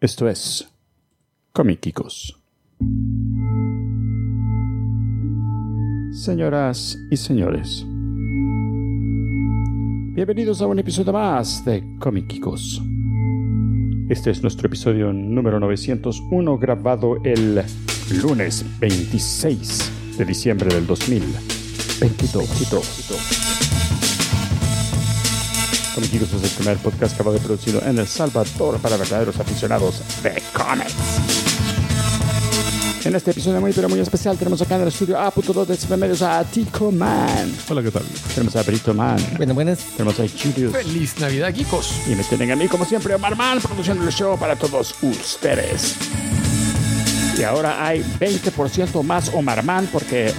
Esto es Comiquicos. Señoras y señores, bienvenidos a un episodio más de Comiquicos. Este es nuestro episodio número 901 grabado el lunes 26 de diciembre del 2022. Comiquicos es el primer podcast grabado y producido en El Salvador para verdaderos aficionados de cómics. En este episodio muy pero muy especial tenemos acá en el estudio A.2 de CP Medios a Tico Man. Hola, ¿qué tal? Tenemos a Brito Man. Bueno, buenas. Tenemos a Julius. Feliz Navidad, Kikos. Y me tienen a mí, como siempre, Omar Man, produciendo el show para todos ustedes. Y ahora hay 20% más Omar Man porque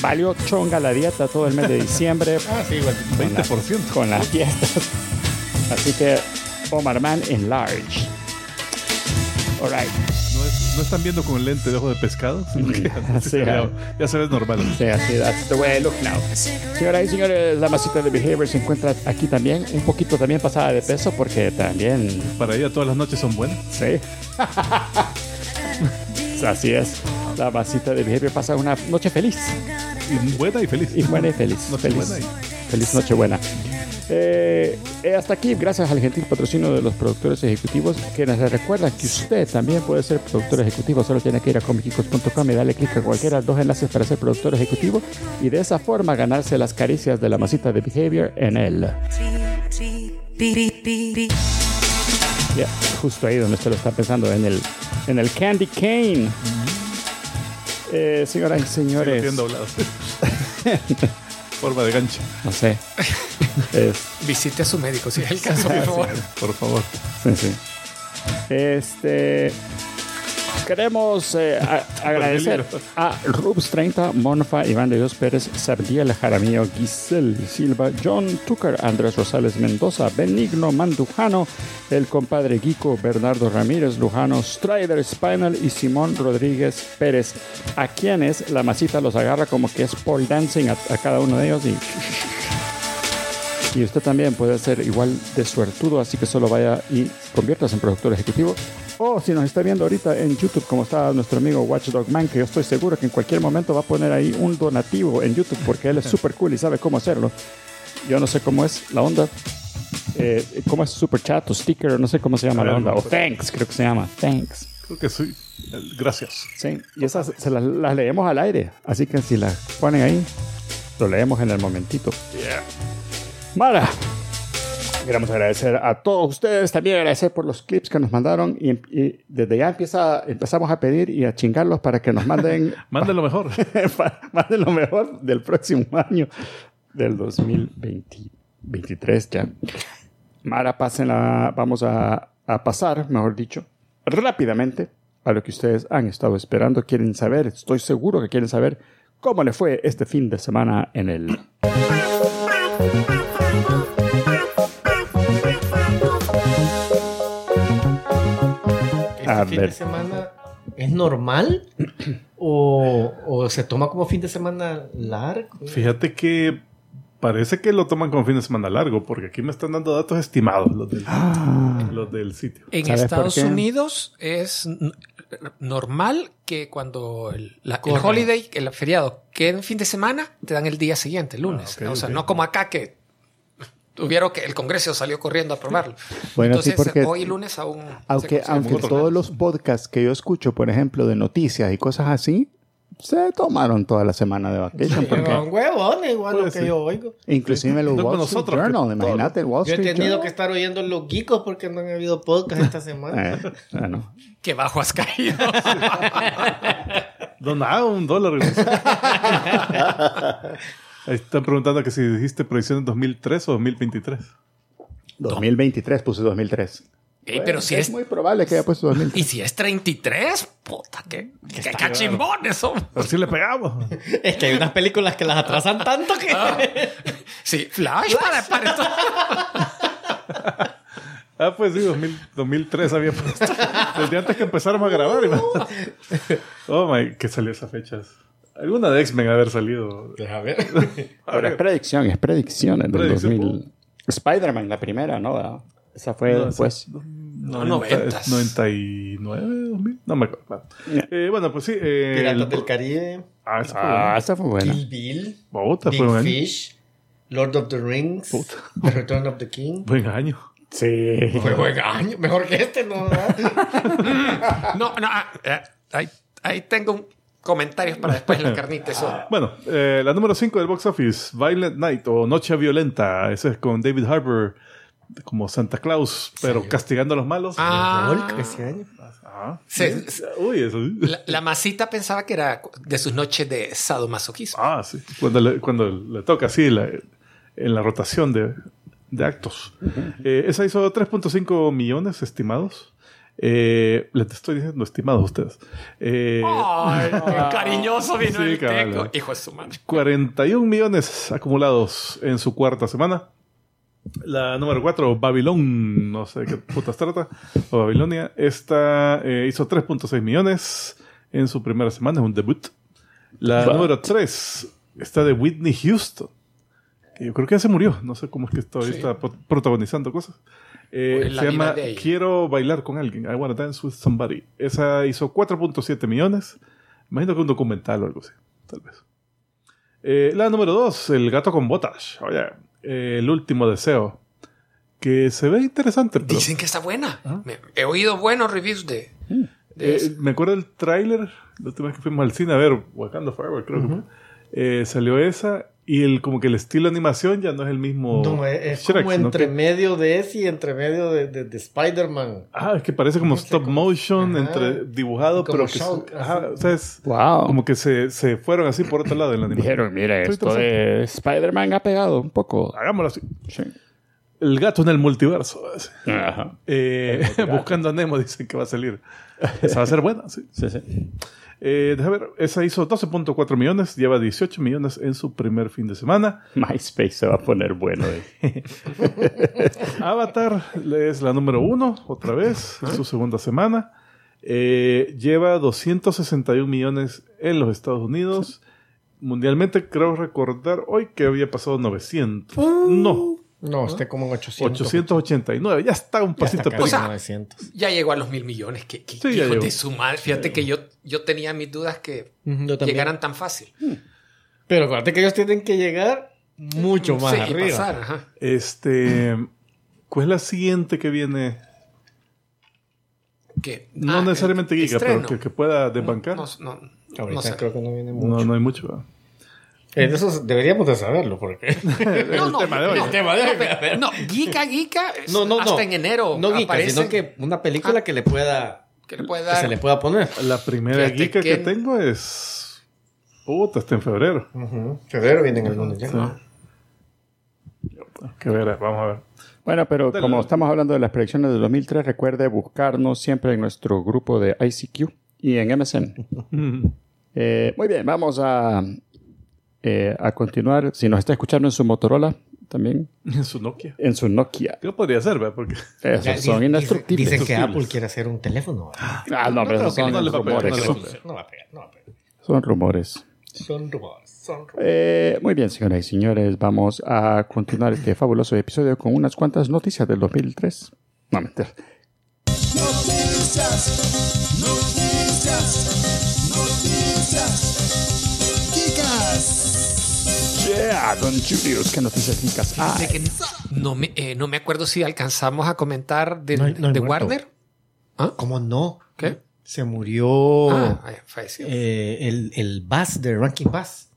valió chonga la dieta todo el mes de diciembre Ah, sí, igual. 20%. con las fiestas. Así que Omar Man enlarge. All right. ¿No, es- no están viendo con lente de ojo de pescado? sino que así Sí, ah. se ve- claro. ya, se ve normal. Sí, así, that's the way I look now. Señoras y señores, la masita de Behavior se encuentra aquí también, un poquito también pasada de peso porque también Para ella todas las noches son buenas. Sí. Así es. La masita de behavior pasa una noche feliz. Y buena y feliz. Y buena y feliz. Noche feliz. buena Feliz noche buena. Eh, eh, hasta aquí, gracias al gentil patrocinio de los productores ejecutivos, que nos recuerdan que usted también puede ser productor ejecutivo. Solo tiene que ir a comicicos.com y darle clic a cualquiera de los dos enlaces para ser productor ejecutivo y de esa forma ganarse las caricias de la masita de behavior en él. Ya, justo ahí donde usted lo está pensando, en el, en el Candy Cane. Eh, señoras y Lo señores, tienen doblado. Forma de gancho, no sé. Es- Visite a su médico si es el caso, por favor. por favor. sí, sí. Este. Queremos eh, a- agradecer libro. a Rubs30, Monfa, Iván de Dios Pérez, Sabdiel Jaramillo, Giselle Silva, John Tucker, Andrés Rosales Mendoza, Benigno Mandujano, el compadre Guico, Bernardo Ramírez Lujano, Strider Spinal y Simón Rodríguez Pérez, a quienes la masita los agarra como que es pole dancing a, a cada uno de ellos y y usted también puede ser igual de suertudo, así que solo vaya y conviertas en productor ejecutivo. O si nos está viendo ahorita en YouTube, como está nuestro amigo Watchdog Man, que yo estoy seguro que en cualquier momento va a poner ahí un donativo en YouTube, porque él es súper cool y sabe cómo hacerlo. Yo no sé cómo es la onda. Eh, ¿Cómo es super chat o sticker? No sé cómo se llama la onda. O thanks, creo que se llama. Thanks. Creo que sí. Gracias. Sí, y esas se las, las leemos al aire. Así que si las ponen ahí, lo leemos en el momentito. Mara, queremos agradecer a todos ustedes, también agradecer por los clips que nos mandaron y, y desde ya empieza, empezamos a pedir y a chingarlos para que nos manden, Mándalo mejor. para- manden lo mejor del próximo año, del 2023 ya. Mara, pásenla, vamos a, a pasar, mejor dicho, rápidamente a lo que ustedes han estado esperando, quieren saber, estoy seguro que quieren saber cómo le fue este fin de semana en el Este A fin ver. de semana es normal o, o se toma como fin de semana largo. Fíjate que parece que lo toman como fin de semana largo, porque aquí me están dando datos estimados los del, Ah. los del sitio. En ¿Sabes por Estados qué? Unidos es n- normal que cuando el, la- el Corre. holiday, el feriado, quede en fin de semana, te dan el día siguiente, el lunes. Ah, ok, o sea, ok. no como acá que tuvieron que el Congreso salió corriendo a aprobarlo. Bueno, sí, Entonces, porque- hoy lunes aún. se Aunque, considera aunque como normal. todos los podcasts que yo escucho, por ejemplo, de noticias y cosas así, se tomaron toda la semana de vacation. Son Porque huevones, igual lo Pues que sí. yo oigo. inclusive los No, Wall con Street nosotros, que Journal, imagínate el Wall Pues Yo he Street tenido que Journal. estar oyendo los geekos porque no han habido podcast esta semana. Eh, bueno. Qué bajo has caído. Donado un dólar. güey. Ahí están preguntando que si dijiste proyección en 2003 o 2023. 2023 puse 2003. Ey, Eh, pero si es, es. muy probable que haya puesto 2003. Y si es 33, puta, qué, qué cachimbones son. Así le pegamos. Es que hay unas películas que las atrasan tanto que. Sí, flash para, para esto. Ah, pues sí, 2000 2003 había puesto. Desde antes que empezáramos a grabar. imagínate. Oh my, que salió esas fechas. Alguna de X-Men haber salido. Pues A ver. A Pero es ver, predicción, es predicciones del Predicción, 2000. Spider-Man, la primera, pues, ¿no? ¿Verdad? Esa fue no, después. sí, No, 90, 90s. 99, 2000. No me acuerdo. Ya. Eh, bueno, pues sí. eh, Piratas el- del Caribe, Ah, esa Ah, esa fue buena. Kill Bill, fue buena. Puta, Big fue un año. Fish, Lord of the Rings, Puta. The Return of the King. Buen año. Sí. Fue buen año, mejor que este, ¿no? No, no, ah, eh, ahí, ahí tengo un- comentarios para después la carnita. Eso. Bueno, eh, la número 5 del box office, Violent Night o Noche Violenta. Ese es con David Harbour como Santa Claus, pero castigando a los malos. Ah, Hulk ese año. Ah. se- se- Uy, eso. la, la masita pensaba que era de sus noches de sadomasoquismo. Ah, sí. Cuando le, cuando le toca así la- en la rotación de, de actos. Eh, esa hizo 3.5 millones estimados. Eh, les estoy diciendo estimados a ustedes. Eh, Ay, qué cariñoso vino Sí, el cabal. teco. Hijo de su madre. 41 millones acumulados en su cuarta semana. La número 4, Babilón, no sé qué putas trata, o Babilonia, esta eh, hizo 3.6 millones en su primera semana, es un debut. La But- número 3 está de Whitney Houston, que yo creo que ya se murió, no sé cómo es que todavía Sí. está pro- protagonizando cosas. Eh, Pues la se vida llama de ella. Quiero bailar con alguien, I wanna dance with somebody. Esa hizo 4.7 millones, imagino que un documental o algo así, tal vez. Eh, la número 2, el gato con botas. Oye, eh, el último deseo. Que se ve interesante. pero- Dicen que está buena. ¿Ah? Me- he oído buenos reviews de. de Eh, eso. me acuerdo del tráiler, la última vez que fuimos al cine a ver Wakanda Forever, creo que fue. Eh, salió esa y el como que el estilo de animación ya no es el mismo. No, es es Shrek, como sino entre que- medio de ese y entre medio de, de, de Spider-Man. Ah, es que parece como No sé, stop como- motion Ajá. entre dibujado, Como pero que se- Shulk, ajá, así. o sea, es Wow. como que se, se fueron así por otro lado en la animación. Dijeron, mira, Estoy esto de Spider-Man ha pegado un poco. Hagámoslo así. Sí. El gato en el multiverso. así. Ajá. Eh, buscando a Nemo dicen que va a salir. Esa va a ser buena, sí. Sí, sí. Eh, déjame ver, esa hizo 12.4 millones, lleva 18 millones en su primer fin de semana. MySpace se va a poner bueno. eh. Avatar es la número uno, otra vez, en su segunda semana. Eh, lleva 261 millones en los Estados Unidos. Mundialmente creo recordar hoy que había pasado 900. No, No, esté como en 800. 889. Ya está un Ya está casi pasito pelín. O sea, 900. Ya llegó a los mil millones. Que, que Sí, ya hijo llegó. de su madre. Fíjate que yo, yo tenía mis dudas que Yo también. llegaran tan fácil. Pero acuérdate que ellos tienen que llegar mucho más Sí, y arriba. pasar, ajá. Este, ¿Cuál es la siguiente que viene? Que- No ah, el- necesariamente el Giga, estreno. pero que, que pueda desbancar. No, No, no, no Ahorita sé. creo que no viene mucho. no, hay mucho. ¿verdad? Eh, de eso deberíamos de saberlo, porque... No, no, tema de hoy. no, El tema de hoy. no, pero- No, Gica, Gica, es- No, no, hasta no. en enero Ah. No geeka, aparece sino que una película que le pueda... que le puede Que dar. se le pueda poner. La primera Fíjate geeka que... que- tengo es. Puta, está en febrero. Ujú. Febrero vienen algunos ya. Que ver, vamos a ver. Bueno, pero Dale, como dale. estamos hablando de las predicciones del 2003, recuerde buscarnos siempre en nuestro grupo de ICQ y en MSN. Mm, Eh, muy bien, vamos a, eh, a continuar. Si nos está escuchando en su Motorola, también En su Nokia. en su Nokia. ¿Qué podría ser, verdad? Porque. Esos Ya, son dicen- indestructibles. Dicen que Apple quiere hacer un teléfono. ¿verdad? Ah, no, pero creo esos que son no le va a pegar, rumores. no le va a son, pegar. No va a pegar, no va a pegar. rumores. Son rumores, son rumores. Eh, muy bien, señoras y señores, vamos a continuar este fabuloso episodio con unas cuantas noticias del 2003. No, mentira. Noticias, noticias, noticias. Chicas, Yeah, con Julius, qué noticias ricas. Ah, Fíjate que no, me, eh, no me acuerdo si alcanzamos a comentar de, No hay- no hay de muerto. Warner. ¿Ah? ¿Cómo Oh. no? ¿Qué? Se murió Ah, ay, falleció. eh, el, el Bass de Ranking Bass.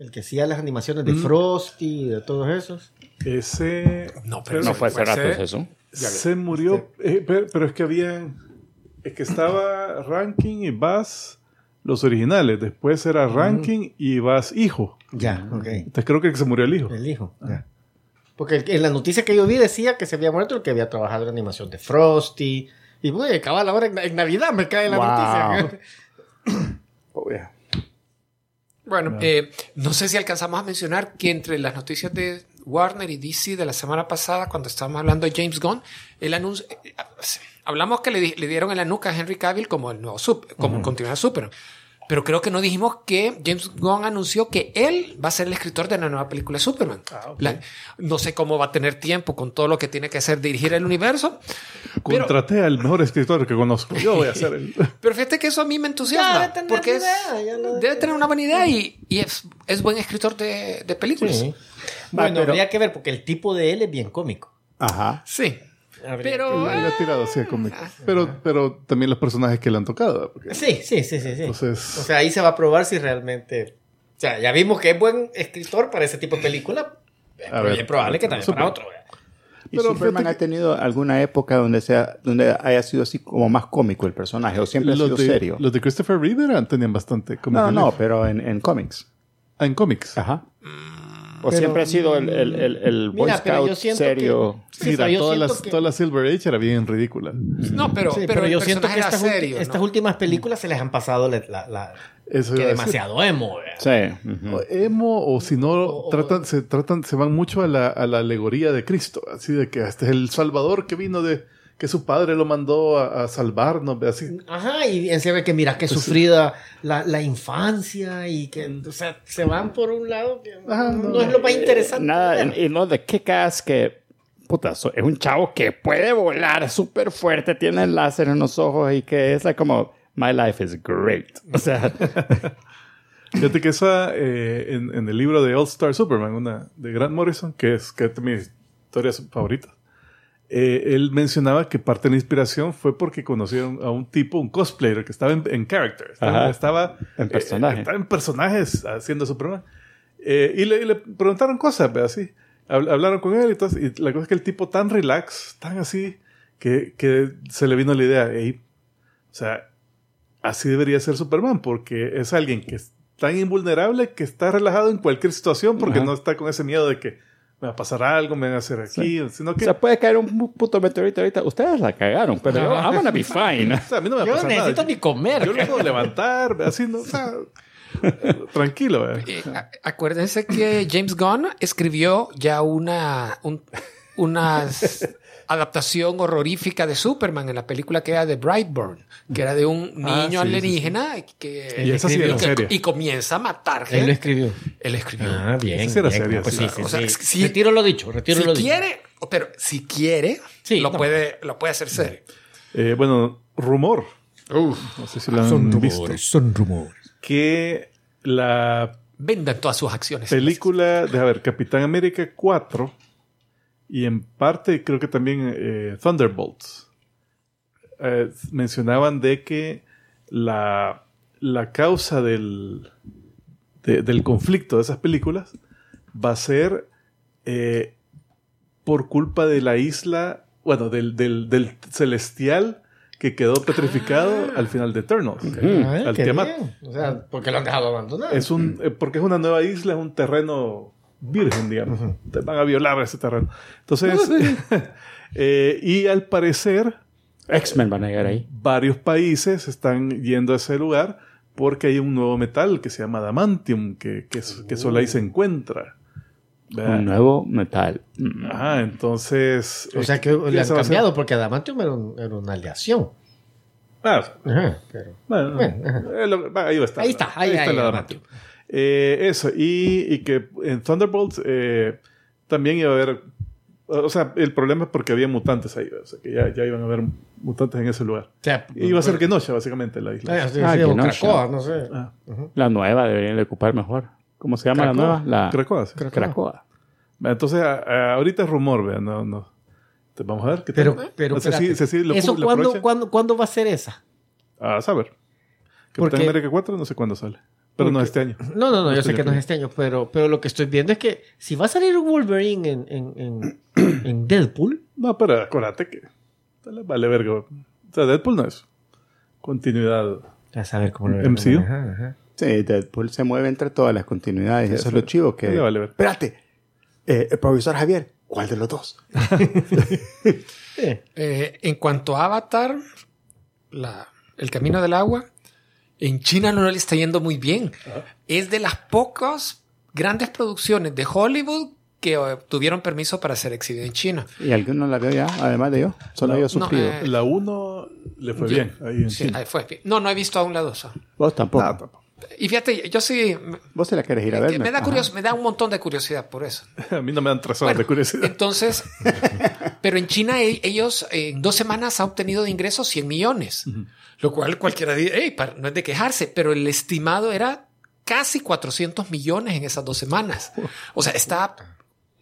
El que hacía las animaciones de Frosty y de todos esos. Ese. no, pero, pero no fue hace rato ese- eso. Se murió. este- eh, pero, pero es que habían. Es que estaba Ranking y Bass los originales. Después era Ranking y Bass hijo. Ya, ok. Entonces creo que se murió el hijo. El hijo. ya. Porque el- en la noticia que yo vi decía que se había muerto el que había trabajado en animación de Frosty. Y güey, cabal, ahora en, en Navidad me cae la Wow. noticia. Oh, Bueno, eh, no sé si alcanzamos a mencionar que entre las noticias de Warner y DC de la semana pasada, cuando estábamos hablando de James Gunn, el anuncio. eh, hablamos que le, di- le dieron en la nuca a Henry Cavill como el nuevo Sup- como continuar Superman. Pero creo que no dijimos que James Gunn anunció que él va a ser el escritor de la nueva película de Superman. La- no sé cómo va a tener tiempo con todo lo que tiene que hacer dirigir el universo. Pero- Contraté al mejor escritor que conozco. Yo voy a hacer el. Pero fíjate que eso a mí me Ya entusiasma. debe tener porque es- idea, ya lo- debe tener una vanidad y, y es, es buen escritor de, de películas. Sí. Bueno, pero- habría que ver porque el tipo de él es bien cómico. Ajá. Habría Pero Él ha tirado así de cómic. Ah, Pero, pero también los personajes que Pues le han tocado. porque- que- Sí, sí, sí, sí, sí. Entonces- O sea, ahí se va a probar si realmente... O sea, ya vimos que es buen escritor para ese tipo de película. A pero ver. es probable que también para Supongo. otro. ¿verdad? ¿Y Pero pues, Superman fíjate ha tenido alguna época donde sea donde haya sido así como más cómico el personaje o siempre ha sido Los de, serio? los de Christopher Reeve eran- tenían bastante comic No, no, no, relief. pero en, en cómics. Ah, en cómics. Ajá. O siempre ha sido el, el, el, el Boy Mira, pero yo Scout siento serio. que- sí, Mira, pero yo todas siento las, que- todas las Silver Age era bien ridícula. no, pero, Sí, pero, pero, yo el siento que personaje estas, era ulti- serio. estas ¿no? últimas películas se les han pasado la, la- la- Eso que iba a decir. demasiado emo. ¿verdad? Sí. ujú. O Emo, o si no, O- o- tratan, se tratan, se van mucho a la, a la alegoría de Cristo, así de que este es el Salvador que vino de, que su padre lo mandó a, a salvarnos, ve, así. Ajá, y bien se ve que mira que sufrida la, la infancia y que o sea, se van por un lado que Ajá, Ah, no, no. es lo más interesante. Nada, y no de Kick-Ass que. Puta, so- es un chavo que puede volar súper fuerte, tiene láser en los ojos y que es like como. My life is great. O sea, Fíjate que esa, eh, en, en el libro de All Star Superman, una de Grant Morrison, que es, que es mi historia favorita, eh, él mencionaba que parte de la inspiración fue porque conocieron a un tipo, un cosplayer, que estaba en, en character, estaba, Ajá. estaba En personaje. eh, estaba en personajes haciendo Superman. Eh, y, le, y le preguntaron cosas, pero así. Hab- Hablaron con él y, todo, y la cosa es que el tipo tan relax, tan así, que, que se le vino la idea, "Ey, o sea, así debería ser Superman, porque es alguien que es tan invulnerable que está relajado en cualquier situación porque Ajá. no está con ese miedo de que me va a pasar algo, me van a hacer aquí, sino o que... sea, puede caer un puto meteorito ahorita. Ustedes la cagaron, pero yo, I'm gonna be fine. o sea, a mí no me va a Yo no pasar necesito nada. ni comer. Yo lo puedo levantar, así, no, o sea, tranquilo. eh. Eh, a- acuérdense que James Gunn escribió ya una, un- una adaptación horrorífica de Superman en la película que era de Brightburn, que era de un niño Ah, sí, sí, sí. alienígena que, Y esa sí que- era seria. y comienza a matar Él lo gente. escribió. Él escribió. Ah, bien. Esa sí era bien, seria, pues sí. sí, sí, O sea, sí. es que sí. Retiro lo dicho, retiro si lo dicho. quiere, pero si quiere, Sí, lo, no. puede, lo puede hacer serio. Eh, bueno, rumor. no sé si lo han visto. son rumores. Que la Vendan todas sus acciones. película de, a ver, Capitán América 4 y en parte creo que también eh, Thunderbolts eh, mencionaban de que la, la causa del, de- del conflicto de esas películas va a ser eh, por culpa de la isla, bueno, del, del- del celestial que quedó petrificado al final de Eternals, al Tiamat. Ah, O sea, porque lo han dejado abandonado. Es un, eh, porque es una nueva isla, es un terreno virgen, digamos. Te van a violar ese terreno. Entonces, Ah, eh, y al parecer, X-Men van a llegar ahí. varios países están yendo a ese lugar porque hay un nuevo metal que se llama Adamantium, que, que, s- que solo ahí Oh. se encuentra. ¿Verdad? Un nuevo metal. Mm. Ajá, entonces. o eh, sea, que le han esa va a ser- cambiado porque Adamantium era, un- era una aleación. Ah, Ajá, pero... bueno, Bueno, ajá. eh, lo- va, ahí va a estar. Ahí está, ahí, ahí, el ahí, Adamantium. Eh, eso, y, y que en Thunderbolts eh, también iba a haber. O sea, el problema es porque había mutantes ahí, o sea, que ya, ya iban a haber mutantes en ese lugar. O sea, Iba a ser Genosha, básicamente, la isla. Ah, sí, Ah, sí, que o no, Cracoa, no sé. Ah, La nueva deberían de ocupar mejor. ¿Cómo se llama la nueva? La Krakoa, sí. Cracoa. Entonces, a- a- ahorita es rumor, vean, no, no. Te- Vamos a ver qué Pero, tal. pero O sea, sí- espérate. sí- sí, lo ¿Eso pu- lo cuándo, aprovechan. cuándo, cuándo va a ser esa? A saber. Porque- Capitán América 4, no sé cuándo sale. Pero no este año. No, no, no, yo sé Estoy de que no es este acuerdo. año, pero, pero lo que estoy viendo es que si va a salir un Wolverine en, en, en, en Deadpool, No, pero acuérdate que. dale, Vale, verga. O sea, Deadpool no es continuidad. a saber cómo lo MCU. Ajá, ajá. Sí, Deadpool se mueve entre todas las continuidades. Eso es lo chivo que. Ya vale ver. Espérate. Eh, el profesor Javier, ¿cuál de los dos? Sí. Eh, en cuanto a Avatar, la- el camino del agua, en China no le está yendo muy bien. Es de las pocas grandes producciones de Hollywood que obtuvieron permiso para ser exhibido en China. ¿Y alguno la vio ya? Además de yo. Solo yo No, sufrido. eh, La 1 Le fue bien. ahí en Sí, China. ahí fue bien. No, no he visto aún la dos. Vos tampoco. Ah, Nada, tampoco. Y fíjate, yo sí. Vos se la querés ir a Me, ver. Eh, me da Ajá. curios- me da un montón de curiosidad por eso. A mí no me dan tres horas Bueno, de eh, curiosidad. Entonces, pero en China e- ellos eh, en dos semanas han obtenido de ingresos 100 millones, lo cual cualquiera dice, "Ey, par- no es de quejarse, pero el estimado era casi 400 millones en esas dos semanas. O sea, está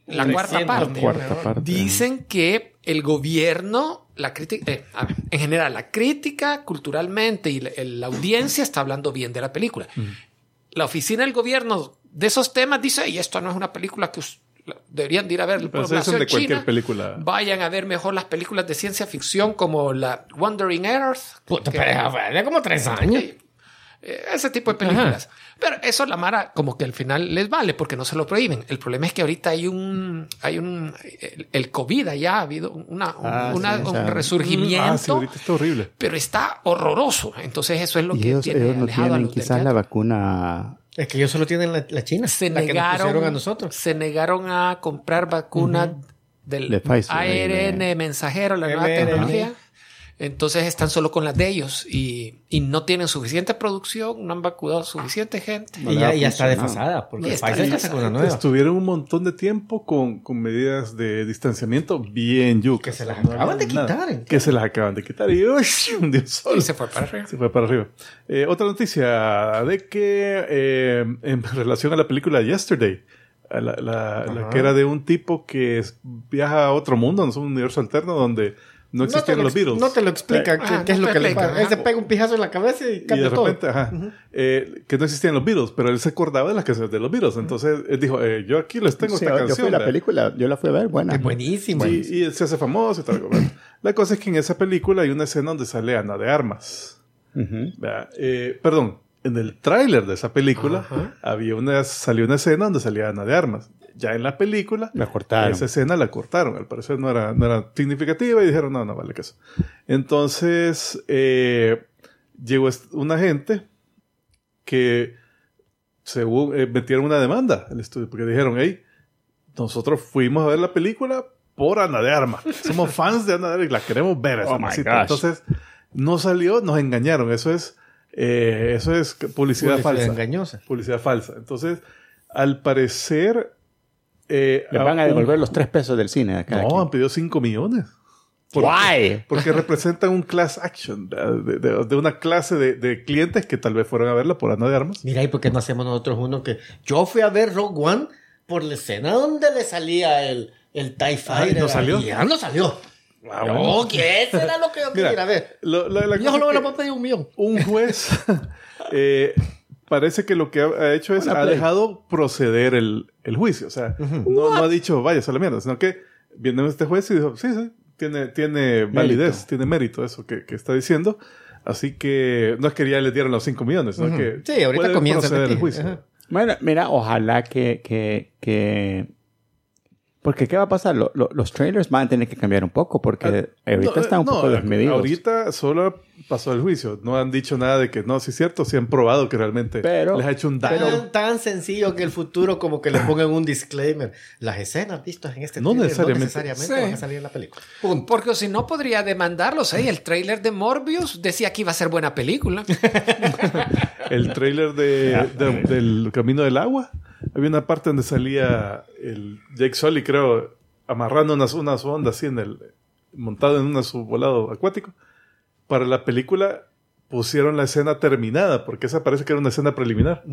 la cuarta 300 parte. millones. Cuarta parte. Dicen que el gobierno, la crítica, eh, a ver, en general, la crítica culturalmente y la, el- la audiencia está hablando bien de la película. La oficina del gobierno de esos temas dice, y esto no es una película que us- la- deberían de ir a ver. Pero se población dicen de cualquier china. película. Vayan a ver mejor las películas de ciencia ficción como la Wandering Earth. Puta, que- pero ya fue hace como tres años. Sí. Eh, Ese tipo de películas. Pero eso la Mara como que al final les vale porque no se lo prohíben. El problema es que ahorita hay un, hay un, el, el COVID allá ha habido una, un- Ah, una- sí, un o sea, resurgimiento, Ah, sí, ahorita está horrible. pero está horroroso. Entonces eso es lo Y que ellos, tiene ellos no alejado a tienen los del quizás la teatro. vacuna. Es que ellos solo tienen la, la China. se la que nos negaron pusieron a nosotros. se negaron a comprar vacunas del De Pfizer, ARN de- mensajero, la nueva mRNA. tecnología. Entonces están solo con las de ellos y, y no tienen suficiente producción, no han vacunado suficiente gente. No y le ya, ha ya está funcionado. desfasada. Porque Ya el está país ya desfasada. sacó una nueva. Estuvieron un montón de tiempo con, con medidas de distanciamiento bien yucas. Que se las No acaban de había nada. quitar, entonces. Que se las acaban de quitar. Y ¡uy! un día solo. Y se fue para arriba. Se fue para arriba. Eh, otra noticia de que eh, en relación a la película Yesterday, a la, la- la Ajá. que era de un tipo que es- viaja a otro mundo, no es un universo alterno donde no te existían lo los ex- Beatles. No te lo explica qué, Ah, qué es no lo te que le explica, pasa. Él se ajá. pega un pijazo en la cabeza y y de cambia todo. repente, ajá, eh, que no existían los Beatles, pero él se acordaba de las canciones de los Beatles. Entonces él dijo, eh, yo aquí les tengo Sí, esta yo- yo fui canción. a la ¿verdad? película, yo la fui a ver, buena. Es buenísimo. Y, y él se hace famoso y tal. bueno. La cosa es que en esa película hay una escena donde sale Ana de Armas. Ujú. ¿verdad? Eh, perdón, en el tráiler de esa película había una, salió una escena donde salía Ana de Armas. Ya en la película, La cortaron. esa escena la cortaron. Al parecer no era, no era significativa y dijeron, no, no vale que eso. Entonces, eh, llegó est- una gente que según eh, metieron una demanda al estudio porque dijeron, hey, nosotros fuimos a ver la película por Ana de Armas. Somos fans de Ana de Armas y la queremos ver. esa Oh my masita". gosh. Entonces, no salió, nos engañaron. Eso es, eh, eso es publicidad, Publicidad falsa. engañosa. Publicidad falsa. Entonces, al parecer... eh, Les van a un- devolver los tres pesos del cine. a cada no, quien. han pedido 5 millones. Por- Guay. Porque representan un class action ¿verdad? de, de- de una clase de, de clientes que tal vez fueron a verla por Ana de Armas. Mira, ¿y por qué no hacemos nosotros uno que yo fui a ver Rogue One por la escena donde le salía el, el TIE Fighter? Ah, ¿no salió? Y ya no salió. Ah, no, bueno. que eso era lo que yo quería Mira, ir a ver. lo- la- la Yo cosa solo es me que lo puedo pedir un millón. un juez eh, parece que lo que ha, ha hecho es Buena ha play. dejado proceder el, el juicio. O sea, no, no ha dicho vaya a la mierda, sino que viene este juez y dijo, sí, sí, tiene, tiene validez, tiene mérito eso que, que está diciendo. Así que no es que ya le dieron los 5 millones, sino que Sí, ahorita puede comienza el proceder el litigio. juicio. Ajá. Bueno, mira, ojalá que, que, que... Porque ¿qué va a pasar? Lo- lo- los trailers van a tener que cambiar un poco porque ahorita Ah, No, eh, están un no, poco desmedidos. Ahorita solo pasó el juicio. No han dicho nada de que no, sí es cierto, sí han probado que realmente Pero- les ha hecho un daño. tan, tan sencillo que el futuro como que le pongan un disclaimer. Las escenas vistas en este No tráiler necesariamente. Sí. van a salir en la película. Porque si no podría demandarlos. ¿eh? El tráiler de Morbius decía que iba a ser buena película. el trailer de, de- del Camino del Agua. Había una parte donde salía el Jake Sully, creo, amarrando unas, unas ondas así en el. montado en un subvolado acuático. Para la película pusieron la escena terminada, porque esa parece que era una escena preliminar.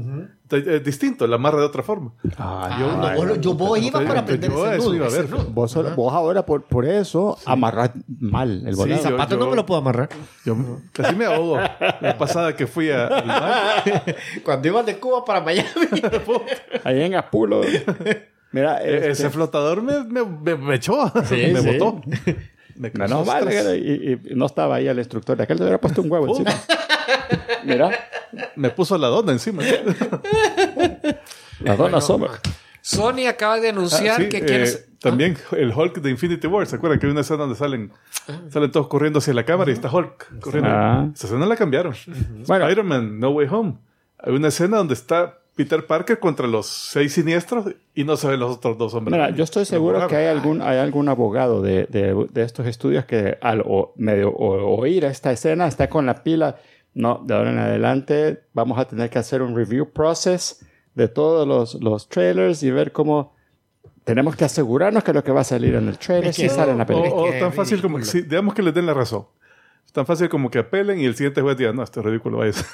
Es distinto, la amarra de otra forma. Ah, yo, no, vos, yo vos no, iba no, para no, aprender yo ese eso nudo, iba a ese ver. nudo. Vos, solo- vos ahora por, por eso amarrás mal el volado. yo- Zapato yo- no me lo puedo amarrar. Yo casi me ahogo la pasada que fui a. al mar. Cuando iba de Cuba para Miami. Ahí en Apulo. Mira, E- este, Ese flotador me, me, me- me echó, me sí. botó. Me no, causó no, vale, estrés. y, y- y no estaba ahí el instructor. De aquel le hubiera puesto un huevo Pum. encima. Mira, Me puso la dona encima. la dona Sommer. Sony acaba de anunciar Ah, sí, que eh, quiere... ser- También el Hulk de Infinity War. ¿Se acuerdan que hay una escena donde salen, salen todos corriendo hacia la cámara y está Hulk corriendo? Ah. Esa escena la cambiaron. Bueno. Spider-Man, No Way Home. Hay una escena donde está Peter Parker contra los seis siniestros y no se ven los otros dos hombres. Mira, yo estoy seguro que hay algún, hay algún abogado de, de- de estos estudios que al o- medio o- oír esta escena está con la pila. No, de ahora en adelante vamos a tener que hacer un review process de todos los, los trailers y ver cómo tenemos que asegurarnos que lo que va a salir en el trailer Es sí que- sale en la O, película. o Es que tan es fácil como que, ridículo. sí, digamos que les den la razón. Tan fácil como que apelen y el siguiente juez diga, no, esto es ridículo, vaya.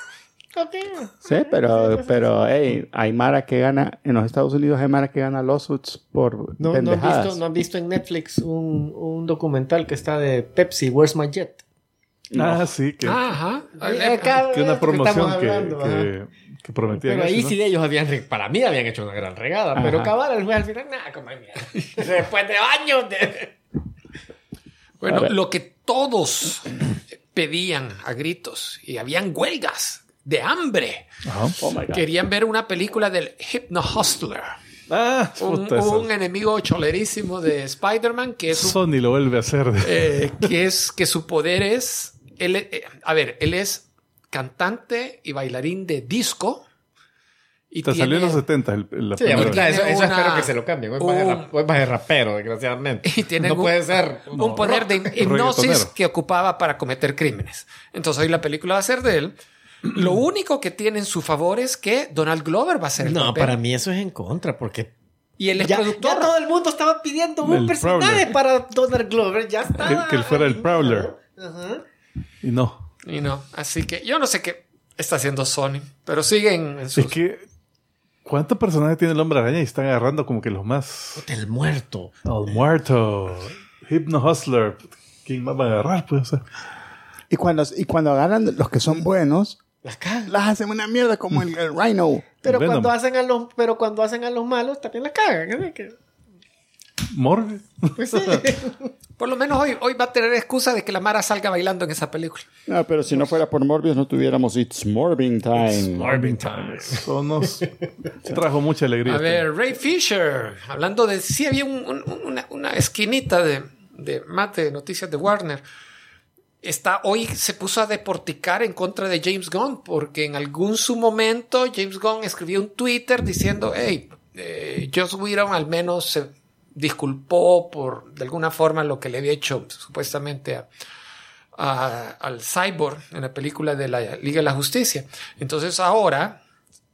Ok. Sí, pero, pues, pero hey, hay Mara que gana, en los Estados Unidos hay Mara que gana lawsuits por ¿No, no, han pendejadas. visto, ¿No han visto en Netflix un, un documental que está de Pepsi, Where's My Jet? Ah, sí, que, Ah, ajá. Eh, acá, que una eh, estamos promoción que, hablando, ajá. que, que prometían. Pero ahí eso, ¿no? sí de ellos habían, re- para mí habían hecho una gran regada, pero cabal, el juez al final, nada, como mierda. Después de años de... Bueno, lo que todos pedían a gritos y habían huelgas de hambre. Oh my God. Querían ver una película del Hypno Hustler, Ah, un, puta, eso. un enemigo cholerísimo de Spider-Man que es un Sony lo vuelve a hacer. eh, que es que su poder es él es- eh, a ver él es cantante y bailarín de disco y Te salió en los tiene, 70 el, el- la Sí, primera ahorita- vez. ahorita eso, eso una- espero que se lo cambien. Hoy, va, de un- rap- hoy va de rapero, desgraciadamente. Y tienen no un- puede ser. un poder de hipnosis reggaetonero. que ocupaba para cometer crímenes entonces hoy la película va a ser de él lo único que tiene en su favor es que Donald Glover va a ser el No, papel. para mí eso es en contra, porque y él es ya, productor ya todo el mundo estaba pidiendo un El personaje Prowler. para Donald Glover. Ya estaba. Que- que él fuera el Prowler. Ajá. Y no. y no así que yo no sé qué está haciendo Sony pero siguen en sus Es que, ¿cuántos personajes tiene el hombre araña y están agarrando como que los más. El muerto. El muerto, Hypno Hustler. ¿Quién más va a agarrar? Pues, o sea, Y cuando, y cuando agarran los que son buenos, Acá. las hacen una mierda como el, el Rhino. Pero Venom. cuando, hacen a los, pero cuando hacen a los malos, también la cagan. ¿eh? Que- Morgue. Pues sí. por lo menos hoy hoy va a tener excusa de que la Mara salga bailando en esa película No, pero si no fuera por Morbius no tuviéramos It's Morbing Time. Eso nos trajo mucha alegría. este. A ver, Ray Fisher, hablando de sí había un- un- una, una esquinita de, de mate de noticias de Warner. Está hoy se puso a deporticar en contra de James Gunn porque en algún su momento James Gunn escribió un Twitter diciendo, hey, eh, Joss Whedon al menos se disculpó por de alguna forma lo que le había hecho supuestamente a, a- al cyborg en la película de la Liga de la Justicia. Entonces ahora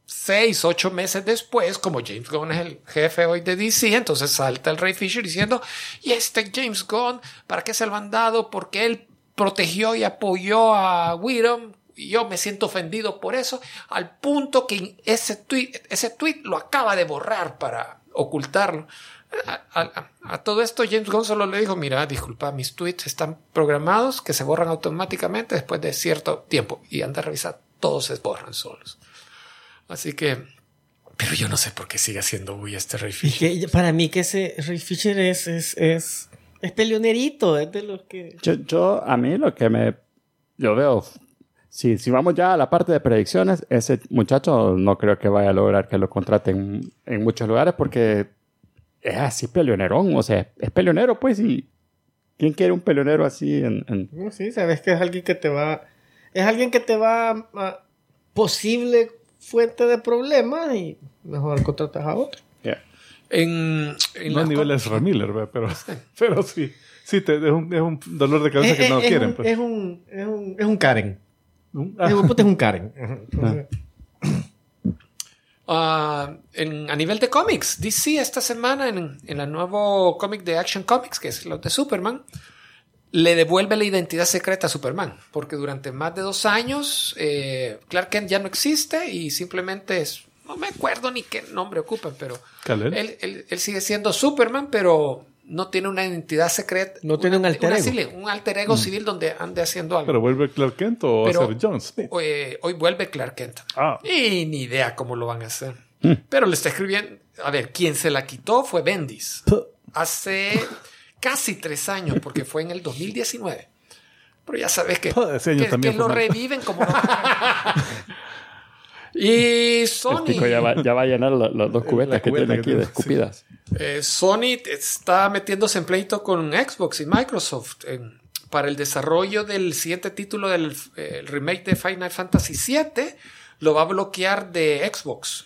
seis, ocho meses después, como James Gunn es el jefe hoy de DC, entonces salta el Ray Fisher diciendo, y este James Gunn, ¿para qué se lo han dado? Porque él protegió y apoyó a Whedon. Y yo me siento ofendido por eso, al punto que ese tweet, ese tweet lo acaba de borrar para ocultarlo. A, a- a- a todo esto James Gunn solo le dijo, mira, disculpa, mis tweets están programados que se borran automáticamente después de cierto tiempo. Y anda a revisar, todos se borran solos. Así que, pero yo no sé por qué sigue haciendo bulla este Ray Y Fisher. que para mí que ese Ray Fisher es, es, es, es peleonerito, es de los que... Yo, yo, a mí lo que me... Yo veo... Si, si vamos ya a la parte de predicciones, ese muchacho no creo que vaya a lograr que lo contraten en muchos lugares porque es así peleonerón. O sea, es peleonero pues y... ¿Quién quiere un peleonero así en- en, No, sí, sabes que es alguien que te va... Es alguien que te va a- a posible fuente de problemas y mejor contratas a otro. En, en No a las nivel de Ezra Miller, ¿verdad? pero, pero sí. Sí, te- es, un, es un dolor de cabeza que no es, quieren. un, pues. es, un, es, un, es un Karen. Un- Es ah, un, puta, es un Karen. Ajá. Entonces, Ah, en- a nivel de cómics, DC esta semana en, en el nuevo cómic de Action Comics, que es lo de Superman, le devuelve la identidad secreta a Superman, porque durante más de dos años eh, Clark Kent ya no existe y simplemente es, no me acuerdo ni qué nombre ocupa, pero Kal-El. él, él- él sigue siendo Superman, pero no tiene una identidad secreta. No tiene un Una- alter una ego. Mm. civil- un alter ego civil donde ande haciendo algo. Pero vuelve Clark Kent o Pero- Sir John Smith. Eh, hoy vuelve Clark Kent. Este. Ah. Hmm. Y ni idea cómo lo van a hacer. Pero le está escribiendo. A ver, quien se la quitó fue Bendis. Hace casi tres años, porque fue en el 2019. Pero ya sabes que, Joder, ese año que, también que fue lo malo. reviven como no. Y Sony. El tico ya va, ya va a llenar la- las dos cubetas La que cubeta tiene que aquí de tiene, sí. escupidas. Eh, Sony está metiéndose en pleito con Xbox y Microsoft en- para el desarrollo del siguiente título del eh, el remake de Final Fantasy VII. lo va a bloquear de Xbox.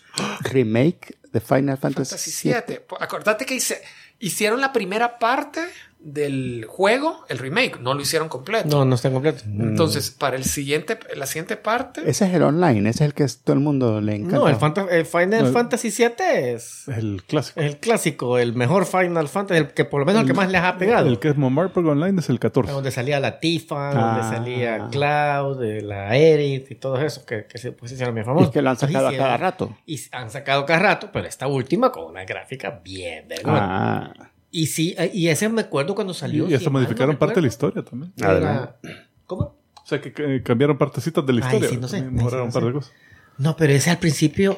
Remake de Final Fantasy Fantasy VII. 7. Pues, Acordate que hice- hicieron la primera parte del juego, el remake, no lo hicieron completo. No, no está completo. Entonces, para el siguiente, la siguiente parte, Ese es el online, ese es el que todo el mundo le encanta. No, el, Fanta- el Final No. Fantasy VII es Es el clásico. el clásico, el mejor Final Fantasy, el que por lo menos el que más les ha pegado. El que es Montmartre Online es el 14. Donde salía la Tifa, donde Ah. salía Cloud, eh, la Aerith y todos esos que, que se pues, hicieron bien famosos. Y que lo han sacado a Hicieron- cada rato. Y han sacado cada rato, pero esta última con una gráfica bien vergüenza. Ah, Y sí, eh, y ese me acuerdo cuando Y, salió. y hasta modificaron parte de la historia también. historia. ¿Cómo? O sea, que, que cambiaron partecitas de la Ay, historia. sí, no sé, no Mejoraron sé, un par no de cosas. No, pero ese al principio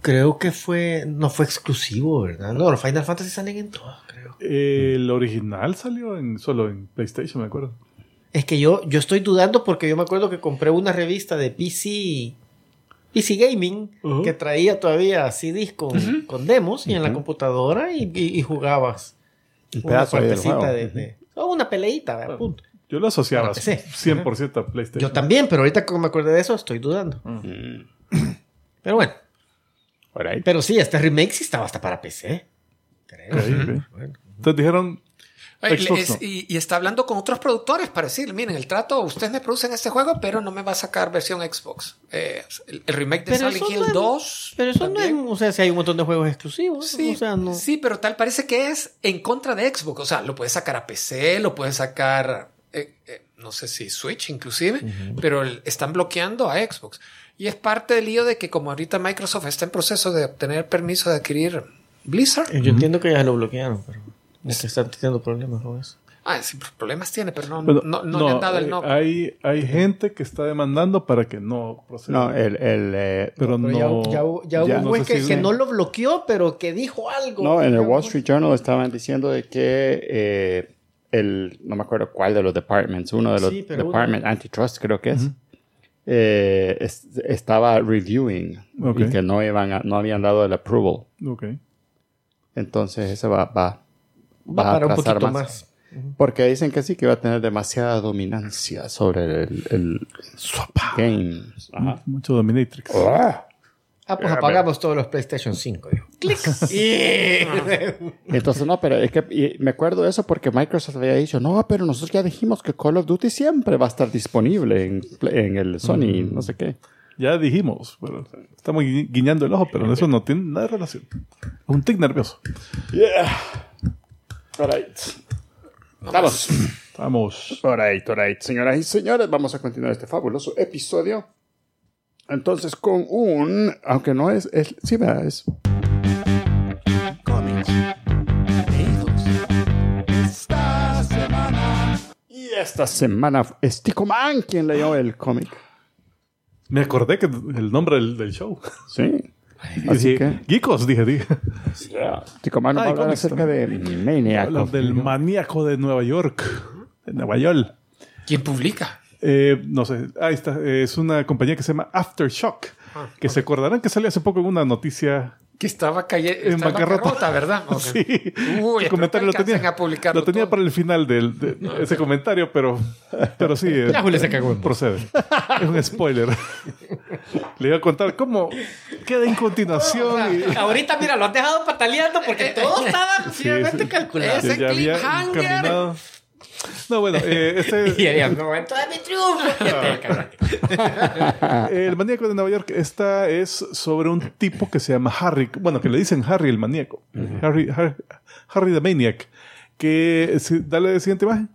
creo que fue, no fue exclusivo, ¿verdad? No, los Final Fantasy salen en todas, creo. El original salió en, solo en PlayStation, me acuerdo. Es que yo, yo estoy dudando porque yo me acuerdo que compré una revista de PC, PC Gaming Ujú. que traía todavía CDs con, con demos y en la computadora y, y- y jugabas Un pedazo ahí del partecita juego. de- de- o una peleita, ¿verdad? punto. Yo lo asociaba Claro que sí. 100% a PlayStation. Ah. Yo también, pero ahorita como me acordé de eso estoy dudando. mm. Pero bueno, alright. pero sí, este remake sí estaba hasta para PC. Creo. Ok, ok. Entonces dijeron, Ay, Xbox le- es- no. y, y está hablando con otros productores para decir, miren, el trato, ustedes me producen este juego, pero no me va a sacar versión Xbox. Eh, el, el remake de Pero Silent eso Hill no es- 2. Pero eso también. no es, o sea, si hay un montón de juegos exclusivos, Sí, o sea, no. sí, pero tal parece que es en contra de Xbox. O sea, lo puedes sacar a PC, lo puedes sacar, eh, eh, no sé si Switch inclusive, pero el- están bloqueando a Xbox. Y es parte del lío de que como ahorita Microsoft está en proceso de obtener permiso de adquirir Eh. Blizzard. Yo entiendo que ya lo bloquearon, pero es que están teniendo problemas con eso. Ah, sí, problemas tiene, pero no, bueno, no, no le han dado el eh, no. Hay, hay gente que está demandando para que no proceda. No, el, el, eh, pero, Pero ya no. hu- ya, hu- ya hubo ya un no juez sé que, si- que no lo bloqueó, pero que dijo algo. No, en el Wall Street Journal estaban diciendo de que eh, el, no me acuerdo cuál de los departments, uno de los Sí, pero uno- department antitrust creo que es, eh, es- estaba reviewing Ok. y que no iban, a- no habían dado el approval. Ok. Entonces ese va, va, va va para un atrasar poquito más. más. porque dicen que sí que va a tener demasiada dominancia sobre el, el game. Ajá. Mucho Dominatrix. Ah, pues apagamos todos los PlayStation 5, dijo. ¡Clic! Y- Entonces, no, pero es que y me acuerdo de eso porque Microsoft había dicho, no, pero nosotros ya dijimos que Call of Duty siempre va a estar disponible en, pl- en el Sony, no sé qué. Ya dijimos, pero estamos gui- guiñando el ojo, pero eso no tiene nada de relación. Es un tic nervioso. Alright. Vamos. Vamos. Alright, alright. Señoras y señores, vamos a continuar este fabuloso episodio. Entonces, con un. Aunque no es. es sí, ¿verdad? Es. Y esta semana es Tico Man quien Ah. leyó el cómic. Me acordé que el nombre del, del show. Sí. Así Dije, que. Geekos, dije, dije. Tico Man nos va Ah, a y hablar cómics acerca de Maniac. Hablan del maníaco de Nueva York. De Nueva York. ¿Quién publica? Eh, no sé, ahí está. eh, es una compañía que se llama Aftershock. Ah, que se acordarán que salió hace poco en una noticia. Que estaba calle En estaba bancarrota. bancarrota, ¿verdad? Ah, Ok. Sí. Uy, El comentario lo tenía. A publicarlo Lo tenía todo. para el final del, de ese comentario, pero, pero sí. eh, Ya, Julio se cagó. Procede. Es un spoiler. Le voy a contar cómo queda en continuación. y- Ahorita, mira, lo has dejado pataleando porque todo estaba sí. finalmente calculado. Ese ya había cliffhanger. caminado. No, bueno, eh, Y este, en el momento de mi Este, Ah, triunfo. Eh, el maníaco de Nueva York, esta es sobre un tipo que se llama Harry, bueno, que le dicen Harry el maníaco, Harry, Har- Harry the Maniac, que, si- dale la siguiente imagen,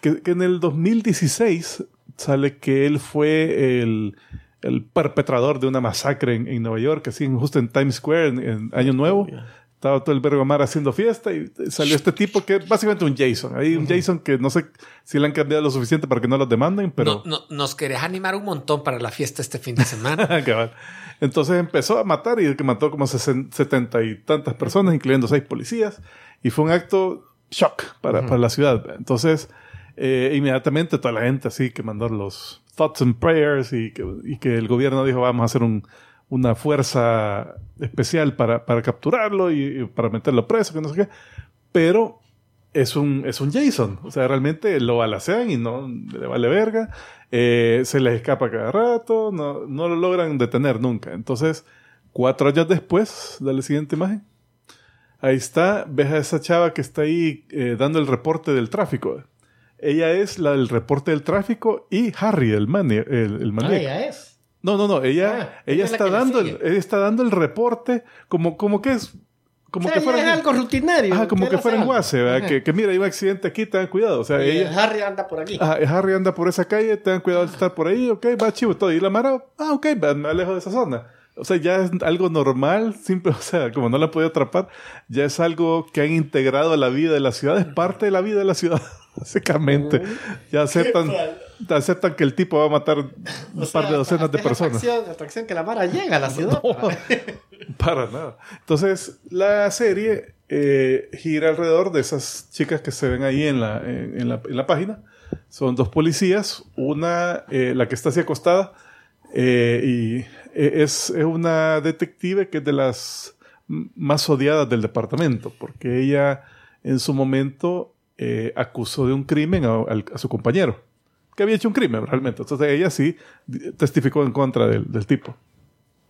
que, que en el 2016 sale que él fue el, el perpetrador de una masacre en, en Nueva York, así en, justo en Times Square, en, en Año Nuevo. Estaba todo el Bergomar haciendo fiesta y salió este tipo que es básicamente un Jason. Hay un Jason que no sé si le han cambiado lo suficiente para que no lo demanden, pero... No- no- nos querés animar un montón para la fiesta este fin de semana. Cabal. Entonces empezó a matar y el que mató como sesen- setenta y tantas personas, incluyendo seis policías, y fue un acto shock para, para la ciudad. Entonces, eh, inmediatamente toda la gente así que mandó los thoughts and prayers y que, y que el gobierno dijo vamos a hacer un- una fuerza especial para, para capturarlo y, y para meterlo preso, que no sé qué. Pero es un, es un Jason. O sea, realmente lo balacean y no le vale verga. Eh, se les escapa cada rato. No, no lo logran detener nunca. Entonces, cuatro años después, dale siguiente imagen. Ahí está, ves a esa chava que está ahí eh, dando el reporte del tráfico. Ella es la del reporte del tráfico y Harry, el, mani el, el Ah, maníaco. ya es. No, no, no. Ella, Ah, ella esa es la que está le dando, el, sigue. ella está dando el reporte como, como que es, como O sea, que ya fuera, es algo rutinario. ah, como ya que lo fuera en saben. Guase, ¿verdad? Ajá. Que, que mira, hay un accidente aquí, tengan cuidado. O sea, Y ella, Harry anda por aquí. ah, Harry anda por esa calle, tengan cuidado de estar por ahí, ok, va chivo todo. Y la Mara, ah, ok, va, me alejo de esa zona. O sea, ya es algo normal, simple, o sea, como no la podía atrapar, ya es algo que han integrado a la vida de la ciudad, es parte de la vida de la ciudad, básicamente. Ya aceptan, aceptan que el tipo va a matar un O par sea, de docenas hasta de es la personas. Atracción, atracción que la Mara llega a la ciudad. Para nada. Entonces, la serie eh, gira alrededor de esas chicas que se ven ahí en la, en, en la, en la página. Son dos policías. Una, eh, la que está así acostada, eh, y eh, es, es una detective que es de las m- más odiadas del departamento, porque ella en su momento eh, acusó de un crimen a, al- a su compañero, que había hecho un crimen realmente. Entonces ella sí di- testificó en contra del- del tipo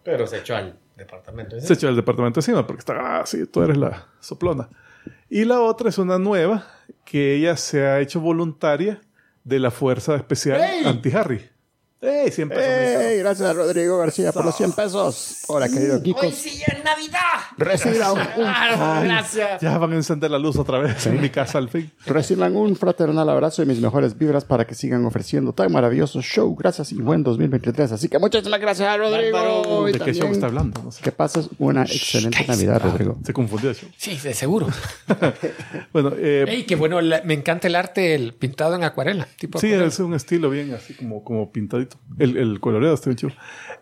Pero se echó al departamento. se echó el departamento encima porque está, ah, sí, tú eres la soplona. Y la otra es una nueva que ella se ha hecho voluntaria de la Fuerza Especial Anti-Harry. Eh. ¡Ey! 100 pesos. ¡Ey! Gracias, Rodrigo García, por los 100 pesos. Hola, querido Kiko. sí es Navidad! Reciban un, mi hijo. Ya van a encender la luz otra vez en mi casa al fin. reciban un fraternal abrazo y mis mejores vibras para que sigan ofreciendo tan maravilloso show. Gracias y buen 2023. Así que muchísimas gracias, a Rodrigo. Y ¿De qué show también está hablando? No sé. Que pases una excelente Navidad, Rodrigo. Se confundió el show. Sí, de seguro. Bueno, eh, Ey, qué bueno. la- me encanta el arte el pintado en acuarela. Tipo Sí, acuarela. es un estilo bien así como, como pintadito. El, el coloreado está bien chido.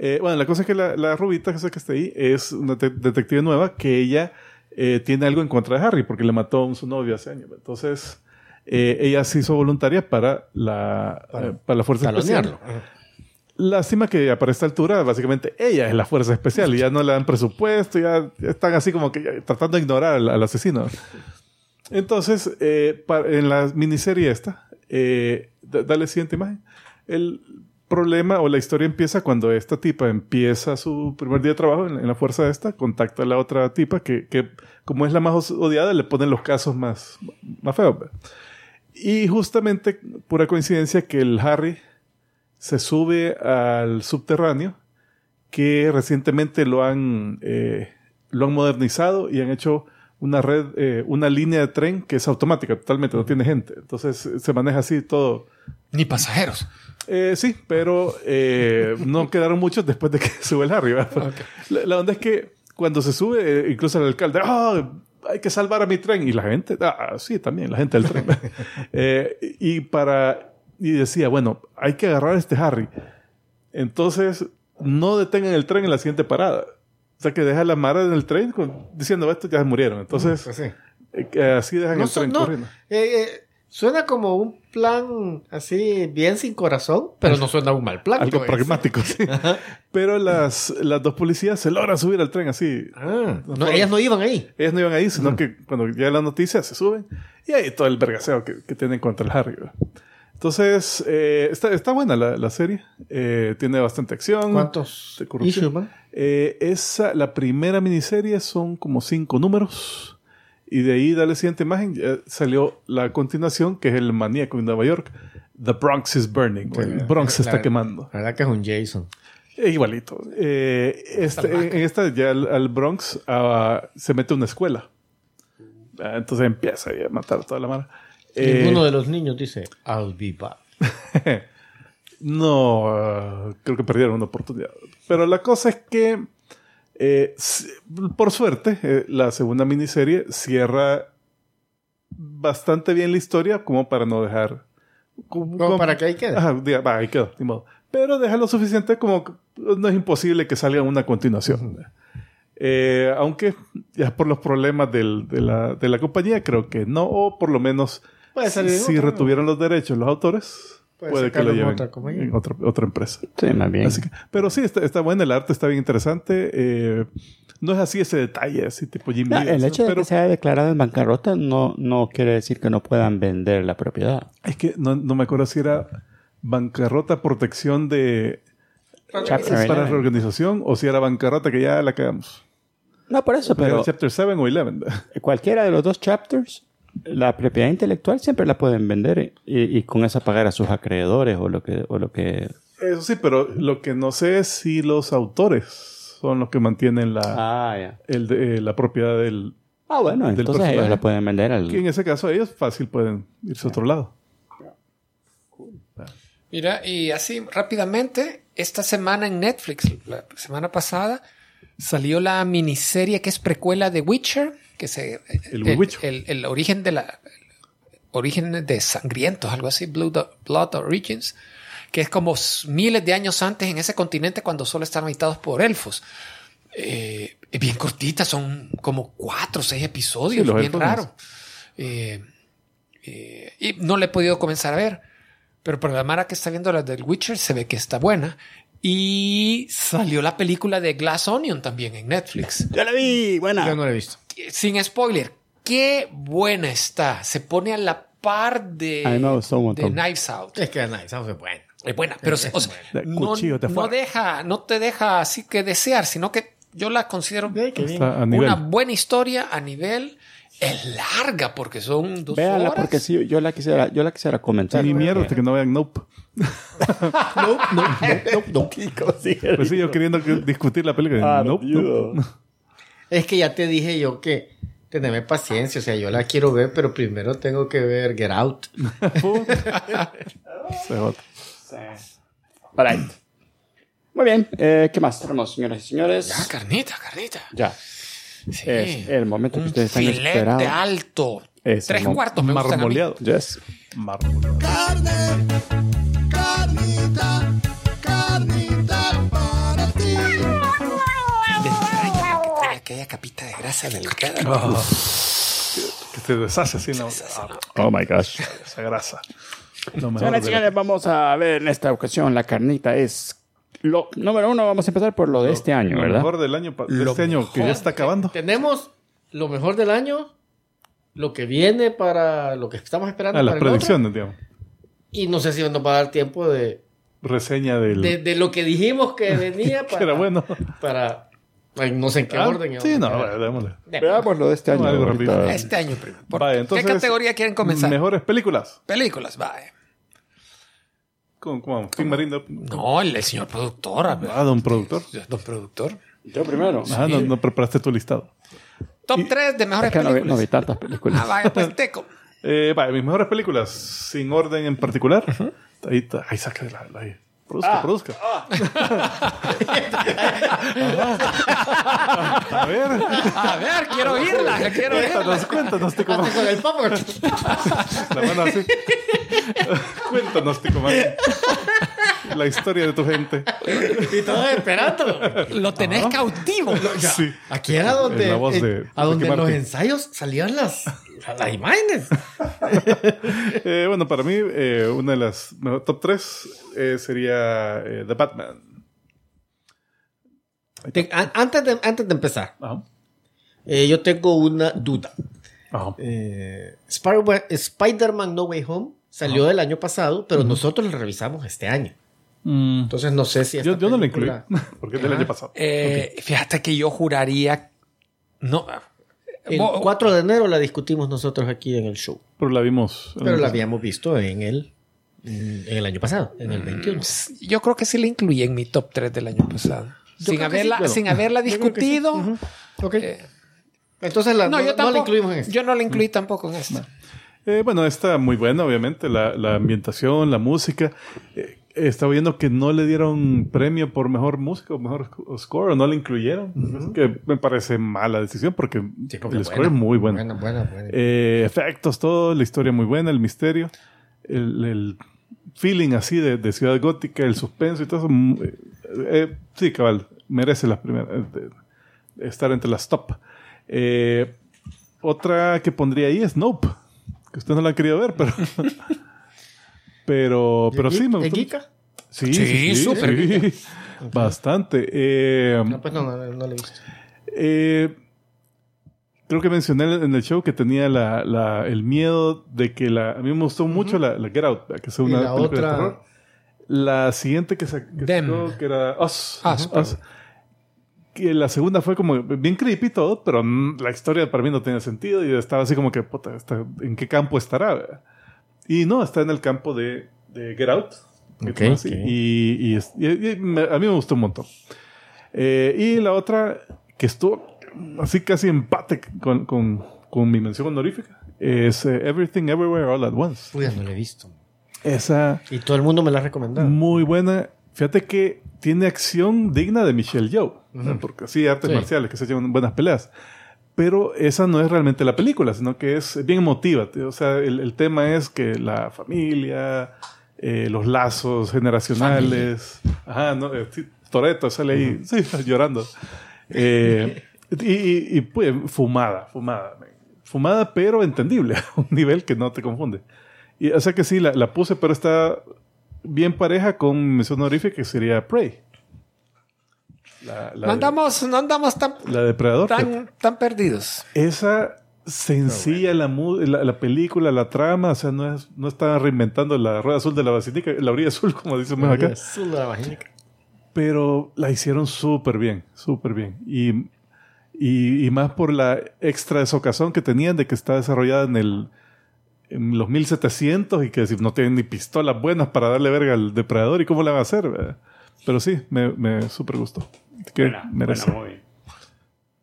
Eh, bueno, la cosa es que la, la rubita que sé que está ahí es una te- detective nueva que ella eh, tiene algo en contra de Harry porque le mató a su novio hace años. Entonces, eh, ella se hizo voluntaria para la, eh, para la fuerza especial. Lástima que para esta altura, básicamente, ella es la fuerza especial y ya no le dan presupuesto, ya están así como que ya tratando de ignorar al, al asesino. Entonces, eh, pa- en la miniserie esta, eh, da- dale siguiente imagen. El problema o la historia empieza cuando esta tipa empieza su primer día de trabajo en, en la fuerza esta, contacta a la otra tipa que, que, como es la más os- odiada, le ponen los casos más, más feos. ¿ve? Y justamente, pura coincidencia, que el Harry se sube al subterráneo que recientemente lo han, eh, lo han modernizado y han hecho una red, eh, una línea de tren que es automática totalmente, no tiene gente. Entonces eh, se maneja así todo. Ni pasajeros. Eh, sí, pero eh, no quedaron muchos después de que sube el arriba. La, la onda es que cuando se sube, eh, incluso el alcalde, "Ah, hay que salvar a mi tren. Y la gente, ah, sí, también, la gente del tren. Eh, y para, y decía, bueno, hay que agarrar a este Harry. Entonces, no detengan el tren en la siguiente parada. O sea, que deja la mara en el tren con- diciendo, estos ya murieron. Entonces, Pues sí. eh, que así dejan No, el son- tren no, corriendo. eh, eh, suena como un plan así, bien sin corazón, pero no suena un mal plan. Algo pues. pragmático, sí. Pero las, las dos policías se logran subir al tren así. Ah, no, ellas no iban ahí. Ellas no iban ahí, sino que cuando llega la noticia se suben y hay todo el vergaseo que, que tienen contra el Harry. ¿verdad? Entonces, eh, está, está buena la, la serie. Eh, tiene bastante acción. ¿Cuántos? de corrupción. issues, man? Eh, esa, la primera miniserie son como cinco números. Y de ahí, dale siguiente imagen, ya salió la continuación, que es el maníaco en Nueva York. The Bronx is burning. o el Bronx se está Claro. quemando. La verdad que es un Jason. Eh, Igualito. Eh, este- en, en esta ya al, al Bronx ah, se mete una escuela. Ah, entonces empieza ahí a matar a toda la mara. Eh, Ninguno de los niños dice, I'll be back. no, ah, creo que perdieron una oportunidad. Pero la cosa es que, eh, s- por suerte, eh, la segunda miniserie cierra bastante bien la historia como para no dejar... como- Como para que ahí quede. Ajá, diga, va, ahí quedó, ni modo. Pero deja lo suficiente como que no es imposible que salga una continuación. Eh, aunque ya por los problemas del- de, la, de la compañía, creo que no, o por lo menos Puede salir si otra, ¿no? retuvieron los derechos los autores. puede que lo lleven otra compañía. en otra, otra empresa. Sí, más bien. Así que- pero sí, está, está bueno, el arte está bien interesante. eh, no es así ese detalle, así tipo Jim No, Lee, el ¿no? hecho de pero que se haya declarado en bancarrota no, no quiere decir que no puedan vender la propiedad. es que no, no me acuerdo si era bancarrota protección de Chapter para 11. reorganización o si era bancarrota que ya la cagamos. No, por eso, Pero, pero chapter 7 o 11. cualquiera de los dos chapters, la propiedad intelectual siempre la pueden vender y, y con eso pagar a sus acreedores o lo que... O lo que Eso sí, pero lo que no sé es si los autores son los que mantienen la, ah, ya. el de- eh, la propiedad del... Ah, bueno, Del entonces ellos personaje. la pueden vender al... Que en ese caso ellos fácil pueden irse a otro lado. Mira, y así rápidamente, esta semana en Netflix, la semana pasada, salió la miniserie que es precuela de Witcher, que se eh, El Witcher. el- el origen de la el origen de sangrientos, algo así, Blood, Blood Origins, que es como s- miles de años antes en ese continente cuando solo están habitados por elfos. Eh, es bien cortita, son como cuatro o seis episodios, Sí, los bien elfos raro. Eh, eh, y no le he podido comenzar a ver. Pero para la Mara que está viendo la del Witcher se ve que está buena. Y salió la película de Glass Onion también en Netflix. Yo la vi, Yo buena. no lo he visto. Sin spoiler, qué buena está. Se pone a la par de, A mí me gustó un de montón. Knives Out. Es que Nice Out es bueno. Es buena, pero Eh, se- o sea, De no, cuchillo te no fuera. deja, no te deja así que desear, sino que yo la considero Ve que bien. Está a nivel. una buena historia a nivel. Es larga porque son dos Véanla horas. porque sí, yo la quisiera, yo la quisiera comentar. Ni mierda hasta que no vean Nope. Pues sí, yo queriendo que- discutir la película. Nope, nope. Es que ya te dije yo que teneme paciencia. O sea, yo la quiero ver, pero primero tengo que ver Get Out. Se jota. All right. Muy bien, eh, ¿qué más tenemos, señoras y señores? Ah, carnita, carnita. Ya. Sí. Es el momento que Un ustedes están filete esperando. alto. Es Tres mo- cuartos me gustan a mí. Marmoleado. Yes. Marmoleado. Carne, carnita, carnita para ti. Te extraña que trae aquella capita de grasa delgada. Que se deshace así en la Oh my gosh. Ah, esa grasa. Lo mejor Señoras y de- señores, vamos a ver en esta ocasión la carnita es lo número uno. Vamos a empezar por lo de este año, lo ¿verdad? mejor del año, pa- de este año que ya está acabando. Tenemos lo mejor del año, lo que viene para lo que estamos esperando. A Ah, las para el otro, predicciones, digamos. y no sé si nos va a dar tiempo de, Reseña del. de, de lo que dijimos que venía para. que era bueno. para ay, no sé en qué Ah, orden. sí, no, Era. bueno, démosle. Veamos lo de este año. No, algo ahorita. rápido. Este año primero. ¿Por Vaya, qué? entonces, ¿Qué categoría quieren comenzar? Mejores películas. Películas, vaya. ¿Cómo? cómo? Tim Marino. No, el, el señor productor. a ver. Ah, don productor. Don productor. Yo primero. Ah, no, no preparaste tu listado. Top 3 de mejores Es que no vi, películas. no vi tantas Ah, películas. vaya, pues Teco. Eh, vaya, mis mejores películas, sin orden en particular. Ahí está. Ahí saca la. la- ahí. Produzca, produzca. Ajá. A ver, A ver, quiero Ah, oírla. Quiero oírla. cuéntanos, cuéntanos, Tico Man. Hasta con el papo. La mano así. cuéntanos, Tico Man. La historia de tu gente. y todos esperando. Lo Ah. tenés cautivo. Sí. Aquí era Es donde, la voz eh, de- a donde de en los Martin. ensayos salían las, las, las imágenes. Eh, bueno, para mí, eh, una de las no, top tres eh, sería eh, The Batman. Te- a- antes, de, antes de empezar, Ajá. eh, yo tengo una duda. Ajá. Eh, Spider- Spider-Man No Way Home salió del año pasado, pero nosotros la revisamos este año. Entonces no sé si... esta Eh, Yo, yo no la incluí, película- porque es del año pasado. Eh, Fíjate que yo juraría. No. El Bo- 4 de enero la discutimos nosotros aquí en el show. Pero la vimos. Pero la habíamos visto en el, en el año pasado, en el 21. Yo creo que sí la incluí en mi top 3 del año pasado. Yo Sin creo que haberla, sí, claro. sin haberla Yo creo que sí. discutido. Ok. Eh, Entonces la, no, no, yo no tampoco. la incluimos en este. Yo no la incluí tampoco en esta. Eh, bueno, está muy buena, obviamente. La, la ambientación, la música. Eh, estaba viendo que no le dieron premio por mejor música o mejor sc- o score, o no la incluyeron. Que me parece mala decisión, porque, Sí, porque el es score es muy bueno. Buena, buena, buena. Eh, efectos, todo, la historia muy buena, el misterio, el, el feeling así de, de ciudad gótica, el suspenso y todo eso. mm, eh, eh, sí, cabal, merece las primeras, eh, de- estar entre las top. Eh, otra que pondría ahí es Nope, que usted no la han querido ver, pero... Pero, pero sí, me ¿Es gustó. Gica? Sí, Sí, sí, sí, súper sí. Bastante. Eh, No, pues no, no, no lo he visto. eh, creo que mencioné en el show que tenía la, la- el miedo de que la. A mí me gustó mucho la, la Get Out, que es Y una la película de otra- terror. La siguiente que, sa- que Them. sacó, que era Us. Ah, Us, Us. Que la segunda fue como bien creepy todo, pero mm, la historia para mí no tenía sentido y estaba así como que, puta, esta- ¿en qué campo estará? verdad? Y no, está en el campo de, de Get Out. que Ok, tú vas y- ok. Y, y es- y- y me- a mí me gustó un montón. Eh, y la otra, que estuvo así casi empate con, con- con mi mención honorífica, es eh, Everything Everywhere All at Once. Uy, no lo he visto. Mm, Esa Y todo el mundo me la ha recomendado. muy buena. Fíjate que tiene acción digna de Michelle Yeoh, ¿no? porque sí, artes Sí. marciales que se llevan buenas peleas. Pero esa no es realmente la película, sino que es bien emotiva. tío. O sea, el, el tema es que la familia, eh, los lazos generacionales. Ajá, no, eh, sí, Toretto sale ahí sí, llorando. Eh, y, y- y, pues fumada, fumada. men. Fumada, pero entendible, a un nivel que no te confunde. Y, o sea que sí, la, la puse, pero está bien pareja con mi mención honorífica, que sería Prey. La, la No de- andamos, no andamos tan, la Depredador. fíjate. tan, tan perdidos. Esa sencilla la mu- la, la, película, la trama, o sea, no, es, no está reinventando la rueda azul de la basílica, la orilla azul, como dicen acá Azul de la vagínica. pero la hicieron súper bien, súper bien. Y, y, y más por la extra desocazón que tenían de que está desarrollada en el en los 1700 y que si no tienen ni pistolas buenas para darle verga al depredador y cómo la van a hacer. ¿verdad? Pero sí, me, me súper gustó. Así Que merece.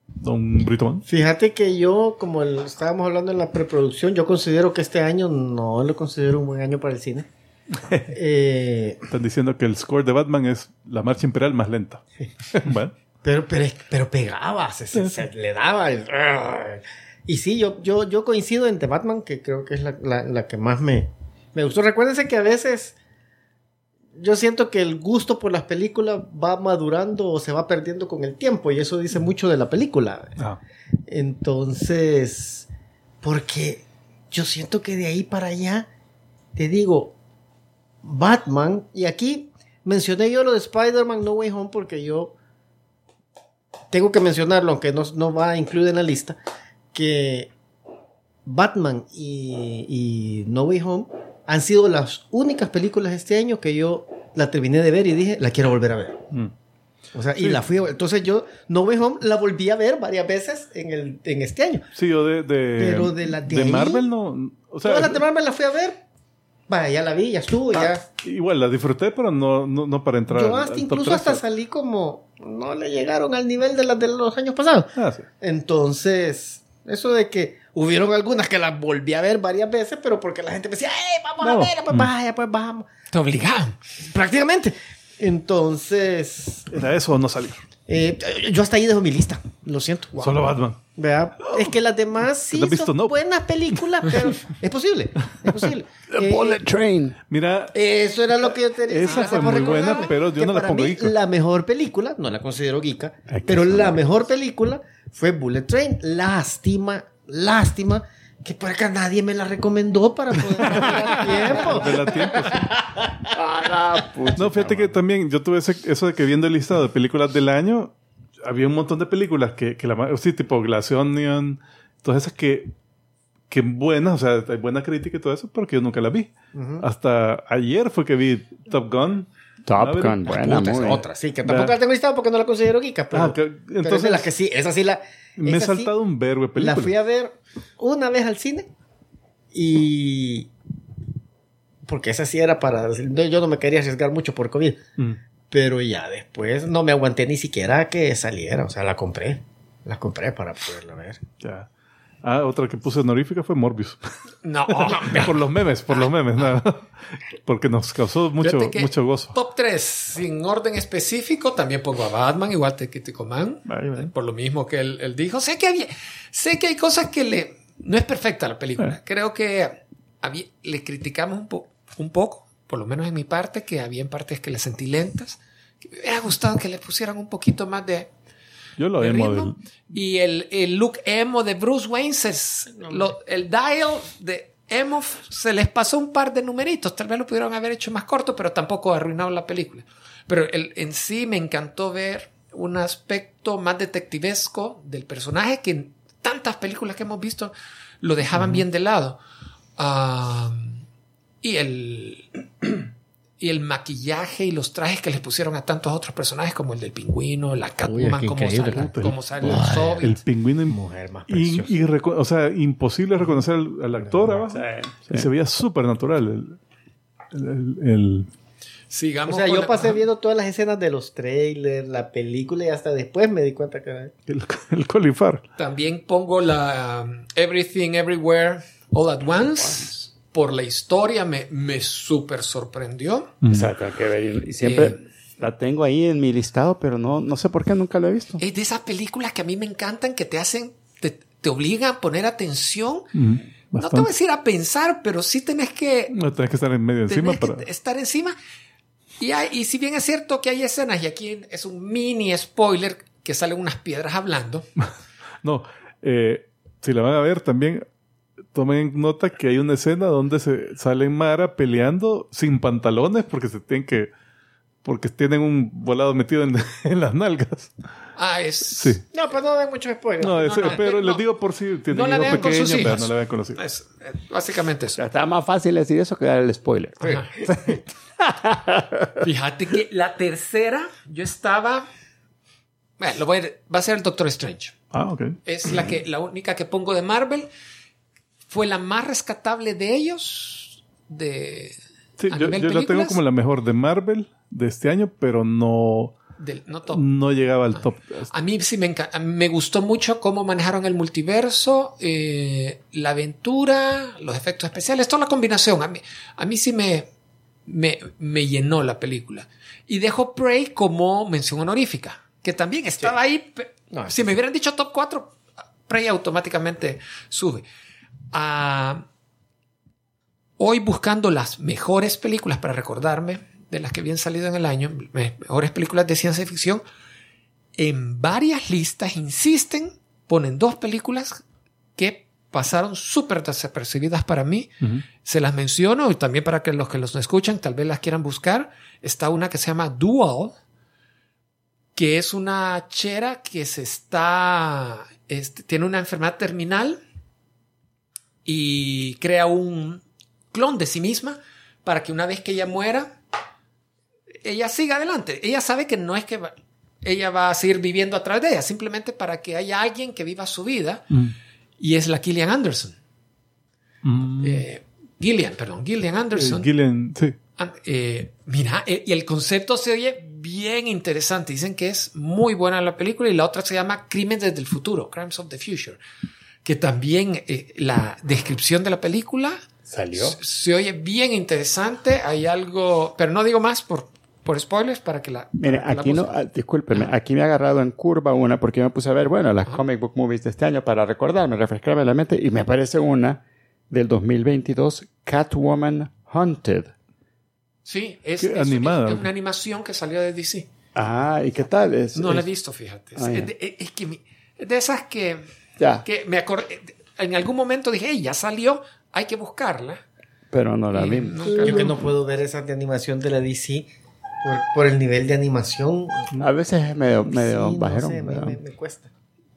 Don Britman. Fíjate que yo, como el- estábamos hablando en la preproducción, yo considero que este año no lo considero un buen año para el cine. Eh, Están diciendo que el score de Batman es la marcha imperial más lenta. bueno, pero, pero, pero pegaba, se, se- se le daba. el- Y sí, yo, yo, yo coincido en The Batman, que creo que es la, la- la que más me, me gustó. Recuérdense que a veces yo siento que el gusto por las películas va madurando o se va perdiendo con el tiempo, y eso dice mucho de la película. ah, Entonces, porque yo siento que de ahí para allá, te digo, Batman, y aquí mencioné yo lo de Spider-Man No Way Home porque yo tengo que mencionarlo, aunque no, no va a incluir en la lista, que Batman y, y No Way Home han sido las únicas películas este año que yo la terminé de ver y dije, la quiero volver a ver. mm. O sea, Sí. y la fui a ver. Entonces yo, No Way Home, la volví a ver varias veces en, el, en este año. Sí, yo de, de, Pero de la- de ahí- Marvel no. O sea, Todas las demás me las fui a ver. Vaya, ya la vi, ya estuvo, ya. Igual la disfruté, pero no, no, no para entrar. Yo al- hasta al top incluso 13. hasta salí como, no le llegaron al nivel de las de los años pasados. Ah, sí. Entonces, eso de que hubieron algunas que las volví a ver varias veces, pero porque la gente me decía, ¡Ey, vamos No. a ver! Pues Mm. vaya, pues vamos. Te obligaban. Prácticamente. Entonces, Era eso o no salir. eh, yo hasta ahí dejo mi lista. Lo siento. Wow. Solo Batman. ¿Verdad? Es que las demás sí ¿No has visto son Nope? buenas películas, pero es posible. Es posible. Eh, Train. Mira, eso era lo que yo tenía. Esa fue muy buena, pero yo no la pongo geek. La mejor película, no la considero geeka, Ay, qué pero la mejor película fue Bullet Train. Lástima, lástima que por acá nadie me la recomendó para poder ganar tiempo. de la tiempo. sí. Ah, No, fíjate que también yo tuve ese- eso de que viendo el listado de películas del año, había un montón de películas que, que la ma- sí, tipo Glass Onion, todas esas que, que buenas, o sea, hay buena crítica y todo eso, pero que yo nunca las vi. Hasta ayer fue que vi Top Gun. Top Maverick. Gun, buena, Puta, es muy. otra, sí, que tampoco Va. la tengo listada porque no la considero geeka, pero, Ah, que- pero es de entonces- las que sí, esa sí la... Me he esa sí saltado un verbo de La películas. fui a ver una vez al cine y... Porque esa sí era para... Yo no me quería arriesgar mucho por COVID. Mm. Pero ya después no me aguanté ni siquiera que saliera. O sea, la compré. La compré para poderla ver. Ya. Ah, otra que puse honorífica fue Morbius. No, por los memes, por los memes, nada. Porque nos causó mucho, Fíjate que mucho gozo. Top 3, sin orden específico, también pongo a Batman, igual te Critico Man, Ahí va. por lo mismo que él, él dijo. Sé que, había- sé que hay cosas que le... No es perfecta la película. Eh. Creo que había- le criticamos un, po- un poco, por lo menos en mi parte, que había en partes que le sentí lentas. Que me hubiera gustado que le pusieran un poquito más de, Yo lo de emo ritmo. del- Y el, el look emo de Bruce Wayne, se- lo- el dial de hemos, se les pasó un par de numeritos. Tal vez lo pudieron haber hecho más corto, pero tampoco arruinado la película. Pero el, en sí me encantó ver un aspecto más detectivesco del personaje que en tantas películas que hemos visto lo dejaban bien de lado. Ah, y el. Y el maquillaje y los trajes que les pusieron a tantos otros personajes, como el del pingüino, la Catwoman, qué como increíble, sale, puta, como sale el Ay, Hobbit. El pingüino in- Mujer más in- preciosa. irreco- o sea, imposible reconocer al, al actor abajo. Y Se veía súper natural. El, el- el- el- Sigamos O sea, con yo la- pasé Ajá. viendo todas las escenas de los trailers, la película y hasta después me di cuenta que era- el- el colifar. También pongo la um, Everything Everywhere All at Once. Por la historia me, me súper sorprendió. Exacto, hay que ver. Y siempre Eh. la tengo ahí en mi listado, pero no, no sé por qué nunca lo he visto. Es de esas películas que a mí me encantan, que te hacen, te, te obligan a poner atención. Mm, No te voy a bastante. decir a pensar, pero sí tenés que, No tenés que estar en medio encima tenés que para. estar encima. Y, hay- y si bien es cierto que hay escenas, y aquí es un mini spoiler, que salen unas piedras hablando. No, eh, si la van a ver también, tomen nota que hay una escena donde se salen Mara peleando sin pantalones porque se tienen que. Porque tienen un volado metido en, en las nalgas. Ah, es... Sí. No, pues no den muchos spoilers. No, es- no, no, pero no. les digo por si tienen No la hijos vean con sus pequeños, pero hijos. no la vean con los hijos. es- eh, básicamente eso. Está más fácil decir eso que dar el spoiler. Ajá. Fíjate que la tercera yo estaba. Bueno, lo voy a- va a ser el Doctor Strange. Ah, ok. Es la que la única que pongo de Marvel. Fue la más rescatable de ellos. De, Sí, a yo, nivel yo la tengo películas, como la mejor de Marvel de este año, pero no, del- no top. Ah. no llegaba al top. A mí sí me encanta. Me gustó mucho cómo manejaron el multiverso, eh, la aventura, los efectos especiales, toda la combinación. A mí, a mí sí me, me, me llenó la película. Y dejo Prey como mención honorífica, que también estaba ahí. pe- No, si me hubieran dicho top 4, Prey automáticamente sube. Ah, hoy buscando las mejores películas para recordarme de las que habían salido en el año, me- mejores películas de ciencia ficción, en varias listas insisten, ponen dos películas que pasaron súper desapercibidas para mí. Ujú. Se las menciono y también para que los que los escuchan tal vez las quieran buscar. Está una que se llama Dual, que es una chera que se está, este, tiene una enfermedad terminal y crea un clon de sí misma para que una vez que ella muera, ella siga adelante. Ella sabe que no es que va- ella va a seguir viviendo a través de ella, simplemente para que haya alguien que viva su vida Mm. y es la Gillian Anderson. Mm. Eh, Gillian, perdón, Gillian Anderson. Eh, Gillian, sí. Ah, eh, mira, eh, y el concepto se oye bien interesante. Dicen que es muy buena la película y la otra se llama Crímenes desde el futuro, Crimes of the Future, que también eh, la descripción de la película Salió. se, se oye bien interesante. Hay algo, pero no digo más por, por spoilers para que la. Mire, para que la aquí no, busquen. ah, discúlpeme, aquí me ha agarrado en curva una porque yo me puse a ver, bueno, las comic book movies de este año para recordarme, refrescarme la mente y me aparece una del 2022, Catwoman Hunted. Sí, es, Qué es- animada. es una animación que salió de DC. Ah, ¿y qué tal? Es, No la he es- visto, fíjate. Es, Ah, ya. es de- es que mi- es de esas que, Ya, que me acordé. En algún momento dije, "Ey, ya salió, hay que buscarla. pero no la Y vi. nunca Yo la- que no puedo ver esas de animación de la DC por, por el nivel de animación. A veces es medio, medio Sí, no bajerón, sé, me- ¿verdad? me- me cuesta.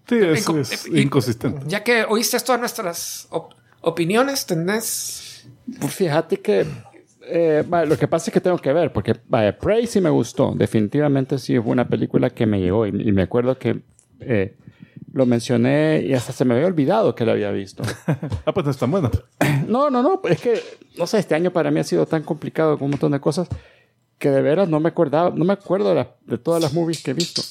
Sí, es, Inco- es eh, inconsistente. Ya que oíste todas nuestras op- opiniones, tenés. Pues Fíjate que eh, va, lo que pasa es que tengo que ver, porque vaya, Prey sí me gustó, definitivamente sí fue una película que me llegó y, y me acuerdo que eh, lo mencioné y hasta se me había olvidado que la había visto. Ah, pues no es tan buena. No, no, no, es que, no sé, este año para mí ha sido tan complicado con un montón de cosas que de veras no me acordaba, no me acuerdo de, la- de todas las movies que he visto.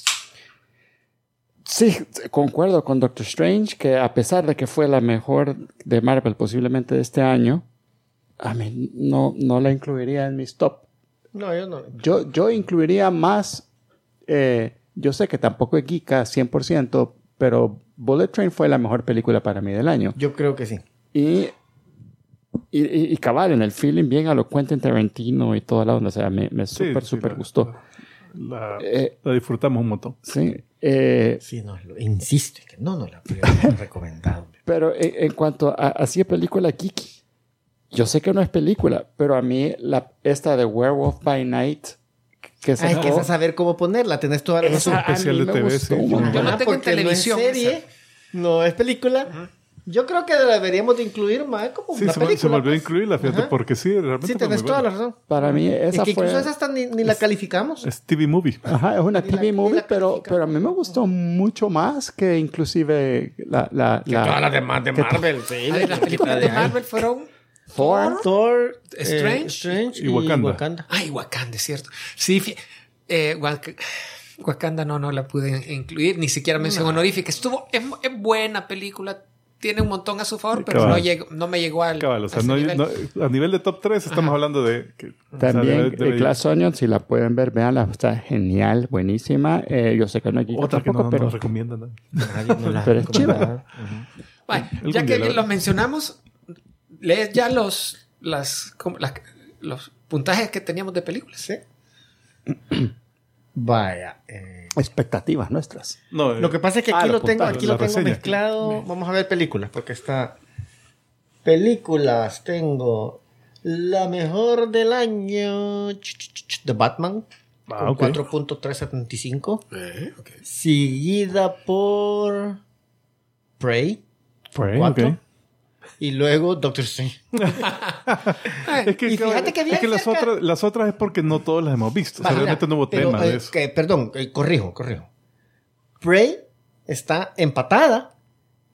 Sí, concuerdo con Doctor Strange que a pesar de que fue la mejor de Marvel posiblemente de este año, a mí no, no la incluiría en mis top. No, yo no. Yo, yo incluiría más, eh, yo sé que tampoco es geeka 100%, pero Bullet Train fue la mejor película para mí del año. Yo creo que sí. Y, y, y- y cabal, en el feeling bien a lo Quentin Tarantino y toda la onda. O sea, me, me Sí, súper, sí, súper la- gustó. La, Eh, la disfrutamos un montón. sí. eh, Sí, no, lo- insisto, es que no nos la podemos recomendar. pero en, en cuanto a, así a película Kiki, Yo sé que no es película, pero a mí la, esta de Werewolf by Night que Ay, sacó, que a saber cómo ponerla. Tenés toda la razón. esa a especial mí de me TV, gustó sí. un Yo montón. Yo la tengo en Porque televisión, No es serie, esa. no es película. Yo creo que la deberíamos de incluir más como Sí, una se me, Oh, película. se me olvidó pues. incluirla, fíjate, Ajá. porque sí, realmente. Sí, fue muy tenés toda la buena. razón. Para mí Es esa que incluso fue... esa hasta ni, ni la calificamos. Es TV Movie. Ah, Ajá, es una Ni la- TV ni movie, la pero, califica. pero a mí me gustó mucho más que inclusive la, la, Ah. la- Todas las demás de Marvel. sí. Ay, Las películas de Marvel fueron. Thor. Thor, eh, Strange Strange y Wakanda. Ay, Wakanda, es cierto. Sí, fi- eh, Wak- Wakanda no, no la pude incluir, ni siquiera mención honorífica. Estuvo, es, es buena película, tiene un montón a su favor, pero Cabal. no, llegó, no me llegó al. Cabal, o sea, a ese no- nivel. no- a nivel de top 3 estamos hablando de. que- o sea, debe- También debe- eh, Glass Onion, si la pueden ver, veanla, está genial, buenísima. Eh, yo sé que no es Giga Otra que no tampoco, no pero nos recomiendan. ¿no? Pero es Bueno, Algún ya día que la- los mencionamos, lees ya los, las, como las- los puntajes que teníamos de películas. Vaya. eh, expectativas nuestras. No, eh, Lo que pasa es que Ah, aquí lo lo tengo, apuntaron, aquí la lo tengo reseña. mezclado. Vamos a ver películas, porque está. Películas tengo. La mejor del año. ch, ch, ch, ch, The Batman. Ah, con ok. Eh, 4.375. Seguida por. Prey. Fue, cuatro. ok. Y luego Doctor Strange. Es que, Y cabal, fíjate que bien es que las, cerca. otras, las otras es porque no todas las hemos visto. O sea, Ajá. realmente no hubo Pero, tema de eh, eso. que- perdón, eh, corrijo, corrijo. Prey está empatada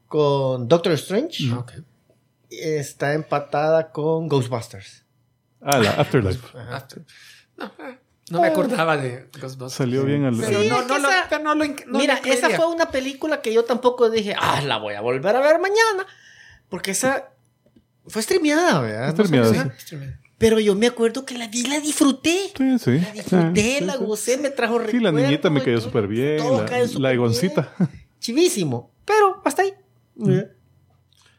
con Doctor Strange. Ok. Está empatada con Ghostbusters. Ah, la Afterlife. Ah, No, eh, no me acordaba de Ghostbusters. Salió bien al. Pero Oh. Sí, no, es no, que lo- esa- pero no lo inc- no lo Mira, esa incluiría. fue una película que yo tampoco dije, ah, la voy a volver a ver mañana. Porque esa fue streameada, ¿verdad? Fue No sé, streameada, ¿verdad? Pero yo me acuerdo que la vi, la disfruté. Sí, Ah, sí. La disfruté, la gocé, me trajo Sí, la recuerdos. niñita me cayó todo- súper bien. todo La, cae súper la bien. Egoncita. Chivísimo. Pero hasta ahí. Mm.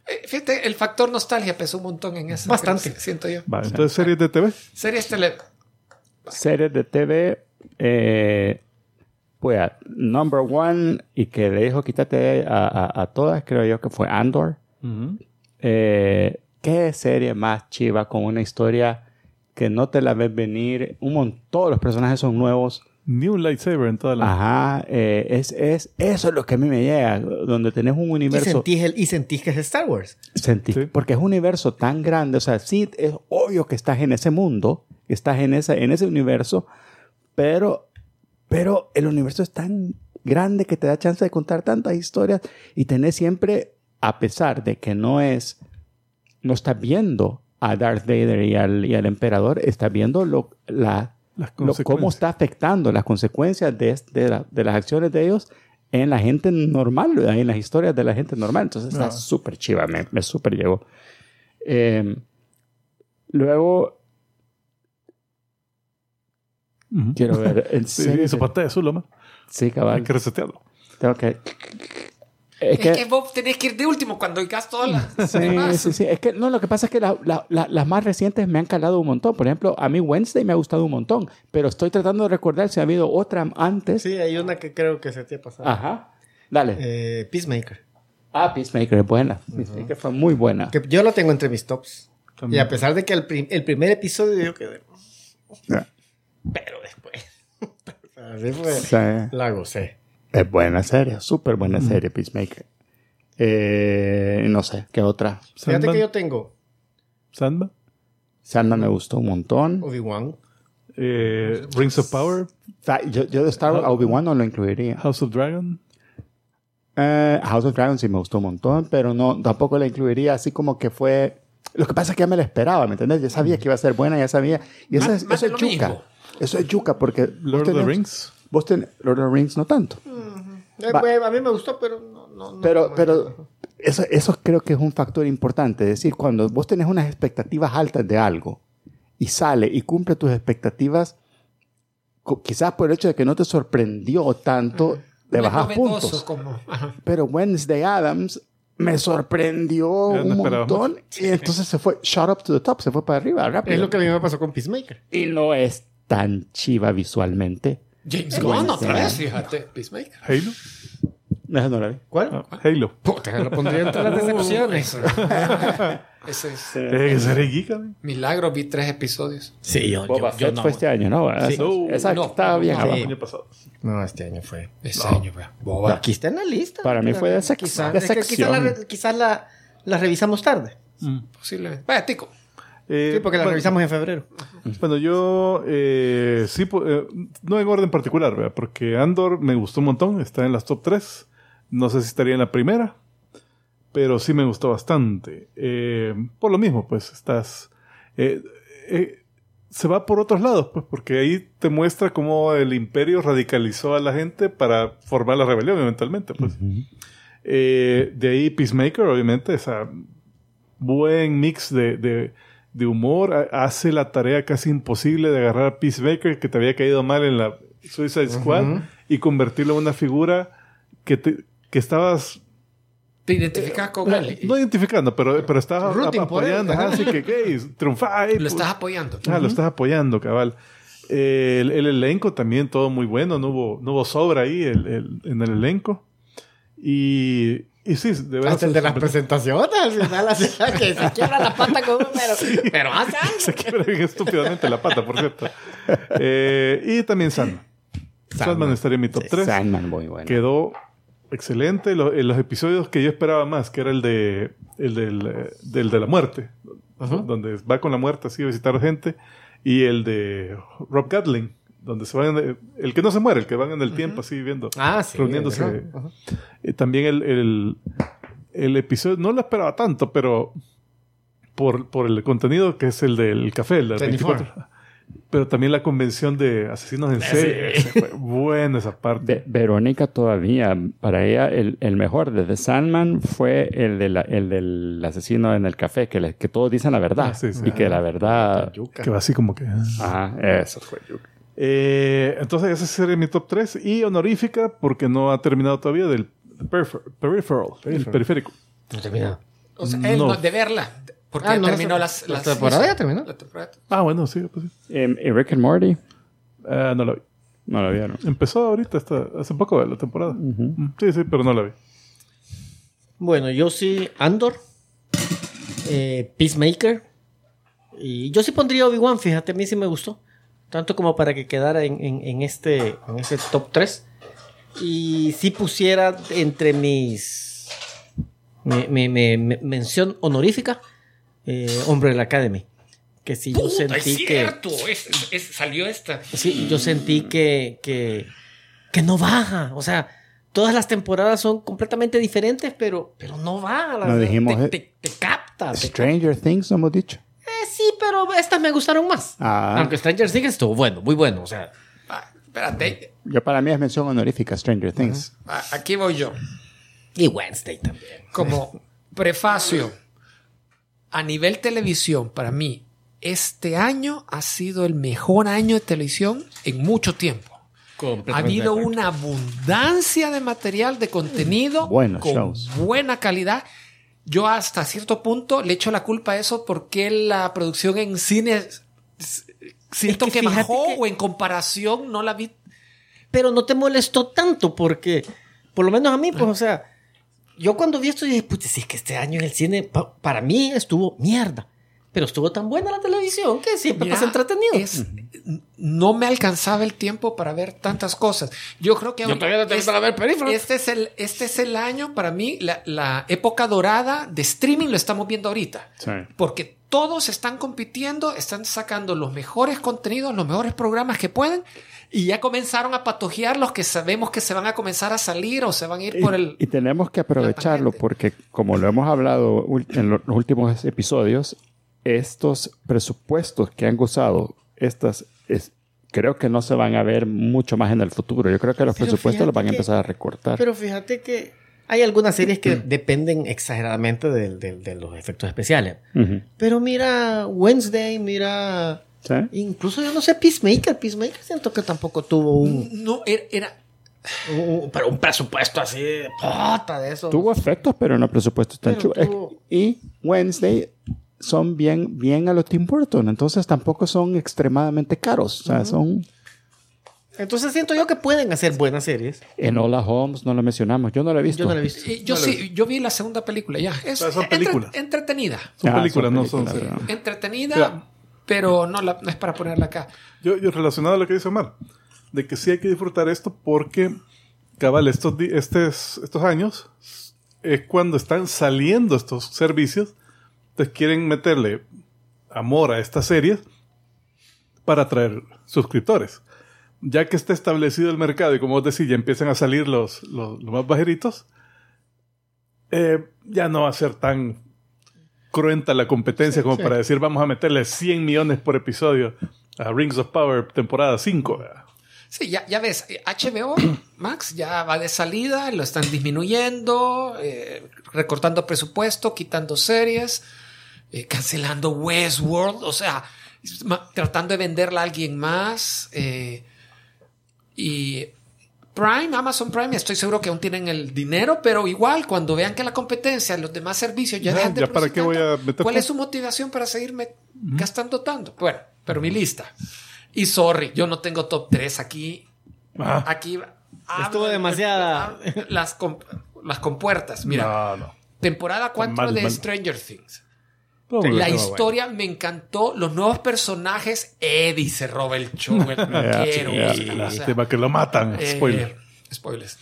Eh, Fíjate, el factor nostalgia pesó un montón en esa. Bastante. pero sí, siento yo. este Va, entonces series de TV. Series tele. Series de TV, eh, pues, number one, y que le dijo quítate a, a- a todas, creo yo que fue Andor. Eh, ¿Qué serie más chiva con una historia que no te la ves venir? Un montón, todos los personajes son nuevos. Ni un lightsaber en toda la. Ajá, eh, es, es, eso es lo que a mí me llega, donde tenés un Y universo. sentís, el- y sentís que es Star Wars. Sentí. Sí. Porque es un universo tan grande. O sea, sí, es obvio que estás en ese mundo, que estás en, esa, en ese universo, pero, pero el universo es tan grande que te da chance de contar tantas historias y tenés siempre, a pesar de que no es, no estás viendo a Darth Vader y al, y al emperador, estás viendo lo, la, Las lo- cómo consecuencias. está afectando las consecuencias de, de la- de las acciones de ellos en la gente normal, ¿verdad? en las historias de la gente normal. Entonces está Ah. súper chiva, me, me súper llegó. Eh, luego, Ujú. quiero ver, en Sí, serio, su pantalla azul, Omar. sí, Hay cabal, que resetearlo. tengo que... Es Es que que... vos tenés que ir de último cuando oigas todas las Sí, demás. sí, sí. Es que no, lo que pasa es que la- la- la- las más recientes me han calado un montón. Por ejemplo, a mí Wednesday me ha gustado un montón, pero estoy tratando de recordar si ha habido otra antes. Sí, hay una que creo que se te ha pasado. Ajá. Dale. Eh, Peacemaker. Ah, Peacemaker es buena. Peacemaker fue muy buena. Que yo la tengo entre mis tops. También. Y a pesar de que el, prim- el primer episodio yo quedé. "Mm". Ya. Pero después. Así fue. Sí. La gocé. Es buena serie, súper buena serie, Peacemaker. Eh, no sé, ¿qué otra? Fíjate Sandman. que yo tengo Sandman. Sandman me gustó un montón. Obi-Wan. Eh, Rings of Power. Fa- Yo, yo de Star Wars, a Obi-Wan no lo incluiría. House of Dragon. Eh, House of Dragons sí me gustó un montón, pero no, tampoco la incluiría así como que fue... Lo que pasa es que ya me la esperaba, ¿me entendés? Ya sabía que iba a ser buena, ya sabía. Y eso Más- es, más eso es lo yuca. mismo. Eso es yuca porque... vos Lord of the tenés- Rings. Vos tenés- Lord of the Rings no tanto. Eh, Va. güey, a mí me gustó, pero no. no, no Pero, no- pero eso, eso creo que es un factor importante. Es decir, cuando vos tenés unas expectativas altas de algo y sale y cumple tus expectativas, co- quizás por el hecho de que no te sorprendió tanto, le No es bajas novedoso puntos. Como, ajá. Pero Wednesday Adams me sorprendió Ya no un esperábamos. montón y entonces se fue, shot up to the top, se fue para arriba rápido. Es lo que a mí me pasó con Peacemaker. Y no es tan chiva visualmente. James Es Gunn buena otra escena. vez, fíjate. Peacemaker. Halo. No, no la vi. ¿Cuál? Halo. Puta, lo pondría entre las decepciones. Ese es Eh, Tiene que ser Giga. milagro, vi tres episodios. Sí, yo, Boba yo, yo Fett no. fue este año, ¿no? Esa, No, esa no, estaba bien no, abajo. sí. Ah, año pasado. No, este año fue. Ese año, wea. Boba. Aquí está en la lista. Para mí fue desec- Quizá- es que decepción. Quizás la, re- quizás la, la revisamos tarde. Posiblemente. Vaya, tico. Eh, Sí, porque la bueno, revisamos en febrero. Bueno, yo eh, sí, pu- eh, no en orden particular, ¿verdad? porque Andor me gustó un montón, está en las top 3. No sé si estaría en la primera, pero sí me gustó bastante. Eh, por lo mismo, pues estás. eh, eh, se va por otros lados, pues, porque ahí te muestra cómo el imperio radicalizó a la gente para formar la rebelión eventualmente, pues. Eh, de ahí Peacemaker, obviamente, esa buen mix de, de- de humor. ha- Hace la tarea casi imposible de agarrar a Peacemaker, que te había caído mal en la Suicide Squad, y convertirlo en una figura que, te- que estabas Te identificas con él. no identificando, pero, pero estabas Rooting ap- por él, apoyando. ajá. Ajá, así que, gays, triunfá. Lo estás apoyando. Ah, lo estás apoyando, cabal. Eh, el, el elenco también, todo muy bueno. No hubo, no hubo sobra ahí el- el- en el elenco. Y, y sí, de verdad. Hasta el de las presentaciones. Al final, así, Ah, que se quiebra la pata con un pero. Pero hace algo. Se quiebra bien estúpidamente la pata, por cierto. Eh, y también Sandman. Sandman. estaría en mi top 3. Sandman, muy bueno. Quedó excelente. Lo- en los episodios que yo esperaba más, que era el de el del, eh, del de la muerte, donde va con la muerte así a visitar gente, y el de Rob Gatling, donde se van, en- el que no se muere, el que van en el tiempo así viendo, Ah, sí. reuniéndose. ¿verdad? Ajá. Eh, también el, el- el episodio, no lo esperaba tanto, pero por, por el contenido que es el del café, el de 24. 24. Pero también la convención de asesinos en serie. Esa fue Buena esa parte. Ve- Verónica todavía, para ella, el, el mejor de The Sandman fue el, de la- el del asesino en el café, que, le- que todos dicen la verdad. Ah, sí, sí. Y que la verdad... Yuca. Que va así como que. ah. Ajá, eso. Eh, entonces, ese sería mi top 3. Y honorífica, porque no ha terminado todavía, del perifer- peripheral, el periférico. No termina. O sea, él No. no, de verla. Porque Ah, no, terminó esa- las, la las- temporada ya terminó. La temporada. Ah, bueno, sí. pues sí. Em, ¿Y Rick and Morty? Ah, no la vi. No lo vieron. Empezó ahorita, hasta hace poco la temporada. Mm, Sí, sí, pero no la vi. Bueno, yo sí, Andor, eh, Peacemaker. Y yo sí pondría Obi-Wan, fíjate, a mí sí me gustó. Tanto como para que quedara en, en- en este, en ese top 3. Y sí pusiera entre mis. Me, me- me- me- mención honorífica, eh, Hombre de la Academy. Que sí, yo Puta, es sentí que. cierto. es- es- salió esta. Sí, yo sentí Mm. que, que, que no baja. O sea, todas las temporadas son completamente diferentes, pero, pero no baja. La No verdad. dijimos, te, eh. te- te capta. te- Stranger Things, no hemos dicho. Eh, sí, pero estas me gustaron más. Ah. Aunque Stranger Things estuvo bueno, muy bueno. O sea, Ah, espérate. Yo para mí es mención honorífica, Stranger Things. Ah, Aquí voy yo. y Wednesday también. como prefacio, a nivel televisión, para mí, este año ha sido el mejor año de televisión en mucho tiempo. Ha habido una abundancia de material, de Mm, contenido, Buenos con shows. buena calidad. Yo hasta cierto punto le echo la culpa a eso porque la producción en cine s- siento que que, fíjate bajó que- o en comparación no la vi. Pero no te molestó tanto porque, por lo menos a mí, pues, o sea, yo cuando vi esto dije, puta, si es que este año en el cine pa- para mí estuvo mierda. Pero estuvo tan buena la televisión que siempre Mira, estás Pues, entretenido. es- no me alcanzaba el tiempo para ver tantas cosas. Yo creo que ahorita- todavía no tengo es- para ver Peripheral. Este es el, este es el año para mí, la, la época dorada de streaming lo estamos viendo ahorita. Porque todos están compitiendo, están sacando los mejores contenidos, los mejores programas que pueden y ya comenzaron a patojear los que sabemos que se van a comenzar a salir o se van a ir Y, por el... y tenemos que aprovecharlo la tangente. porque, como lo hemos hablado ul- en lo- los últimos episodios, estos presupuestos que han gozado, estas es- creo que no se van a ver mucho más en el futuro. Yo creo que los Pero presupuestos los van a fíjate que- empezar a recortar. Pero fíjate que hay algunas series que Mm. dependen exageradamente del- del- de, los efectos especiales. Ujú. Pero mira Wednesday, mira... ¿Sí? Incluso yo no sé Peacemaker. Peacemaker siento que tampoco tuvo un, No, era- era, eh, un- un- pero un presupuesto así de puta de eso. Tuvo efectos, pero no presupuestos tan Pero chulos. Es- tuvo- Y Wednesday son bien, bien a los Tim Burton, entonces tampoco son extremadamente caros. O sea, son Entonces siento yo que pueden hacer buenas series. En Hola Holmes no la mencionamos. Yo no la he visto. Yo no la he visto. Eh, yo sí, yo vi la segunda película ya. Es Ah, son entre- películas. entretenida. Son Ah, películas, no son películas, series. perdón. Entretenida, Mira. pero no, la- no es para ponerla acá. Yo, yo relacionado a lo que dice Omar, de que sí hay que disfrutar esto porque, cabal, estos, di- estes- estos años es cuando están saliendo estos servicios, entonces quieren meterle amor a estas series para atraer suscriptores. Ya que está establecido el mercado y como vos decís, ya empiezan a salir los, los, los más bajeritos, eh, ya no va a ser tan cruenta la competencia como para decir vamos a meterle 100 millones por episodio a Rings of Power temporada 5. Sí, ya, ya ves, eh, HBO Max ya va de salida, lo están disminuyendo, eh, recortando presupuesto, quitando series, eh, cancelando Westworld, o sea, es ma- tratando de venderla a alguien más. eh, y Prime, Amazon Prime, estoy seguro que aún tienen el dinero, pero igual cuando vean que la competencia, los demás servicios ya, Ya, dejan de ya para qué voy producir a tanto, meter ¿Cuál tanto? es su motivación para seguirme gastando tanto? Bueno, pero mi lista. Y sorry, yo no tengo top 3 aquí. Ah. Aquí Estuvo abro- demasiada- las, comp- las compuertas. Mira, no, no. temporada 4 Mal, de mal. Stranger Things. No, porque La no, historia me encantó. Los nuevos personajes. Eddie se roba el show. el bueno. Ah, Ya, quiero, ya, o sea, Lástima que lo matan. eh, Spoiler. spoilers.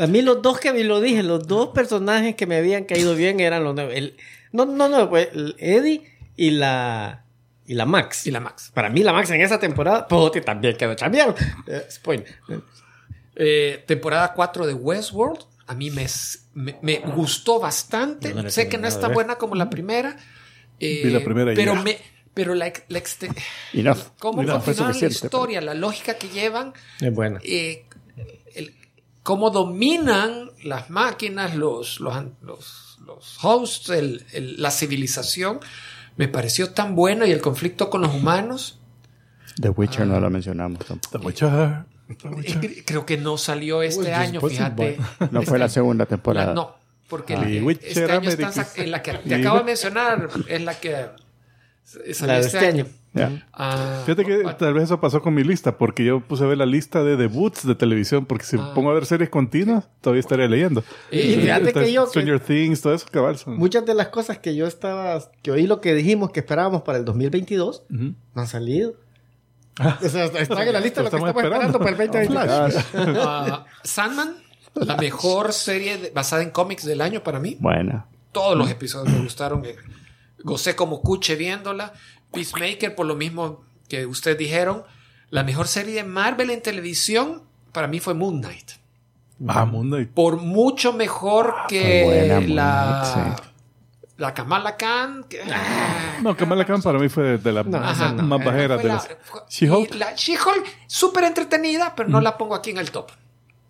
A mí los dos que me lo dije, los dos personajes que me habían caído bien eran los nueve. El- no, no, no, pues, el Eddie y la y la Max. Y la Max. Para mí la Max en esa temporada, Pote también quedó chambeado. Eh, spoiler. Eh, temporada 4 de Westworld. A mí me, me, me gustó bastante. No, no la sé tengo que no nada es de tan ver. buena como la primera. ¿eh? eh, Vi la primera y pero ya. me pero la, ex- la exte- Enough. cómo Enough, fue continuaron la suficiente. historia, la lógica que llevan, Es buena. eh, el- cómo dominan las máquinas, los, los, an- los, los hosts, el- el- la civilización, me pareció tan bueno y el conflicto con los humanos. The Witcher no la mencionamos tampoco. Ah. The Witcher. The Eh, Witcher. cre- Creo que no salió este Well, año, Pues just fíjate. No fue la segunda La- temporada. no, porque Ah. la- The Witcher este año están American. sac- en la que te acabo de mencionar, es la que s- salió La de este año. Ya. Ah, Fíjate que bueno, tal vez eso pasó con mi lista, porque yo puse a ver la lista de debuts de televisión, porque si Ah. pongo a ver series continuas, todavía estaría leyendo. Y fíjate que Entonces, yo que- Stranger Things, todo eso, cabal. son- Muchas de las cosas que yo estaba, que oí lo que dijimos que esperábamos para el 2022, Ujú. no han salido. O sea, está en la lista Lo lo que estamos Ah. estamos esperando, para el 2022. ah, Sandman, la mejor serie de- basada en cómics del año para mí. Buena. Todos Mm. los episodios me gustaron. eh, Gocé como cuche viéndola. Peacemaker, por lo mismo que ustedes dijeron. La mejor serie de Marvel en televisión para mí fue Moon Knight. Ah, mundo. y- Por mucho mejor que Ah, fue buena Moon la, Knight, Ah. la Kamala Khan. que- No, Kamala Khan para mí fue de, de la Ajá. más bajera Fue de la- las. fue- She-Hulk. Mm. y La She-Hulk, súper entretenida, pero no la pongo aquí en el top.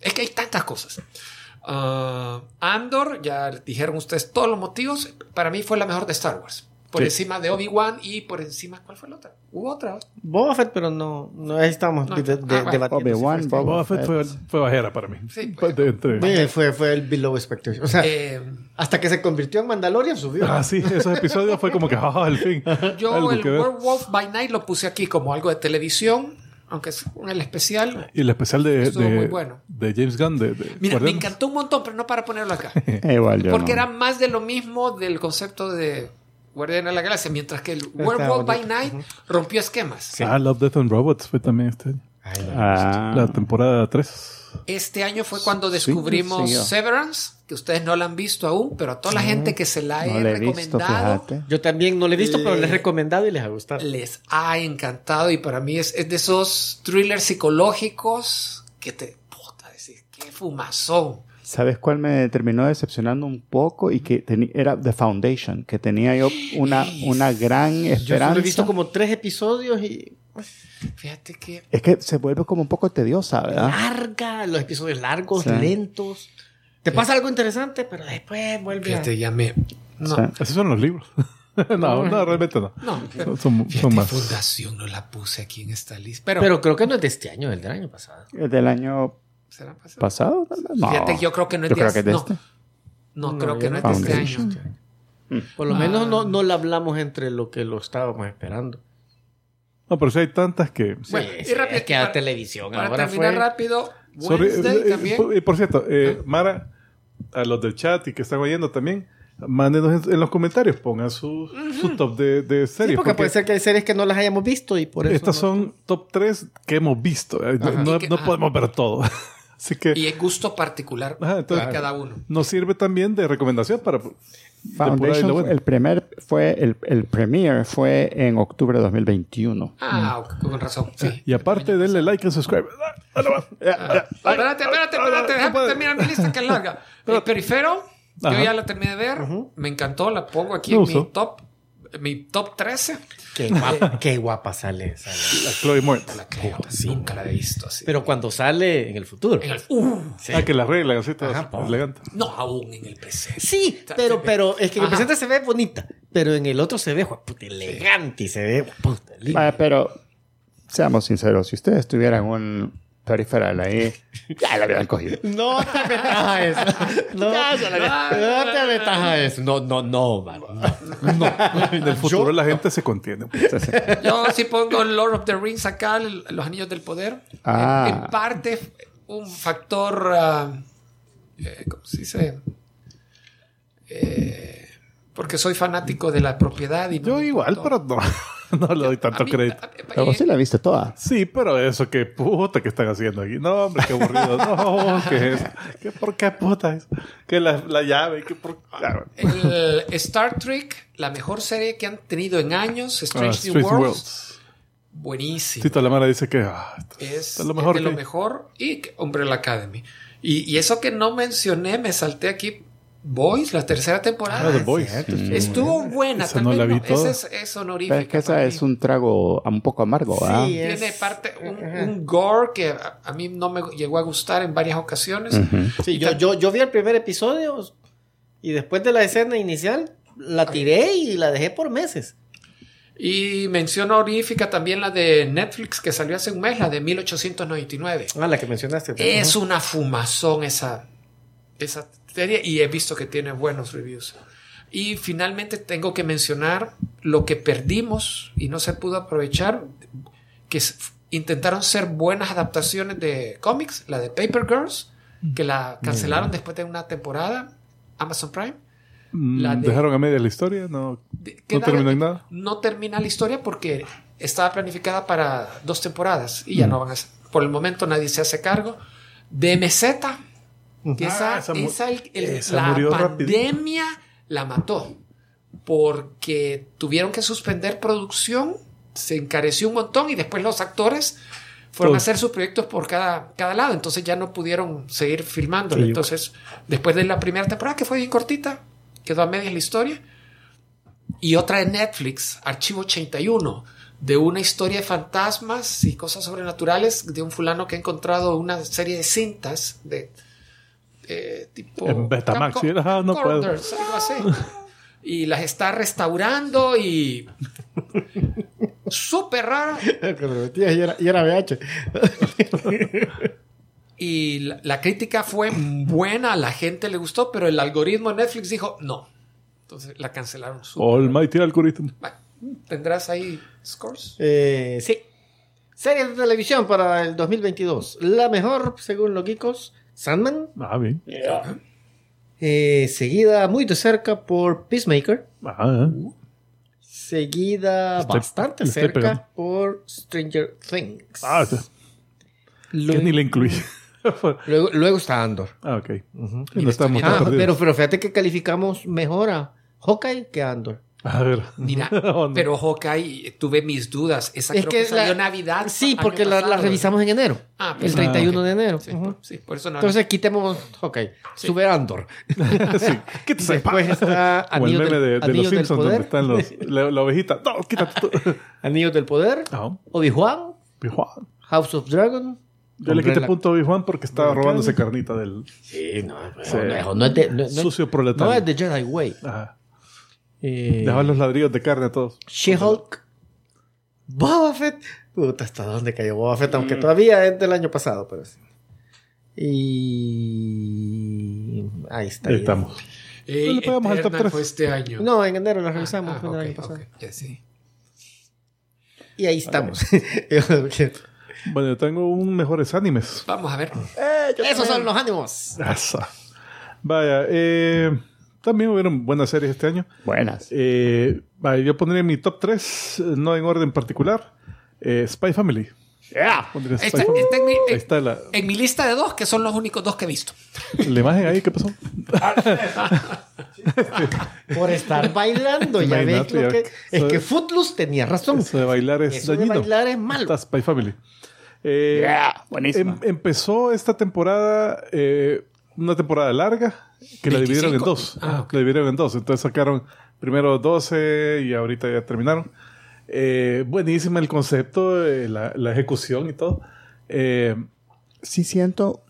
Es que hay tantas cosas. Ah, Andor, ya dijeron ustedes todos los motivos. Para mí fue la mejor de Star Wars. Por Sí. encima de Obi-Wan y por encima, ¿cuál fue la otra? Hubo otra. Boba Fett, pero no, no ahí estamos No. de- de- Ah, bueno. debatiendo. si Obi-Wan, fue este. Boba Fett fue, fue bajera para mí. Sí, Fue de- entre- Eh, Fue, fue el below expectation. O sea, Eh, hasta que se convirtió en Mandalorian subió. Ah, sí, esos episodios fue como que, ah, al fin. yo algo el que ver. Werewolf by Night lo puse aquí como algo de televisión, aunque es un- el especial. Y el especial de, Estuvo de- muy bueno. de James Gunn. De, de Mira, me Guardianes. encantó un montón, pero no para ponerlo acá. Eh, igual yo. Porque no. era más de lo mismo del concepto de Guardián de la Galaxia, mientras que el Werewolf by Night rompió esquemas. Ah, Love, Death and Robots fue también este año. Ay, no. Ah, La temporada 3. Este año fue cuando descubrimos siguió. Severance, que ustedes no la han visto aún, pero a toda la gente que se la he no la he visto, recomendado fíjate. Yo también no le he visto, pero Le- les he recomendado y les ha gustado. les ha encantado y para mí es, es de esos thrillers psicológicos que te puta decir, qué fumazón. ¿Sabes cuál me terminó decepcionando un poco? Y que teni- era The Foundation, que tenía yo una, una gran Yo solo esperanza. he visto como tres episodios y Fíjate que Es que se vuelve como un poco tediosa, Ah, ¿verdad? Ah. larga, los episodios largos, Sí. lentos. Te pasa algo interesante, pero después vuelve a... fíjate, ya me no, Sí. Esos son los libros. no, no, realmente no. no. Son, son- son Fíjate, más. fundación no la puse aquí en esta lista, pero, Pero creo que no es de este año, es del año pasado. ¿El ¿Del año ¿será pasado? pasado? tal vez? No. Fíjate, yo creo que no es Yo de, creo que es de no, este. no, No, creo yo que no no es de este creo. año. Por lo Ah. Hmm. menos no, no la hablamos entre lo que lo estábamos esperando. No, pero si hay tantas que. Bueno, Sí, y sí, rápido, es que para- a televisión Para ahora terminar fue... rápido, Sorry, Wednesday eh, eh, también. Ah. por- Y por cierto, eh, Mara, a los del chat y que están oyendo también, mándenos en, en los comentarios, pongan su, su top de, de series. Sí, porque, porque puede ser que hay series que no las hayamos visto y por eso. estas no- son top 3 que hemos visto. Eh, No, no- Y que- no ah. podemos ver todo. Así que Y es gusto particular Ajá, entonces- para cada uno. nos sirve también de recomendación para. depurar Foundation, lo bueno. el primer fue el, el premier fue en octubre de 2021. Mm. Ah, ok, con razón. Sí. Y aparte, denle like y subscribe. Ah, no más. Ah, espérate, espérate, espérate. No Déjame puede. terminar mi lista que es larga. El perifero, Ajá. yo ya la terminé de ver. Me encantó, la pongo aquí Me en gustó. mi top. Mi top 13. Qué guapa, qué guapa sale, sale. La Chloe Moritz. La creo, nunca la he visto así. Pero cuando sale en el futuro. En el- ¡Uh! Ah, que la arreglan así, todas Ajá, po. elegante. no, aún en el presente. Sí, pero, pero es que en el Ajá. presente se ve bonita, pero en el otro se ve jueputa, elegante. Elegante y se ve. Puta, lindo. Ah, pero seamos sinceros, si ustedes tuvieran un periferal ahí, ya lo habrían cogido. No te metas a eso. No, no te metas a eso. No, no, no, mano. No. En el futuro la gente se contiene. Yo sí pongo Lord of the Rings acá, el- los anillos del poder. Ah. En, en parte, un factor. ah, eh, ¿Cómo se dice? Eh, porque soy fanático de la propiedad. Y no Yo me igual, pero importó. no, no le doy tanto A mí- crédito. a- eh, Pero vos sí la viste toda. Sí, pero eso, qué puta que están haciendo aquí. No, hombre, qué aburrido. No, qué es. ¿Qué, ¿Por qué puta es? Que la, la llave, que por. Ah, El Star Trek, la mejor serie que han tenido en años, Strange New Ah, Strange Worlds, Worlds. buenísimo. Tito Lamara dice que. ah, esto Es, es lo mejor es de que- lo mejor. Y que- Umbrella Academy. Y, y eso que no mencioné, me salté aquí. Boys, la tercera temporada. Ah, The Boys. Estuvo buena, Esa tal no vez la vi no. toda. Esa es, es honorífica. Pero es que esa para es mí. un trago un poco amargo, ¿ah? Sí, es- Tiene parte, un, un gore que a, a mí no me llegó a gustar en varias ocasiones. Mm. Sí, yo, yo, yo vi el primer episodio y después de la escena inicial la tiré y la dejé por meses. Y mención honorífica también la de Netflix que salió hace un mes, la de 1899. Ah, la que mencionaste. Es una fumazón esa, esa serie y he visto que tiene buenos reviews. Y finalmente tengo que mencionar lo que perdimos y no se pudo aprovechar, que s- intentaron ser buenas adaptaciones de cómics, la de Paper Girls, que la cancelaron después de una temporada, Amazon Prime. Mm, La de- Dejaron a media la historia, no, De- no quedaron- terminó en nada. no termina la historia porque estaba planificada para dos temporadas y ya no van a ser- Por el momento nadie se hace cargo. DMZ, que esa, Ah, esa mu- esa el- el- esa la murió rápido. pandemia la mató porque tuvieron que suspender producción, se encareció un montón y después los actores fueron Todo. a hacer sus proyectos por cada, cada lado, entonces ya no pudieron seguir filmando. Sí. Entonces, después de la primera temporada, que fue bien cortita, quedó a medias la historia, y otra de Netflix, Archivo 81, de una historia de fantasmas y cosas sobrenaturales de un fulano que ha encontrado una serie de cintas de eh, tipo... En Betamax, Camco- sí, ah, no puedo. camcorders, algo así. Y las está restaurando y... Súper rara. y, era, y era VH. Y la, la crítica fue buena, a la gente le gustó, pero el algoritmo de Netflix dijo no. Entonces la cancelaron. Oh. Súper Almighty algoritmo. rara. ¿Tendrás ahí scores? Eh, sí. Series de televisión para el 2022. La mejor, según los geekos, Sandman. Ah, bien. eh, seguida muy de cerca por Peacemaker. Ah, Seguida Estoy- bastante le estoy cerca pegando. por Stranger Things. ah sí. que luego, ni la incluí. luego, luego está Andor. ah, ok. No estamos Ah, tan perdidos. pero, pero fíjate que calificamos mejor a Hawkeye que a Andor. A ver. Mira, Oh, no. pero Hawkeye, tuve mis dudas. Esa Es creo que que, la- salió Navidad. Sí, año porque la, la pasado. revisamos en enero. Ah, pues, el 31 ah, ok. de enero. Sí, Ujú. por, sí, por eso no. Entonces quitemos Hawkeye. Sube Andor. sí. Quítate esa Después está O el Anillos meme del, de, de los Anillos del Simpsons donde Poder. están los, la, la ovejita. No, quítate tú. Anillos del Poder. No, Obi-Wan. Bijuan. House of Dragon. Yo le quité Umbrella. punto a Bijuan porque estaba robándose carnita del Sí, no, no, Sí. no, no es de, no, no- sucio No es proletario. The Jedi Way. Ajá. Eh, Dejaba los ladrillos de carne a todos. She-Hulk. Boba Fett. Puta, ¿hasta dónde cayó Boba Fett? Aunque todavía es del año pasado, pero sí. Y. Ahí está. Ahí ya. estamos. Ey, No le pegamos al top Eternal tres. fue este año. No, en enero la Ah, revisamos. ah, fue del ok, año pasado. ok, ya sí. Y ahí estamos. Bueno, yo tengo un mejores animes. Vamos a ver. Ah, Esos son los ánimos. Asa. Vaya, eh, también hubieron buenas series este año. Buenas. Eh, vaya, yo pondría mi top 3, no en orden particular. Eh, Spy Family. Pondría Spy Esta- Family. esta es mi- Ahí está la, este, eh, En mi lista de dos, que son los únicos dos que he visto. la imagen ahí, ¿qué pasó? Por estar bailando, ya ves Imagínate, lo ya que... ves. Es que Footloose tenía razón. Eso de bailar es Eso de dañino. bailar es malo. Está Spy Family. Eh, Yeah, buenísima. em- empezó esta temporada, eh, una temporada larga, que la dividieron en 25. dos. Ah, ok. La dividieron en dos. Entonces sacaron primero 12 y ahorita ya terminaron. Eh, buenísima el concepto, eh, la, la ejecución y todo. Eh, sí siento.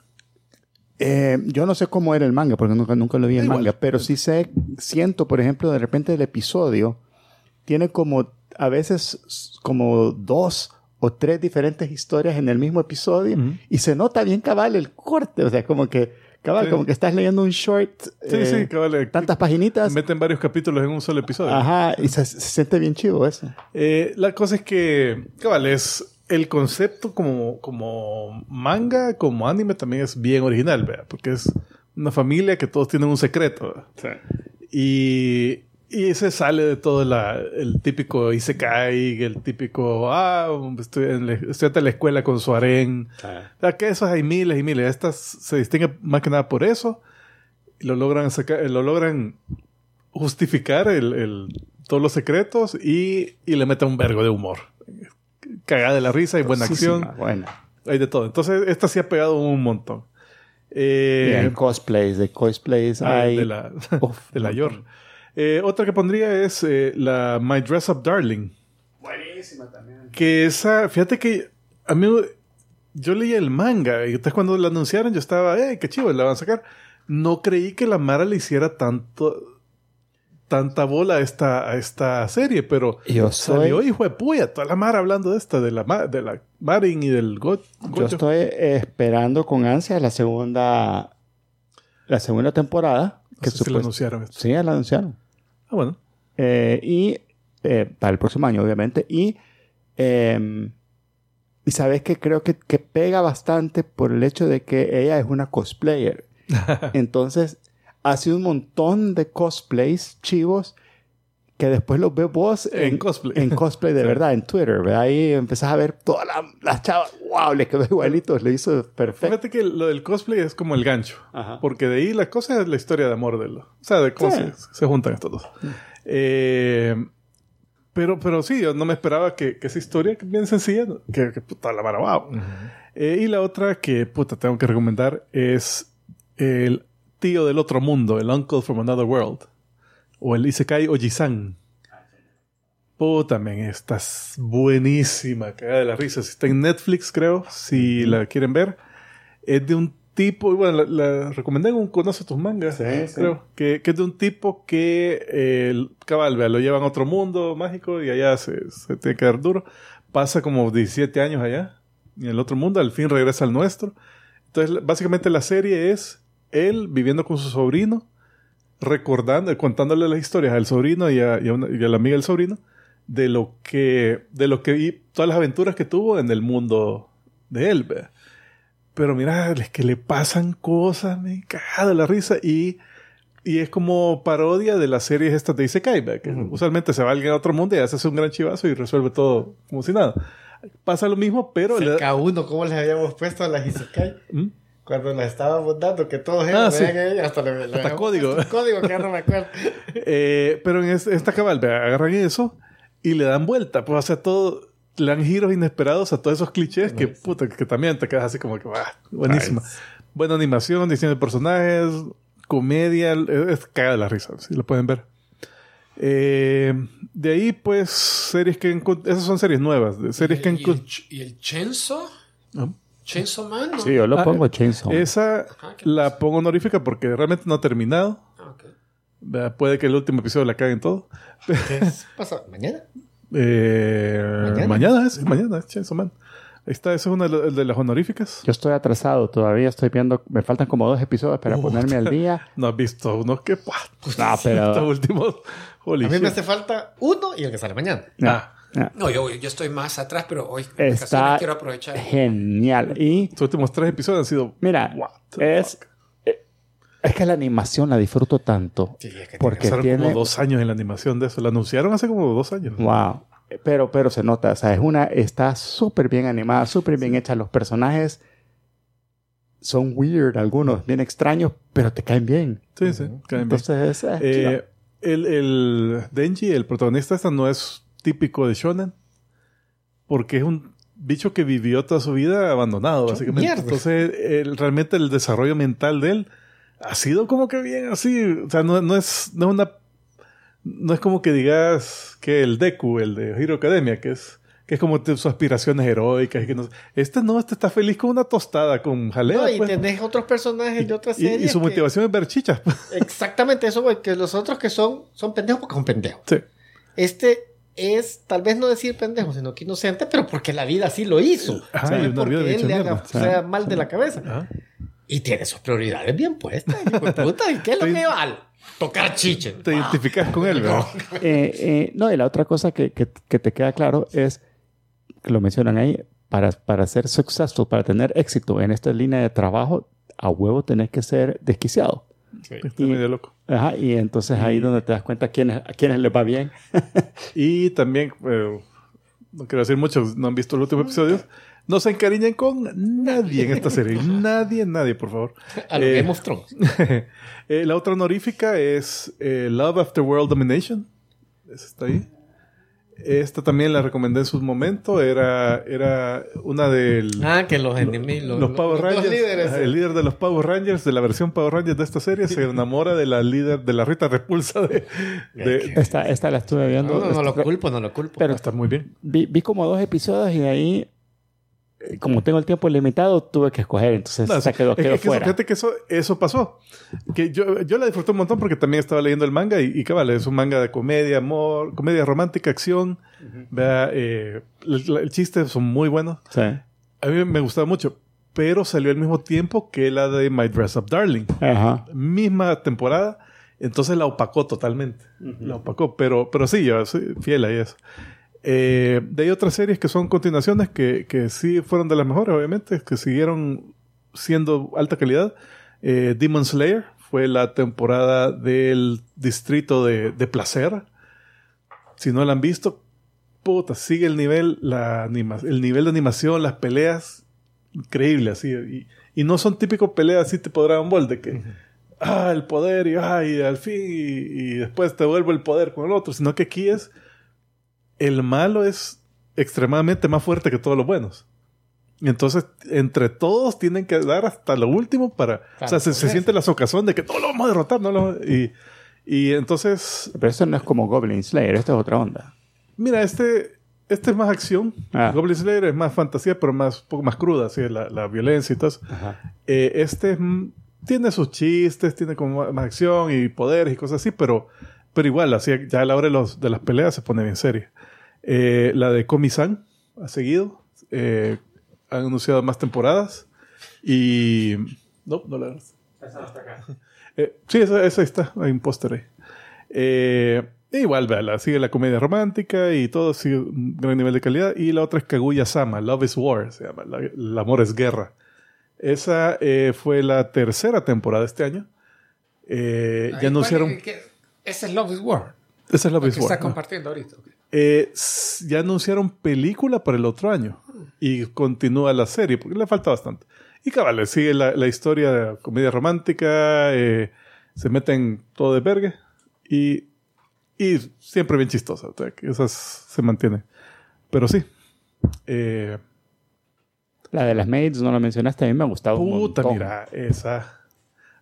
eh, yo no sé cómo era el manga, porque nunca, nunca lo vi en Igual. manga, pero sí sé, siento, por ejemplo, de repente el episodio tiene como a veces s- como dos o tres diferentes historias en el mismo episodio Ujú. y se nota bien cabal el corte, o sea, como que cabal, Sí. como que estás leyendo un short, sí, eh, sí, cabal, tantas paginitas, Meten varios capítulos en un solo episodio. ajá, y se, se siente bien chivo eso. Eh, la cosa es que, cabal, es el concepto como, como manga, como anime, también es bien original, ¿verdad? Porque es una familia que todos tienen un secreto. ¿verdad? Y, y se sale de todo la- el típico Isekai, el típico, ah, estoy en la, estoy en la escuela con su harén. O sea, que esos hay miles y miles. Estas se distinguen más que nada por eso. Y lo logran sacar, lo logran justificar el, el- todos los secretos y, y le mete un vergo de humor. Cagada de la risa y buena acción. Bueno, Hay de todo. Entonces, esta sí ha pegado un montón. Eh, Y hay cosplays, de cosplays, Ah, hay... de la, Uf, de la Yor. Eh, otra que pondría es eh, la My Dress Up Darling. Buenísima también. Que esa, fíjate que a mí yo leía el manga y entonces cuando la anunciaron yo estaba, eh, qué chivo, la van a sacar. No creí que la Mara le hiciera tanto tanta bola a esta, a esta serie, pero Yo soy... salió hijo de puya, toda la Mara hablando de esta, de la, Ma- de la Marin y del Go Yo Gojo. estoy esperando con ansia la segunda la segunda temporada No que sé si la supuest- anunciaron. esto. sí, ya la anunciaron. Ah, bueno. Eh, y eh, para el próximo año, obviamente. Y, eh, y sabes que creo que, que pega bastante por el hecho de que ella es una cosplayer. Entonces, hace un montón de cosplays chivos que después los ves vos En cosplay. En cosplay de verdad, en Twitter, ¿verdad? Ahí empezás a ver todas la- las chavas. ¡Wow! Le quedó igualito, le hizo perfecto. Fíjate que lo del cosplay es como el gancho. Ajá. Porque de ahí la cosa es la historia de amor de los. O sea, de cómo Sí. Mm. se, se juntan estos dos. Eh, pero, pero sí, yo no me esperaba que, que esa historia, que es bien sencilla, que, que puta la mara, wow. Eh, y la otra que puta tengo que recomendar es el tío del otro mundo, el Uncle from Another World. O el Isekai Ojisan. Puta, men, esta es buenísima, cagada de la risa. Está en Netflix, creo, si la quieren ver es de un tipo, y bueno, la, la recomendé en un Conoce tus mangas, creo, Que, que es de un tipo que eh, el cabal, vea, lo llevan a otro mundo mágico y allá se, se tiene que dar duro. Pasa como 17 años allá, en el otro mundo, al fin regresa al nuestro. Entonces, la- básicamente la serie es él viviendo con su sobrino, recordando, contándole las historias al sobrino y a, y a una- y a la amiga del sobrino de lo que, de lo que, y todas las aventuras que tuvo en el mundo de él, vea. Pero mira, es que le pasan cosas, me cagada la risa. Y, y es como parodia de las series estas de Isekai, ¿verdad? que usualmente se va alguien a otro mundo y hace un gran chivazo y resuelve todo como si nada. Pasa lo mismo, pero... le- Cerca uno, ¿cómo les habíamos puesto a las Isekai? ¿Mm? Cuando las estábamos dando, que todos Ah, eran, sí. eran ellos, hasta, le, le habíamos código. puesto un código que ya no me acuerdo. Eh, pero en es- esta cabal, vea, agarran eso y le dan vuelta. Pues, o sea, todo, le dan giros inesperados a todos esos clichés que, puta, que también te quedas así como que, va, buenísima. Buena animación, diseño de personajes, comedia, eh, es cagada la risa, si lo pueden ver. Eh, de ahí, pues, series que encon- Esas son series nuevas. de Series que ¿Y el, encon- ch- y el Chenso? Ah. ¿Chenso Man? no? Sí, yo lo Ah, pongo Chainsaw. Esa Ajá, ¿qué la pongo honorífica porque realmente no ha terminado. Ah, ok. ¿verdad? Puede que el último episodio la caguen todo. Pues, Pasa, mañana. Eh, ¿Mañana? mañana es, mañana es Chainsaw Man. Ahí está, esa es una de la- de las honoríficas. Yo estoy atrasado todavía, estoy viendo, me faltan como dos episodios para ponerme al día. No has visto unos que. ¡pah! No, pues, Estos pero últimos. Holy A mí shit. me hace falta uno y el que sale mañana. no, Ah, Ah. No, yo, yo estoy más atrás, pero hoy en Está vacaciones quiero aprovechar. genial. Y Estos últimos tres episodios han sido. mira, What the es, eh, es que la animación la disfruto tanto. Sí, es que porque Pasaron tiene... como dos años en la animación de eso. Lo anunciaron hace como dos años. Wow. Pero, pero se nota, o sea, es una, está súper bien animada, súper bien hecha. Los personajes son weird algunos, bien extraños, pero te caen bien. Sí, sí. caen bien. Entonces, Ah, eh, Eh, el, el Denji, el protagonista, esta no es típico de Shonen. Porque es un bicho que vivió toda su vida abandonado, básicamente. mierda. Entonces, el- realmente el desarrollo mental de él ha sido como que bien así. O sea, no, no es, no es una. No es como que digas que el Deku, el de Hero Academia, que es. Que es como te- sus aspiraciones heroicas. y que no sé. Este no, este está feliz con una tostada, con jalea. No, y pues. tenés otros personajes de otras Y- y series. su que- motivación es ver chichas. pues. Exactamente eso, güey. Que los otros que son, son pendejos porque son pendejos. Sí. Este es, tal vez no decir pendejo, sino que inocente, pero porque la vida sí lo hizo. Ajá, O sea, Ah, y no una porque vida de él hecho le haga, mierda. sea mal de la cabeza. Ajá. Y tiene sus prioridades bien puestas. Hijo de puta, ¿y qué es lo Sí. que vale? Tocar chiche. Te identificas con él, ¿verdad? eh, eh, no, y la otra cosa que, que- que te queda claro es que lo mencionan ahí: para, para ser successful, para tener éxito en esta línea de trabajo, a huevo tenés que ser desquiciado. Está medio loco. Ajá, y entonces ahí es donde te das cuenta quiénes, a quiénes les va bien. Y también, eh, no quiero decir mucho, no han visto los últimos episodios. No se encariñen con nadie en esta serie. Nadie, nadie, por favor. A lo Eh, Game of Thrones. Eh, la otra honorífica es eh, Love After World Domination. Esa está ahí. Esta también la recomendé en su momento. Era, era una del. Ah, que los enemigos. los, Power Rangers. líderes. el líder de los Power Rangers, de la versión Power Rangers de esta serie, se enamora de la líder, de la Rita Repulsa de. de- Esta, esta la estuve viendo. No, no, no lo Esta- culpo, no lo culpo. pero está muy bien. vi, vi como dos episodios y de ahí, eh, como tengo el tiempo limitado, tuve que escoger. Entonces No, se quedó, es que- quedó es que eso- fuera. fíjate que eso, eso pasó. Que yo, yo la disfruté un montón porque también estaba leyendo el manga y, y cabal, es un manga de comedia, amor, comedia romántica, acción. ¿verdad? Eh, el, la- el chiste son muy buenos. Sí. A mí me gustaba mucho, pero salió al mismo tiempo que la de My Dress Up Darling. Ajá. Misma temporada, entonces la opacó totalmente. La opacó, pero, pero sí, yo soy fiel a eso. Eh, de ahí otras series que son continuaciones que, que sí fueron de las mejores, obviamente, que siguieron siendo alta calidad. Eh, Demon Slayer fue la temporada del distrito de, de placer. Si no la han visto, puta, sigue el nivel, la anima- el nivel de animación, las peleas, increíble, así. Y, y no son típicos peleas así tipo Dragon Ball, de que, ah, el poder y, ah, y al fin, y, y después te vuelvo el poder con el otro, sino que aquí es, el malo es extremadamente más fuerte que todos los buenos. Y entonces, entre todos tienen que dar hasta lo último para. o sea, se, se siente la socazón de que no lo vamos a derrotar, no lo. Y, y entonces, Pero eso no es como Goblin Slayer, esta es otra onda. Mira, este, este es más acción. Ah. Goblin Slayer es más fantasía, pero más, un poco más cruda, así, la, la violencia y todo eso. Eh, este es, mm, tiene sus chistes, tiene como más- más acción y poderes y cosas así, pero, pero igual, así, ya a la hora de, los- de las peleas se pone bien seria. Eh, la de Komi-san ha seguido. Eh, han anunciado más temporadas. Y. No, no la. Esa no está acá. sí, esa, esa está. Hay un póster ahí. Eh, igual, véala, sigue la comedia romántica y todo, sigue un gran nivel de calidad. Y la otra es Kaguya Sama, Love is War, se llama, la- El amor es guerra. Esa eh, fue la tercera temporada este año. Eh, Ahí, ya anunciaron. ¿cuál es que- Ese es Love is War. Esa es Love Lo que is War. está ajá. compartiendo ahorita. Eh, s- ya anunciaron película para el otro año y continúa la serie porque le falta bastante. Y cabal, sigue la, la historia de comedia romántica, eh, se meten todo de vergue y, y siempre bien chistosa. O sea, que esas se mantiene. Pero sí. Eh, La de las maids no la mencionaste, a mí me ha gustado un puta, montón. mira, esa.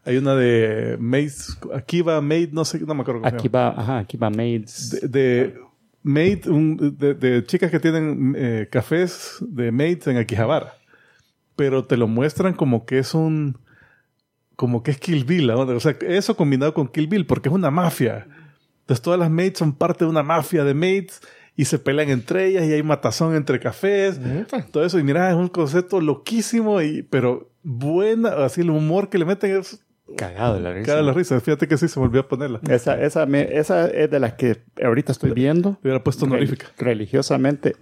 Hay una de Maids, Akiva Maid, no sé, no me acuerdo cómo se llama. Aquí va, ajá, aquí va maids. de, de maid, un- de, de chicas que tienen eh, cafés de maids en Akihabara. Pero te lo muestran como que es un. como que es Kill Bill. la onda. O sea, eso combinado con Kill Bill, porque es una mafia. Entonces todas las maids son parte de una mafia de maids y se pelean entre ellas y hay matazón entre cafés. Todo eso. Y mira, es un concepto loquísimo, y, pero buena. Así el humor que le meten es. Cagado de la risa. Cara de la risa. Fíjate que sí, se me olvidó ponerla. Esa, esa, me- esa es de las que ahorita estoy viendo Le hubiera puesto honorífica. reli- religiosamente.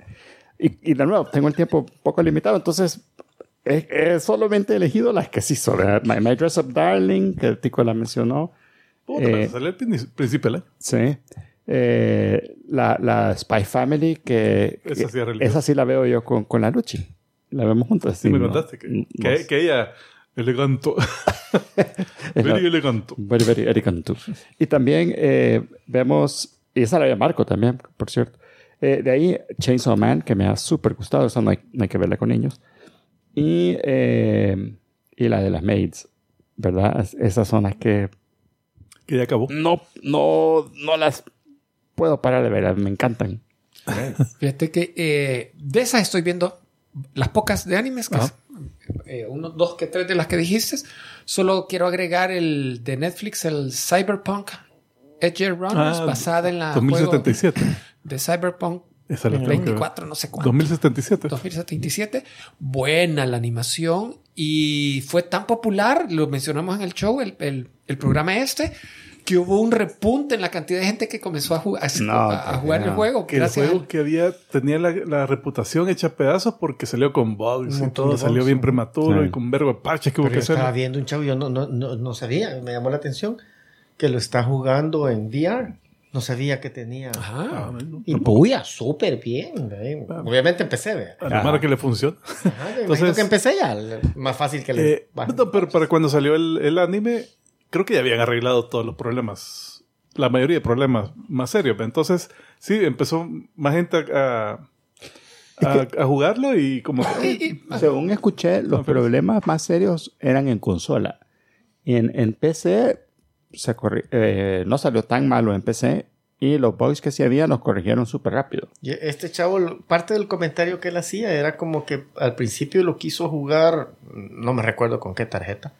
Y, y de nuevo, tengo el tiempo un poco limitado, entonces he, he solamente elegido las que sí son. ¿verdad? My, My Dress Up Darling, que Tico la mencionó. Puta, Eh, pero sale el pini- principio del año. Sí. Eh, la, la Spy Family, que Esa sí es religiosa. esa sí la veo yo con, con la Luchi. La vemos juntas. Sí, me ¿no? contaste que, Mm, que- no que ella eleganto, Es la- very eleganto. Very, very elegant. Y también eh, vemos, y esa la de Marco también, por cierto. Eh, de ahí Chainsaw Man, que me ha súper gustado, esa no hay, no hay que verla con niños. Y, eh, y la de las maids, ¿verdad? Es- Esas son las que Que ya acabó. no, no, no las puedo parar de ver, me encantan. Fíjate que eh, de esas estoy viendo las pocas de animes, que es, eh, uno, dos que tres de las que dijiste. Solo quiero agregar el de Netflix, el Cyberpunk Edge Runners, Ah, basada en la juego 2077. de Cyberpunk Esa la tengo que ver. 24, no sé cuánto. 2077. 2077. Buena la animación y fue tan popular, lo mencionamos en el show, el, el- el programa este, que hubo un repunte en la cantidad de gente que comenzó a, ju- a- No, a- a jugar el no. juego. pues, Que el gracias juego al- que había tenía la, la reputación hecha a pedazos porque salió con bugs Un y todo, montón de salió bugs, bien sí. prematuro Sí. y con verbo de parches que hubo Pero que yo hacer. estaba viendo un chavo, yo no, no, no, no sabía, me llamó la atención que lo está jugando en VR. No sabía que tenía. Ah, Ajá. Y puya, súper bien. ¿eh? Obviamente empecé, vea. A la manera que le funciona. Ajá, me Entonces- imagino que empecé ya. le- Más fácil que le. Eh, no, pero para cuando salió el, el anime, creo que ya habían arreglado todos los problemas. La mayoría de problemas más serios. Entonces, sí, empezó más gente a, a, a jugarlo y como... Y- y- Ah, Según escuché, los pero- problemas más serios eran en consola. Y en, en PC se corri- eh, no salió tan malo en PC y los bugs que sí había los corrigieron súper rápido. Y Este chavo, lo- parte del comentario que él hacía era como que al principio lo quiso jugar, no me recuerdo con qué tarjeta,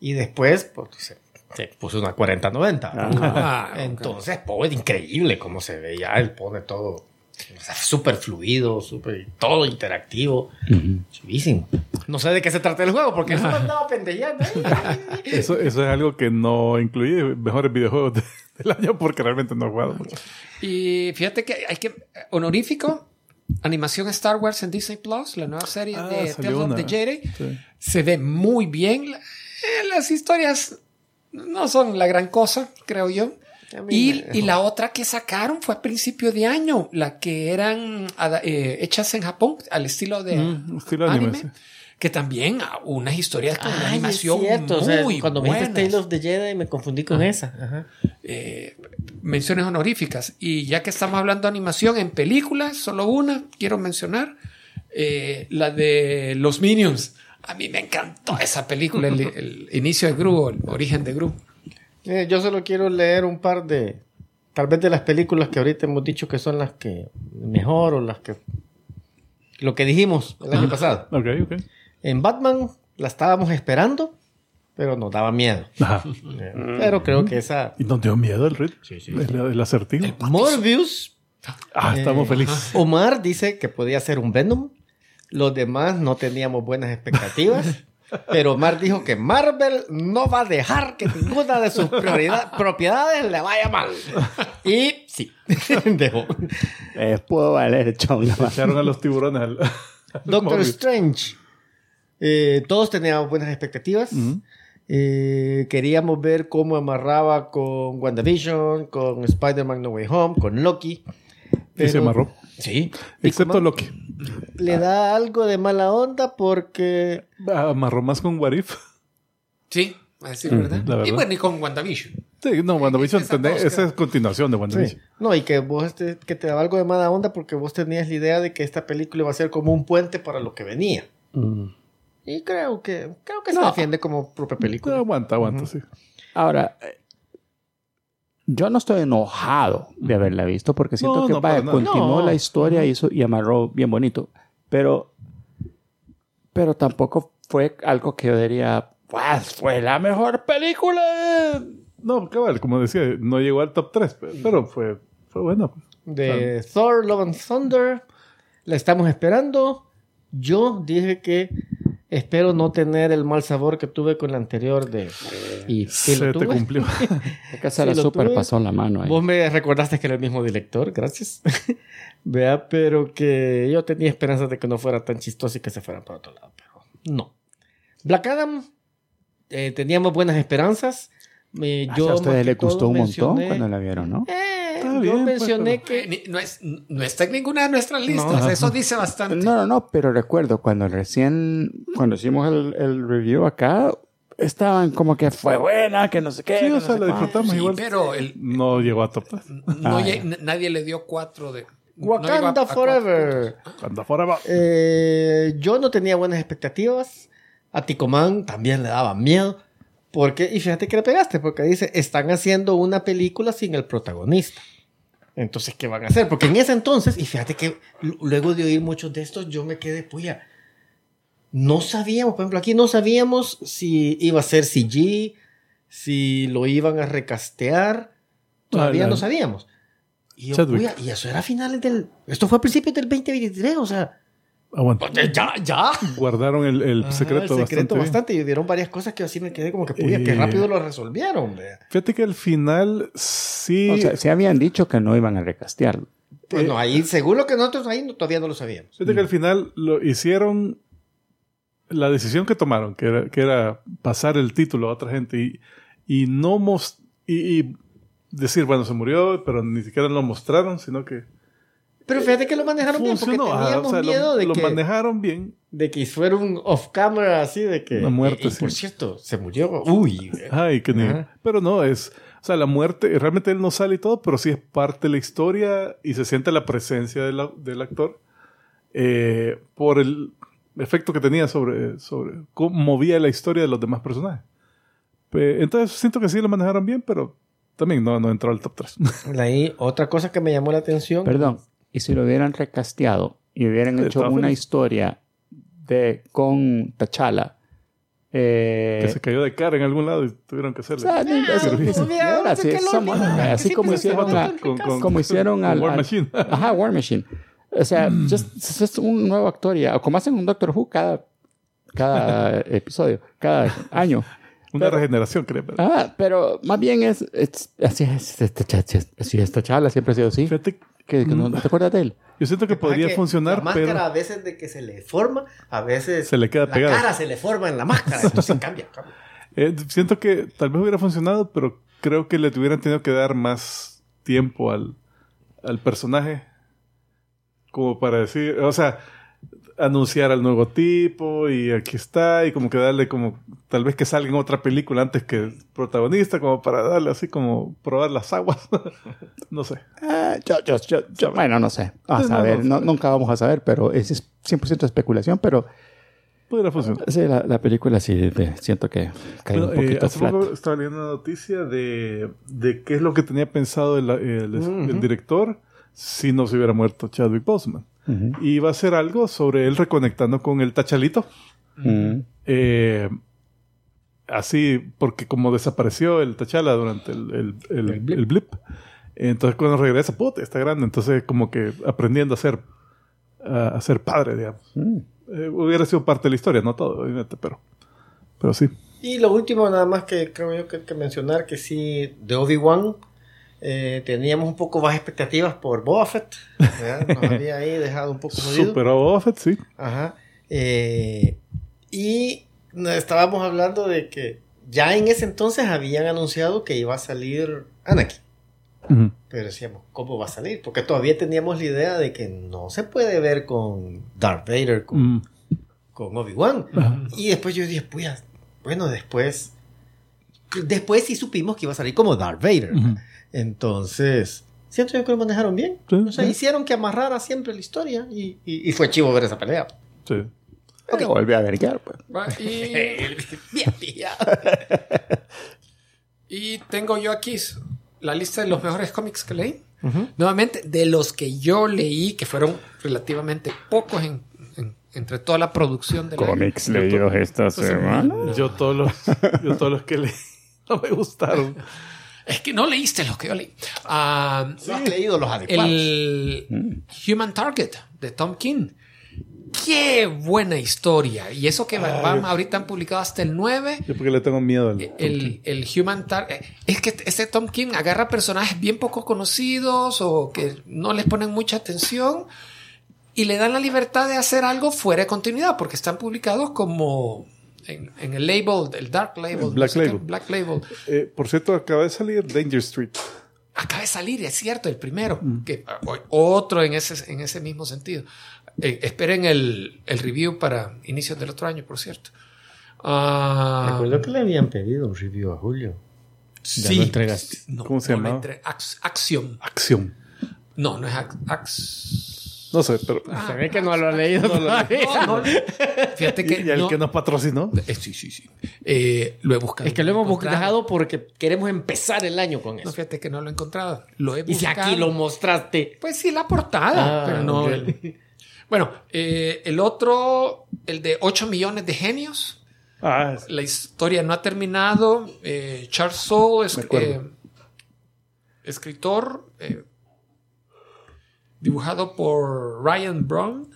y después pues, se, se puso una 4090. Ah, ok. Entonces, pobre, increíble cómo se ve ya, él pone todo o sea, súper fluido, súper, todo interactivo, chivísimo. No sé de qué se trata el juego, porque eso me andaba pendejeando. ahí. Eso, eso es algo que no incluye mejores videojuegos de- del año porque realmente no he jugado mucho. Y fíjate que hay que. Honorífico. Animación Star Wars en Disney Plus, la nueva serie Ah, de Tales salió of una. the Jedi. Sí. Se ve muy bien. La- eh, Las historias no son la gran cosa, creo yo. A mí Y, me- y la otra que sacaron fue a principio de año, la que eran ada- eh, hechas en Japón, al estilo de Mm, estilo anime, anime, sí. que también ah, unas historias con una Ay, es animación cierto, muy Ah. o sea, cuando me dijiste buenas. Tales of the Jedi me confundí con esa. Ajá. eh, menciones honoríficas. Y ya que estamos hablando de animación en películas, solo una quiero mencionar, eh, la de los Minions. A mí me encantó esa película, el, el inicio de Gru, el origen de Gru. Eh, yo solo quiero leer un par de, tal vez de las películas que ahorita hemos dicho que son las que mejor o las que... Lo que dijimos el Ah. año pasado. Ok, ok. En Batman la estábamos esperando, pero nos daba miedo. Ajá. Eh, Mm. Pero creo que esa... Y no te dio miedo el ritmo. El, el acertijo. Morbius, Ah, estamos Eh, felices. Omar dice que podía ser un Venom. Los demás no teníamos buenas expectativas. Pero Omar dijo que Marvel no va a dejar que ninguna de sus prioridad- propiedades le vaya mal. Y sí, dejó. Eh, puedo valer, chon. Echaron a los tiburones al... al Doctor móvil. Strange. Eh, todos teníamos buenas expectativas. Mm. Eh, queríamos ver cómo amarraba con WandaVision, con Spider-Man No Way Home, con Loki. Y se Pero- amarró. Ah. Sí. Y Excepto como- Loki. Le da algo de mala onda porque Ah, Amarró más con Warif. Sí, a decir verdad. la verdad. Y bueno, y con WandaVision. Sí, no, WandaVision, Esa entendé, tosca. esa es continuación de WandaVision. No, y que vos te, que te daba algo de mala onda porque vos tenías la idea de que esta película iba a ser como un puente para lo que venía. Y creo que creo que se defiende como propia No, película. Ah, aguanta, aguanta, sí. Ahora, eh, yo no estoy enojado de haberla visto porque siento No, que no, vaya, para nada. continuó No. la historia y, hizo, y amarró bien bonito. Pero, pero tampoco fue algo que yo diría, "Pues, fue la mejor película de No, cabal, como decía, no llegó al top 3, pero fue, fue bueno. pues, De Thor, Love and Thunder. La estamos esperando. Yo dije que espero no tener el mal sabor que tuve con la anterior de Y Que Se lo te tuve. cumplió. acá Sí, se la lo super tuve. pasó la mano ahí. Vos me recordaste que era el mismo director, gracias. Vea, pero que yo tenía esperanzas de que no fuera tan chistoso y que se fuera para otro lado, pero no. Black Adam, eh, teníamos buenas esperanzas. Eh, Ah, yo a más ustedes que les gustó todo un montón mencioné- cuando la vieron, ¿no? Eh, Está yo bien, pues, mencioné Eh, que ni- No, es, no está en ninguna de nuestras listas. No. Eso dice bastante. No, no, no, pero recuerdo cuando recién, cuando hicimos el, el review acá, estaban como que fue buena, que no sé qué. Sí, que no o sea, sé la cuánto. disfrutamos Sí, igual. pero el- No llegó a top. no Ah, lle- ya. n- nadie le dio cuatro de. no llegó a- a Wakanda cuatro puntos. Forever. Cuando fuera va. Eh, yo no tenía buenas expectativas. A Ticomán también le daba miedo. Porque, y fíjate que le pegaste, porque dice, están haciendo una película sin el protagonista. Entonces, ¿qué van a hacer? Porque en ese entonces, y fíjate que lu- luego de oír muchos de estos, yo me quedé puya. No sabíamos, por ejemplo, aquí no sabíamos si iba a ser CG, si lo iban a recastear. Todavía Ah, la- no sabíamos. Y, yo, Chadwick. puya, y eso era a finales del. Esto fue a principios del 2023, o sea. Aguanta. Pues, eh, Ya, ya. Guardaron el, el secreto, el secreto bastante, bien. bastante, y dieron varias cosas que así me quedé como que puya, Eh. que rápido lo resolvieron. vea. Fíjate que al final sí. O sea, se habían dicho que no iban a recastearlo. Eh, Bueno, ahí seguro que nosotros ahí no- todavía no lo sabíamos. Fíjate que al final lo hicieron. La decisión que tomaron, que era, que era pasar el título a otra gente y, y no mos- y, y decir, bueno, se murió, pero ni siquiera lo mostraron, sino que Pero fíjate que lo manejaron funcionó. bien porque Ah, teníamos o sea, lo- miedo de, lo, que, manejaron bien. de que fuera un off camera así de que Una y- muerte, y por sí. cierto, se murió. Uy. vea. Ay, que ni- Ajá. Pero no, es. O sea, la muerte, realmente él no sale y todo, pero sí es parte de la historia y se siente la presencia de la- del actor eh, por el efecto que tenía sobre, sobre cómo movía la historia de los demás personajes. Pe- Entonces siento que sí lo manejaron bien, pero también no, no entró al top 3. Ahí otra cosa que me llamó la atención. Perdón, y si lo hubieran recasteado y hubieran De hecho todas una formas. historia de con Tachala, que eh, se cayó de cara en algún lado y tuvieron que hacerle. Ah, ni- Ah, así- no, ni siquiera, mira, así que lo somos- mismo, que así siempre como se hicieron llama a- como hicieron con al- War al- Machine. Ajá, War Machine. O sea, just- es es un nuevo actor ya. O como hacen un Doctor Who cada, cada episodio, cada año. Una regeneración, creo. pero- Ah, pero más bien es, es- así es, esta cha- así es- así es, esta charla siempre ha sido así. Que, Fíjate, que no, ¿Te acuerdas de él? yo siento que podría Ah, que funcionar, La máscara pero a veces de que se le forma, a veces se le queda la pegada. cara se le forma en la máscara, entonces cambia. cambia. Eh, siento que tal vez hubiera funcionado, pero creo que le hubieran tenido que dar más tiempo al, al personaje. Como para decir, o sea, anunciar al nuevo tipo y aquí está, y como que darle como, tal vez que salga en otra película antes que el protagonista, como para darle así como probar las aguas. no sé. Ah, yo, yo, yo, yo- bueno, no sé. A No, saber, no, no- nunca vamos a saber, pero es, es 100% especulación, pero Podría funcionar. sí, la, la película sí te- siento que cae Bueno, un eh, poquito hace flat. poco estaba leyendo una noticia de, de qué es lo que tenía pensado el, el- el Ujú. director si no se hubiera muerto Chadwick Boseman. Ujú. y va a ser algo sobre él reconectando con el tachalito. Ujú. Eh, así, porque como desapareció el tachala durante el, el- el- El blip. el blip, entonces cuando regresa, puta, está grande. Entonces, como que aprendiendo a ser, a, a ser padre, digamos. Mm. Eh, hubiera sido parte de la historia, no todo, obviamente, pero, pero sí. Y lo último, nada más que creo yo que, que mencionar, que sí, de Obi-Wan eh, teníamos un poco más expectativas por Boba Fett. ¿verdad? Nos había ahí dejado un poco jodido. Superó a Boba Fett, sí. Ajá. Eh, y no- estábamos hablando de que ya en ese entonces habían anunciado que iba a salir Anakin. Pero decíamos, ¿cómo va a salir? Porque todavía teníamos la idea de que no se puede ver con Darth Vader, con Mm. con Obi-Wan. Y después yo dije, "Puya, bueno, después. Después sí supimos que iba a salir como Darth Vader. Ujú. Entonces, siento yo que lo manejaron bien. Sí, O sea, sí. hicieron que amarrara siempre la historia y, y- y fue chivo ver esa pelea. Sí. Pero volví a ver, claro, pues. Va, Y, Bien pillado. y tengo yo aquí la lista de los mejores cómics que leí. Nuevamente, de los que yo leí, que fueron relativamente pocos en- en- entre toda la producción de la- Cómics leídos esta semana. Yo, todos los, yo todos los que leí no me gustaron. Es que no leíste los que yo leí. Ah, No has leído los adecuados. Mm. el Human Target de Tom King. Qué buena historia. Y eso que Batman ahorita han publicado hasta el 9. Yo porque le tengo miedo al. el, el Human Target. Es que este Tom King agarra personajes bien poco conocidos o que no les ponen mucha atención y le dan la libertad de hacer algo fuera de continuidad porque están publicados como en, en el label, el Dark Label, no Black sé qué, Label. Black Label. Eh, por cierto, acaba de salir Danger Street. Acaba de salir, es cierto, el primero. Que, o- otro en ese, en ese mismo sentido. Eh, esperen el, el review para inicios del otro año, por cierto. Ah, Recuerdo que le habían pedido un review a Julio. Ya lo entregaste. No, ¿Cómo se no lo llamaba? entre- Ax- Axiom. Acción. No, no es Ax- Ax. Ah, No sé, pero. Ah, Se ve que no lo ha leído todavía. No, no. Fíjate que. y, y el no- que nos patrocinó. Eh, sí, sí, sí. Eh, lo he buscado. Es que lo hemos encontrado. buscado porque queremos empezar el año con No, eso. fíjate que no lo he encontrado. Lo he Y si buscado. aquí lo mostraste. Pues sí, la portada, Ah, pero no. ok. el- Bueno, eh, el otro, el de 8 millones de genios. Ah, es- La historia no ha terminado. Eh, Charles Soule es Me acuerdo. eh, escritor, eh, dibujado por Ryan Brown,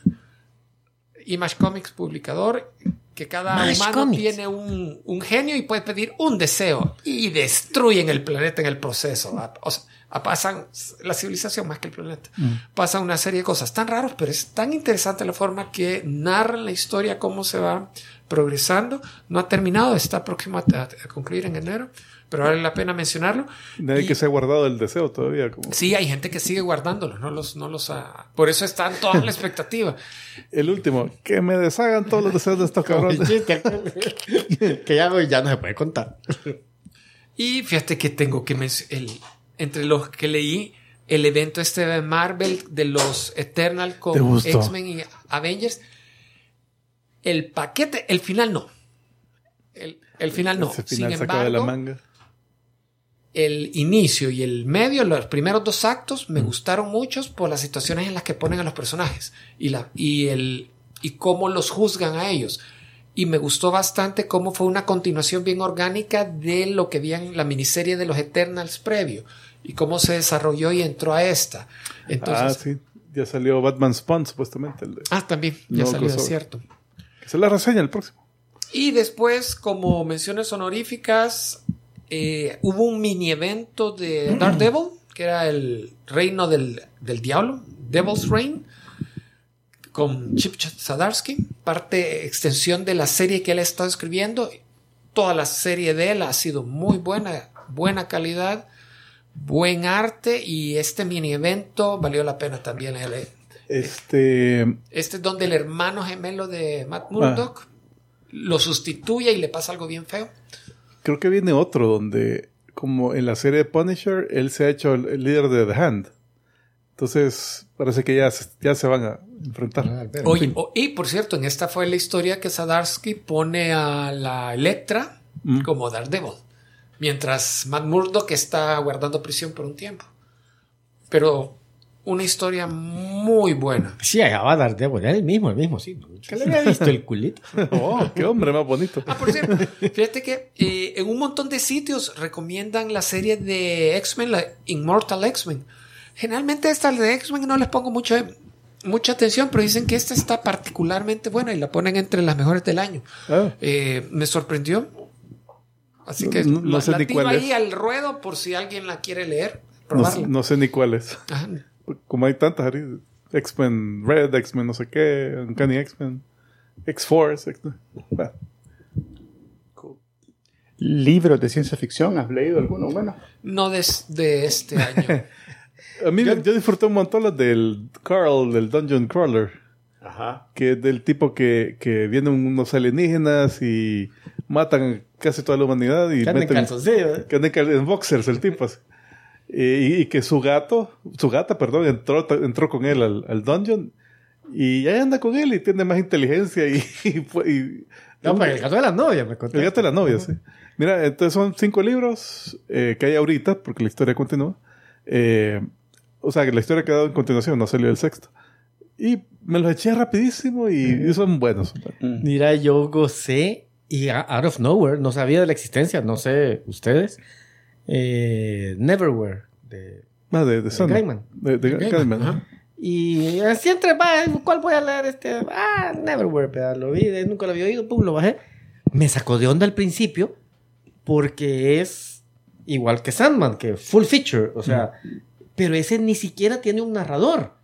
Image Comics publicador, que cada Image humano Comics. tiene un, un genio y puede pedir un deseo y destruyen el planeta en el proceso. Mm. ¿va? O sea, a- pasan la civilización más que el planeta. Mm. Pasan una serie de cosas tan raros, pero es tan interesante la forma que narran la historia, cómo se va progresando. No ha terminado, está próximo a, a- a concluir en enero, pero vale la pena mencionarlo. nadie Y- que se ha guardado el deseo todavía. Como. Sí, hay gente que sigue guardándolos, no los, no los ha... Por eso está en toda la expectativa. El último, que me deshagan todos los deseos de estos El cabrones. chiste, que ya, ya no se puede contar. Y fíjate que tengo que mencionar, entre los que leí, el evento este de Marvel, de los Eternal ¿Te con gustó? X-Men y Avengers, el paquete, el final no. El, el final no. Ese final Sin sacado de la embargo, manga. el inicio y el medio, los primeros dos actos, Mm. me gustaron muchos por las situaciones en las que ponen a los personajes y, la, y, el, y cómo los juzgan a ellos. Y me gustó bastante cómo fue una continuación bien orgánica de lo que había en la miniserie de los Eternals previo y cómo se desarrolló y entró a esta. Entonces, ah, sí. Ya salió Batman Spawn, supuestamente. El de- ah, también, ya No, salió, es crossover. cierto. que se la reseña el próximo. Y después, como menciones honoríficas, eh, hubo un mini evento de Daredevil, que era el reino del, del diablo, Devil's Reign, con Chip Zdarsky, parte extensión de la serie que él ha estado escribiendo. Toda la serie de él ha sido muy buena, buena calidad, buen arte y este mini evento valió la pena también. eh, El- Este. Este es donde el hermano gemelo de Matt Murdock lo sustituye y le pasa algo bien feo. Creo que viene otro donde, como en la serie de Punisher, él se ha hecho el, el líder de The Hand. Entonces, parece que ya, se- ya se van a enfrentar. Ah. Ah, Oye, o- y por cierto, en esta fue la historia que Sadarsky pone a la Electra Mm. como Daredevil, mientras Matt Murdock está guardando prisión por un tiempo. Pero una historia muy buena. Sí, acaba de darte, bueno, era el mismo, el mismo, sí. ¿Qué le había visto el culito? Oh, qué hombre más bonito. Ah, por cierto, fíjate que eh, en un montón de sitios recomiendan la serie de X-Men, la Immortal X-Men. Generalmente esta de X-Men no les pongo mucho, mucha atención, pero dicen que esta está particularmente buena y la ponen entre las mejores del año. Ah, Eh, me sorprendió. Así que No- no la- sé la ni tiro cuál ahí es. al ruedo por si alguien la quiere leer, no, probarla. no sé ni cuál es. Ajá. Como hay tantas, Ari. X-Men Red, X-Men no sé qué, Uncanny X-Men, X-Force. X- Bueno, Libros de ciencia ficción, ¿has leído alguno? Bueno, No des- de este año. A mí yo, disfruté un montón las del Carl, del Dungeon Crawler. Que es del tipo que, que vienen unos alienígenas y matan casi toda la humanidad. Y Ya anda en meten- calzoncillo, ¿eh? que anda en cal- en boxers el tipo así. Y, y que su gato, su gata, perdón, entró, entró con él al, al dungeon. Y ahí anda con él y tiene más inteligencia y... y fue- y- No, pero el gato de la novia me contó. el gato de la novia, sí. Mira, entonces son cinco libros eh, que hay ahorita, porque la historia continúa. Eh, o sea, que la historia ha quedado en continuación, no salió el sexto. Y me los eché rapidísimo y, y son buenos. son buenos. Mira, yo gocé y a- out of nowhere, no sabía de la existencia, no sé ustedes. Eh, Neverwhere de, Ah, de, de de Sandman. Gaiman. De, de Gaiman, Ajá. Y siempre va, ¿cuál voy a leer este? Ah, Neverwhere, pero lo vi, eh, nunca lo había oído, pum, lo bajé. Me sacó de onda al principio porque es igual que Sandman, que full feature, o sea, pero ese ni siquiera tiene un narrador,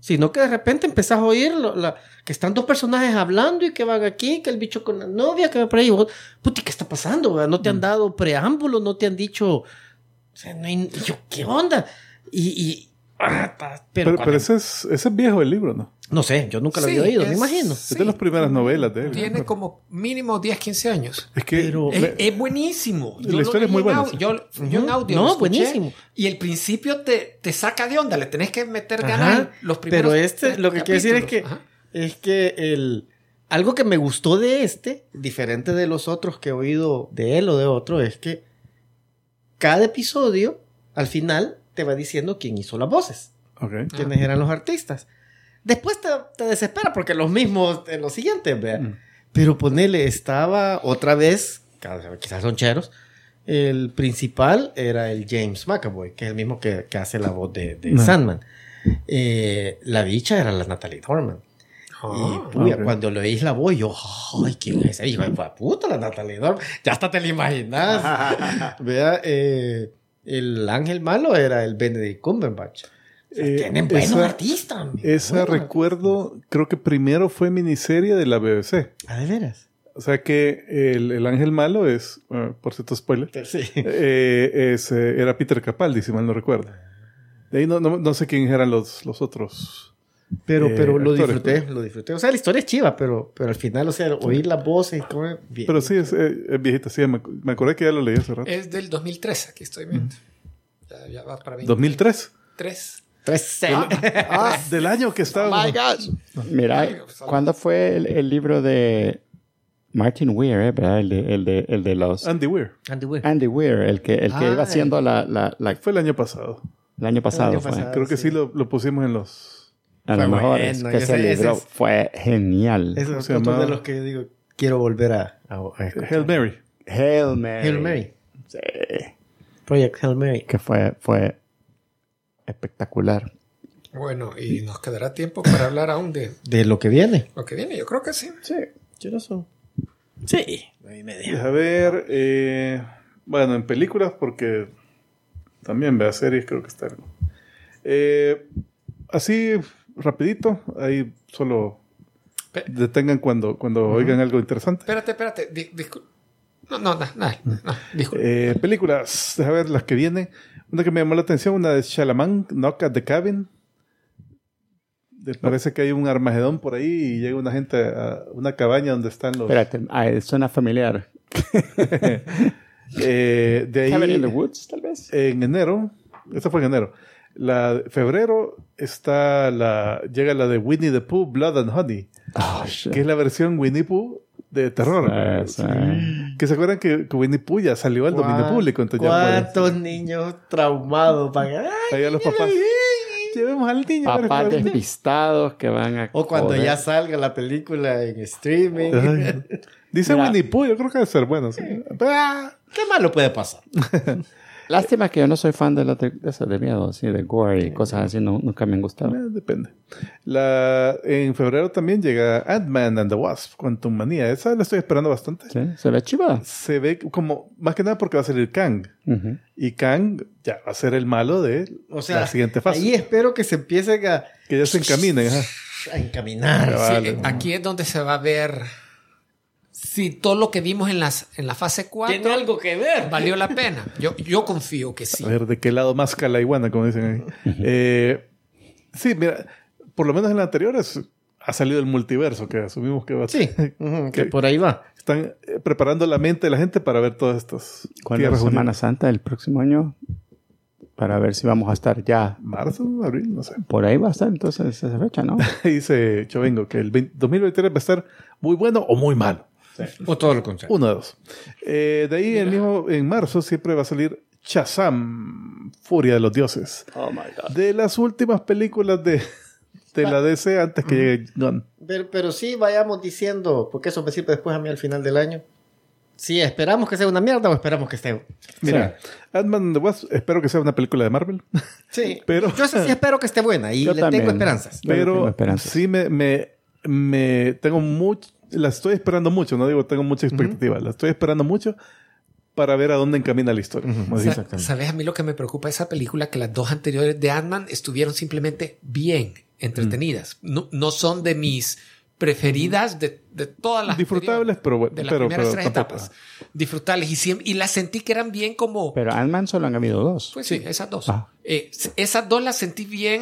sino que de repente empezás a oír lo- la- que están dos personajes hablando y que van aquí, que el bicho con la novia que va por ahí, y vos, puti, ¿qué está pasando? verdad? No te Mm. han dado preámbulo, no te han dicho, o sea, no hay- yo, ¿qué onda? Y, y- ah, ta- pero, Pero, cuando- pero ese, es, ese es viejo el libro, ¿no? no sé, yo nunca lo Sí, había oído, me es- imagino. Es de las primeras novelas de él. Tiene como mínimo 10, 15 años. Es que pero- Pues le- Es, es buenísimo. La Yo lo historia es leí muy en buena, au- sí. Yo, yo en Ujú. audio. No, lo escuché buenísimo. Y el principio te, te saca de onda. Le tenés que meter Ajá, ganas los primeros. pero este, tres lo que quiero decir es que capítulos. Ajá. es que el algo que me gustó de este, diferente de los otros que he oído de él o de otro, es que cada episodio al final te va diciendo quién hizo las voces, Ok. quiénes eran los artistas. Después te, te desespera porque los mismos en los siguientes, vea. Mm. Pero ponele, estaba otra vez, quizás son cheros, el principal era el James McAvoy, que es el mismo que, que hace la voz de, de No. Sandman. Eh, la bicha era la Natalie Dorman. Ah. y puya, ok. cuando le oís la voz, yo, ay, ¿quién es ese hijo de puta la Natalie Dorman? Ya hasta te la imaginas. Vea, eh, el ángel malo era el Benedict Cumberbatch. O sea, Eh, Tienen buenos esa- artistas. amigo, Esa buenos recuerdo, creo que primero fue miniserie de la BBC. artistas. Ah, de veras. O sea que el, el ángel malo es, eh, por cierto, spoiler, Sí. eh, es, eh, era Peter Capaldi, si mal no recuerdo. De ahí no, no- no sé quiénes eran los, los otros. Pero, eh, pero lo actores, disfruté, lo disfruté. O sea, la historia es chiva, pero, pero al final, o sea, oír las voces, como, bien. Pero sí, es, eh, es viejita, sí, me, acu- me acordé que ya lo leí hace rato. Es del 2003, aquí estoy Mm. viendo. ya, ya va para 2003. 2003. Tres- Ah, del año que estaba. Mira, ¿cuándo fue el, el libro de Martin Weir, eh, verdad? El de, el de, el de los... Andy Weir. Andy Weir. Andy Weir, el que, el que Ah, iba haciendo la, la, la- Fue el año pasado. el año pasado. fue. pasado. Ah, Creo que sí, sí. lo, lo pusimos en los. A Fue lo mejor bueno, es yo que ese sé, ese libro es- fue genial. Es ¿Cómo se otro llamaba? de los que digo, quiero volver a, a- a escuchar. eh, Hail Mary. Hail Mary. Hail Mary. Sí. Project Hail Mary. Que fue, fue espectacular. Bueno, y nos quedará tiempo para hablar aún de De lo que viene. lo que viene. Yo creo que sí. Sí. Chiroso. Sí. A ver, eh, bueno, en películas, porque también vea series, creo que está. Eh, así, rapidito, ahí solo Pe- detengan cuando, cuando oigan algo interesante. Espérate, espérate. di- discul- No, no, no, no, no, disculpa. Eh, películas, deja ver las que vienen. Una que me llamó la atención, una de Shalaman, Knock at the Cabin. De- Parece que hay un armagedón por ahí y llega una gente a una cabaña donde están los... Espérate, ah, suena familiar. Eh, de ahí, Cabin in the Woods, tal vez. Eh, en enero, esta fue en enero. La febrero está la llega la de Winnie the Pooh Blood and Honey, Ah, shit. que es la versión Winnie Pooh de terror. Ah, Sí. sí. Que se acuerdan que, que Winnie Pooh ya salió al dominio público, entonces ya pueden- ¿Cuántos niños traumados van a- ahí a los papás. Llevemos al niño. a ver, Papás espérate. despistados que van a. O cuando joder. ya salga la película en streaming. Ay. Dice Mira. Winnie Pooh, yo creo que debe ser bueno. sí. Ah, ¿Qué malo puede pasar? Lástima que yo no soy fan de las de, de esas de miedo, así de gore y cosas así, no- nunca me han gustado. eh, depende. La, en febrero también llega Ant-Man and the Wasp, Quantum Manía. Esa la estoy esperando bastante. ¿Sí? Se ve chiva. Se ve como, más que nada porque va a salir Kang. Ujú. Y Kang ya va a ser el malo de O sea, la siguiente fase. ahí espero que se empiecen a, Que ya se encaminen. ajá. a encaminar. Sí, vale. eh, aquí es donde se va a ver si todo lo que vimos en, las, en la fase 4 algo que ver. valió la pena. Yo, yo confío que sí. A ver de qué lado más la iguana, como dicen ahí. Eh, sí, mira, por lo menos en las anteriores ha salido el multiverso, que asumimos que va a Sí, ujú, que por ahí va. Están eh, preparando la mente de la gente para ver todas estas ¿Cuándo es tierras Semana unidas. Santa el próximo año? Para ver si vamos a estar ya. Marzo, abril, no sé. Por ahí va a estar entonces esa fecha, ¿no? Dice Chovengo que el 20 2023 va a estar muy bueno o muy malo. pues, O todo lo contrario. Pues, Uno de dos. Eh, de ahí, el mismo, en marzo siempre va a salir Shazam, Furia de los Dioses. Oh my god. de las últimas películas de, de la DC antes que llegue Gunn. Pero, pero sí vayamos diciendo, porque eso me sirve después a mí al final del año. Si esperamos que sea una mierda o esperamos que esté. Mira, Ant-Man and the Wasp, espero que sea una película de Marvel. Sí. Pero- Yo sí espero que esté buena y Yo le también. tengo esperanzas. Yo le tengo Pero esperanzas. sí me, me, me tengo mucho, la estoy esperando mucho, no digo tengo mucha expectativa, la estoy esperando mucho para ver a dónde encamina la historia. como Sa- dicen. ¿Sabes a mí lo que me preocupa de esa película? Que las dos anteriores de Ant-Man estuvieron simplemente bien entretenidas. Mm. No, no son de mis preferidas de, de todas las Disfrutables, anteriores, pero bueno, de las pero, primeras pero tres tampoco. ah. etapas. Disfrutables y, siem- y las sentí que eran bien como... Pero Ant-Man solo han habido dos. Pues sí, esas dos. Ah. Eh, s- esas dos las sentí bien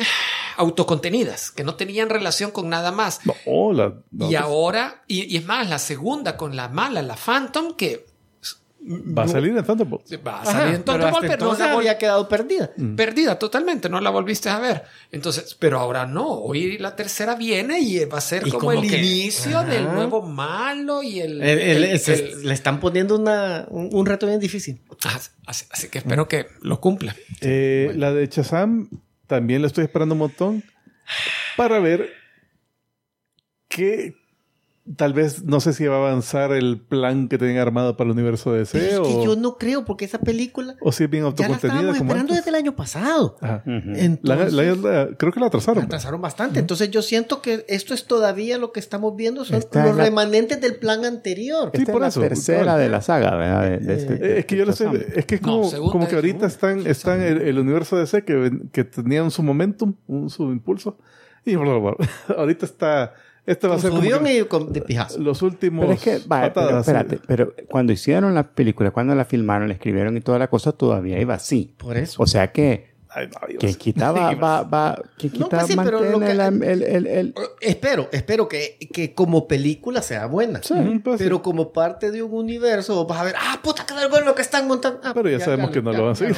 autocontenidas, que no tenían relación con nada más. No, hola. no, pues. y ahora, y, y es más, la segunda con la mala, la Phantom, que va a salir en Thunderbolts. Mm. va a Ajá, salir en pero Thunderbolt, hasta pero no entonces la vol- había quedado perdida. perdida totalmente, no la volviste a ver. Entonces, pero ahora no, hoy la tercera viene y va a ser Y como, como el que- inicio Ajá. del nuevo malo y el... El- el- el- se- el- le están poniendo una, un, un reto bien difícil. Ah, así, así que espero que lo cumpla. Eh, La de Shazam también la estoy esperando un montón para ver que tal vez no sé si va a avanzar el plan que tenían armado para el universo de Pero DC es o, que yo no creo porque esa película o si es bien ya la autocontenida estábamos como esperando antes. desde el año pasado. Ajá. La- Entonces, la- la- creo que la atrasaron. atrasaron bastante. Entonces yo siento que esto es todavía lo que estamos viendo, son Está los la- remanentes del plan anterior. Sí, Esta por es eso, la tercera cabal. de la saga, ¿verdad? De- de este- Eh, es que yo lo sé, Shazam. es que es No, como, segunda como que es- ahorita están, están el, el universo DC que, ven- que tenían su momentum, un, su impulso, y bla, bla, bla. ahorita está, este va a ser como Confundión que y con- de pijazo. los últimos Pero es que, va, pero patadas, sí. espérate, pero cuando hicieron la película, cuando la filmaron, la escribieron y toda la cosa, todavía iba así. Por eso. O sea que Ay, no, Dios. quien quitaba, va, va, quien No, quita, pues sí, pero lo mantiene que- la- el, el- el- Espero, espero que, que como película sea buena. Ujú, pues sí. Pero como parte de un universo, vos vas a ver, ah, puta, qué vergüenza lo que están montando. Ah, Pero ya sabemos que no lo van a seguir.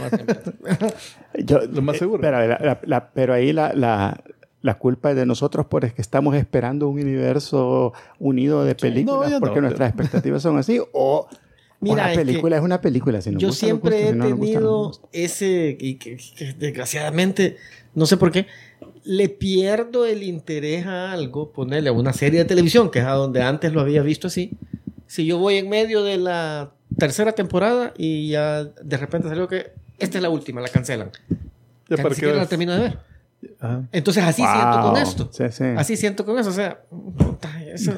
yo- Lo más eh, seguro. Pero, la- la- la- pero ahí la, la, la culpa es de nosotros por es que estamos esperando un universo unido de películas No, yo no. porque nuestras expectativas son así o... Mira, Mira, es la que película es una película. Si nos Yo gusta, nos siempre gusta, he si no nos gusta, no nos tenido gusta. ese, y que, que desgraciadamente, no sé por qué, le pierdo el interés a algo, ponerle a una serie de televisión, que es a donde antes lo había visto así. Si yo voy en medio de la tercera temporada y ya de repente salió que esta es la última, la cancelan. Ya Ya para ni qué siquiera la ves. termino de ver. Ajá. Entonces así siento Wow. con esto. Sí, sí. Así siento con eso. O sea, puta, eso-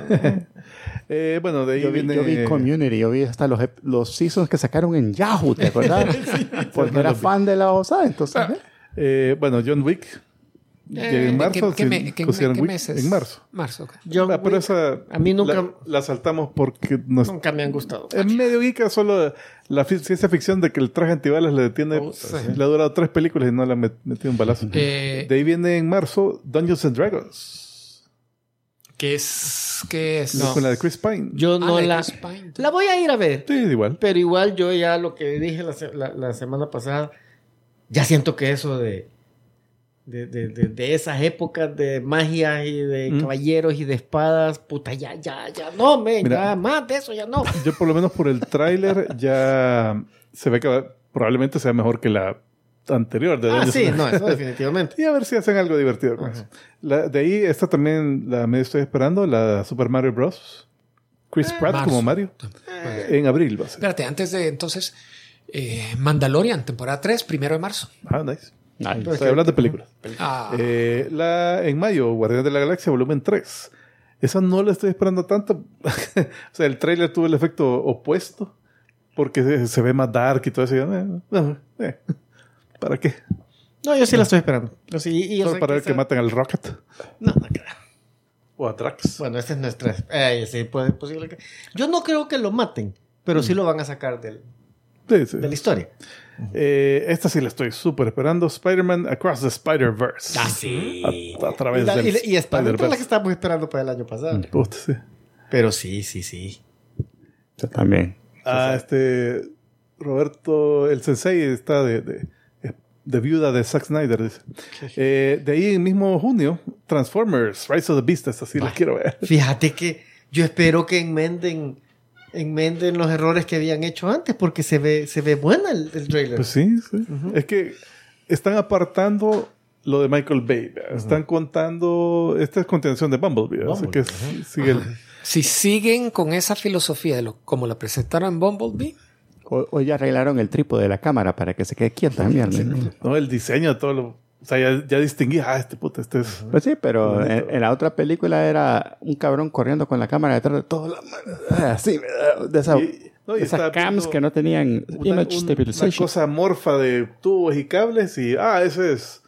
Eh, bueno, de ahí Yo vi, viene... yo vi Community, yo vi hasta los, ep- los seasons que sacaron en Yahoo, ¿te acordás? Porque era fan de la OSA, entonces... Ah. ¿eh? eh, bueno, John Wick. Eh, en marzo, ¿qué- qué sí, me- qué- pusieron qué Wick meses? en marzo. Marzo, ok. John Ah, pero Wick esa a mí nunca- la, la saltamos porque nos, nunca me han gustado. Es medio geek solo la fi- ciencia ficción de que el traje antibalas le detiene. Oh, sí. Le ha durado tres películas y no le ha met- metido un balazo. Eh, de ahí viene en marzo Dungeons and Dragons. ¿Qué es? ¿Qué es? Con la de Chris Pine. Yo Ah, no la de la... Chris Pine. La voy a ir a ver. Sí, igual. Pero igual yo ya lo que dije la, se- la- la semana pasada, ya siento que eso de, de, de- de- de esas épocas de magias y de Mm. caballeros y de espadas, puta, ya, ya, ya no, men, Mira. ya más de eso, ya no. Yo por lo menos por el tráiler ya se ve que va- probablemente sea mejor que la anterior ah, de Dungeons sí, and- no, eso definitivamente. Y a ver si hacen algo divertido con eso. La- de ahí esta también la me estoy esperando, la Super Mario Bros. Chris Pratt marzo. como Mario. En abril va a ser. Pues, Espérate, antes de entonces, eh, Mandalorian, temporada 3, primero de marzo. Ah, nice. Ay, Estoy hablando de películas. Ah, Eh, la, en mayo, Guardián de la Galaxia, volumen 3. Esa no la estoy esperando tanto. o sea, el tráiler tuvo el efecto opuesto. Porque se, se ve más dark y todo eso. y yo, eh, no, eh, ¿Para qué? No, yo sí la estoy esperando. Yo sí, y yo Solo sé para ver que esa- maten al Rocket. No, no creo. O a Drax. Bueno, esta es nuestra... eh, sí, puede- posible que- Yo no creo que lo maten, pero Mm. sí lo van a sacar del- Sí, sí. de la historia. Eh, esta sí la estoy súper esperando. Spider-Man Across the Spider-Verse. Ah, A, a Y, través la, del y, la- y es para la que Spider-Verse. estábamos esperando para el año pasado. Puta, sí. Pero sí, sí, sí. yo también. Ah, este... Roberto, el sensei está de, de, de viuda de Zack Snyder, dice. Eh, de ahí en mismo junio, Transformers, Rise of the Beast, esta Ah. sí la quiero ver. Fíjate que yo espero que enmenden, enmenden los errores que habían hecho antes, porque se ve, se ve buena el, el trailer. Pues sí, sí. Es que están apartando lo de Michael Bay, ¿verdad? están contando, esta es continuación de Bumblebee, ¿verdad? así que sigue el- Si siguen con esa filosofía de lo, como la presentaron en Bumblebee, O, o ya arreglaron el trípode de la cámara para que se quede quieta, mierda. No, el diseño, todo lo. O sea, ya, ya distinguí, ah, este puta, este es. Pues sí, pero en, en la otra película era un cabrón corriendo con la cámara detrás de todo. La... Ah, Así, de esa- Y- no, y esas estaba cams viendo que no tenían una, image un- una stabilization. cosa morfa de tubos y cables y, ah, ese es.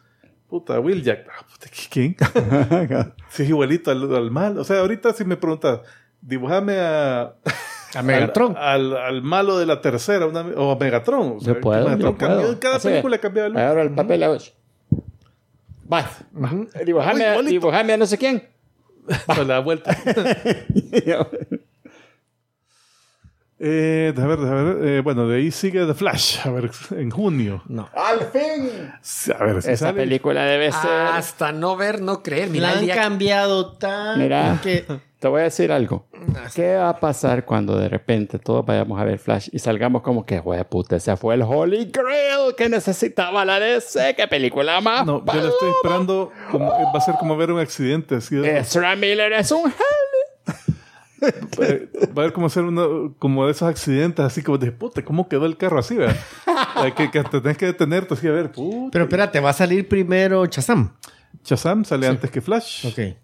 Puta, Will Jack. Ah, puta, ¿qu- ¿quién? Si es igualito al, al mal. O sea, ahorita si me preguntas, dibujame a. A Megatron. Al, al, al malo de la tercera, una- o a Megatron. O sea, puedo, yo Megatron cambió, puedo. en cada Así película es. cambiaba el Ahora el papel a Va. Dibujame, a- Uy, igualito. dibujame a no sé quién. a la vuelta. Eh, a ver, a ver. eh, bueno, de ahí sigue The Flash. A ver, en junio. No. ¡Al fin! A ver, si Esa sale- película debe Este- ser. hasta no ver, no creer. La Mira, el han día cambiado tan Mira. que Te voy a decir algo. Ah, ¿Qué va a pasar cuando de repente todos vayamos a ver Flash y salgamos como que, "Jue de puta, ese fue el Holy Grail que necesitaba la DC? ¿Qué película más? Ah, No, yo la estoy ¡Ah! esperando. como- eh, va a ser como ver un accidente. Así eh, de- Ezra Miller es un genio. eh, va a ver como ser uno, como de esos accidentes, así como de puta, ¿cómo quedó el carro así? ¿verdad? Eh, que, que te tenés que detenerte, así a ver. puta. Pero espérate, va a salir primero Chazam. Shazam sale antes que Flash. Ok.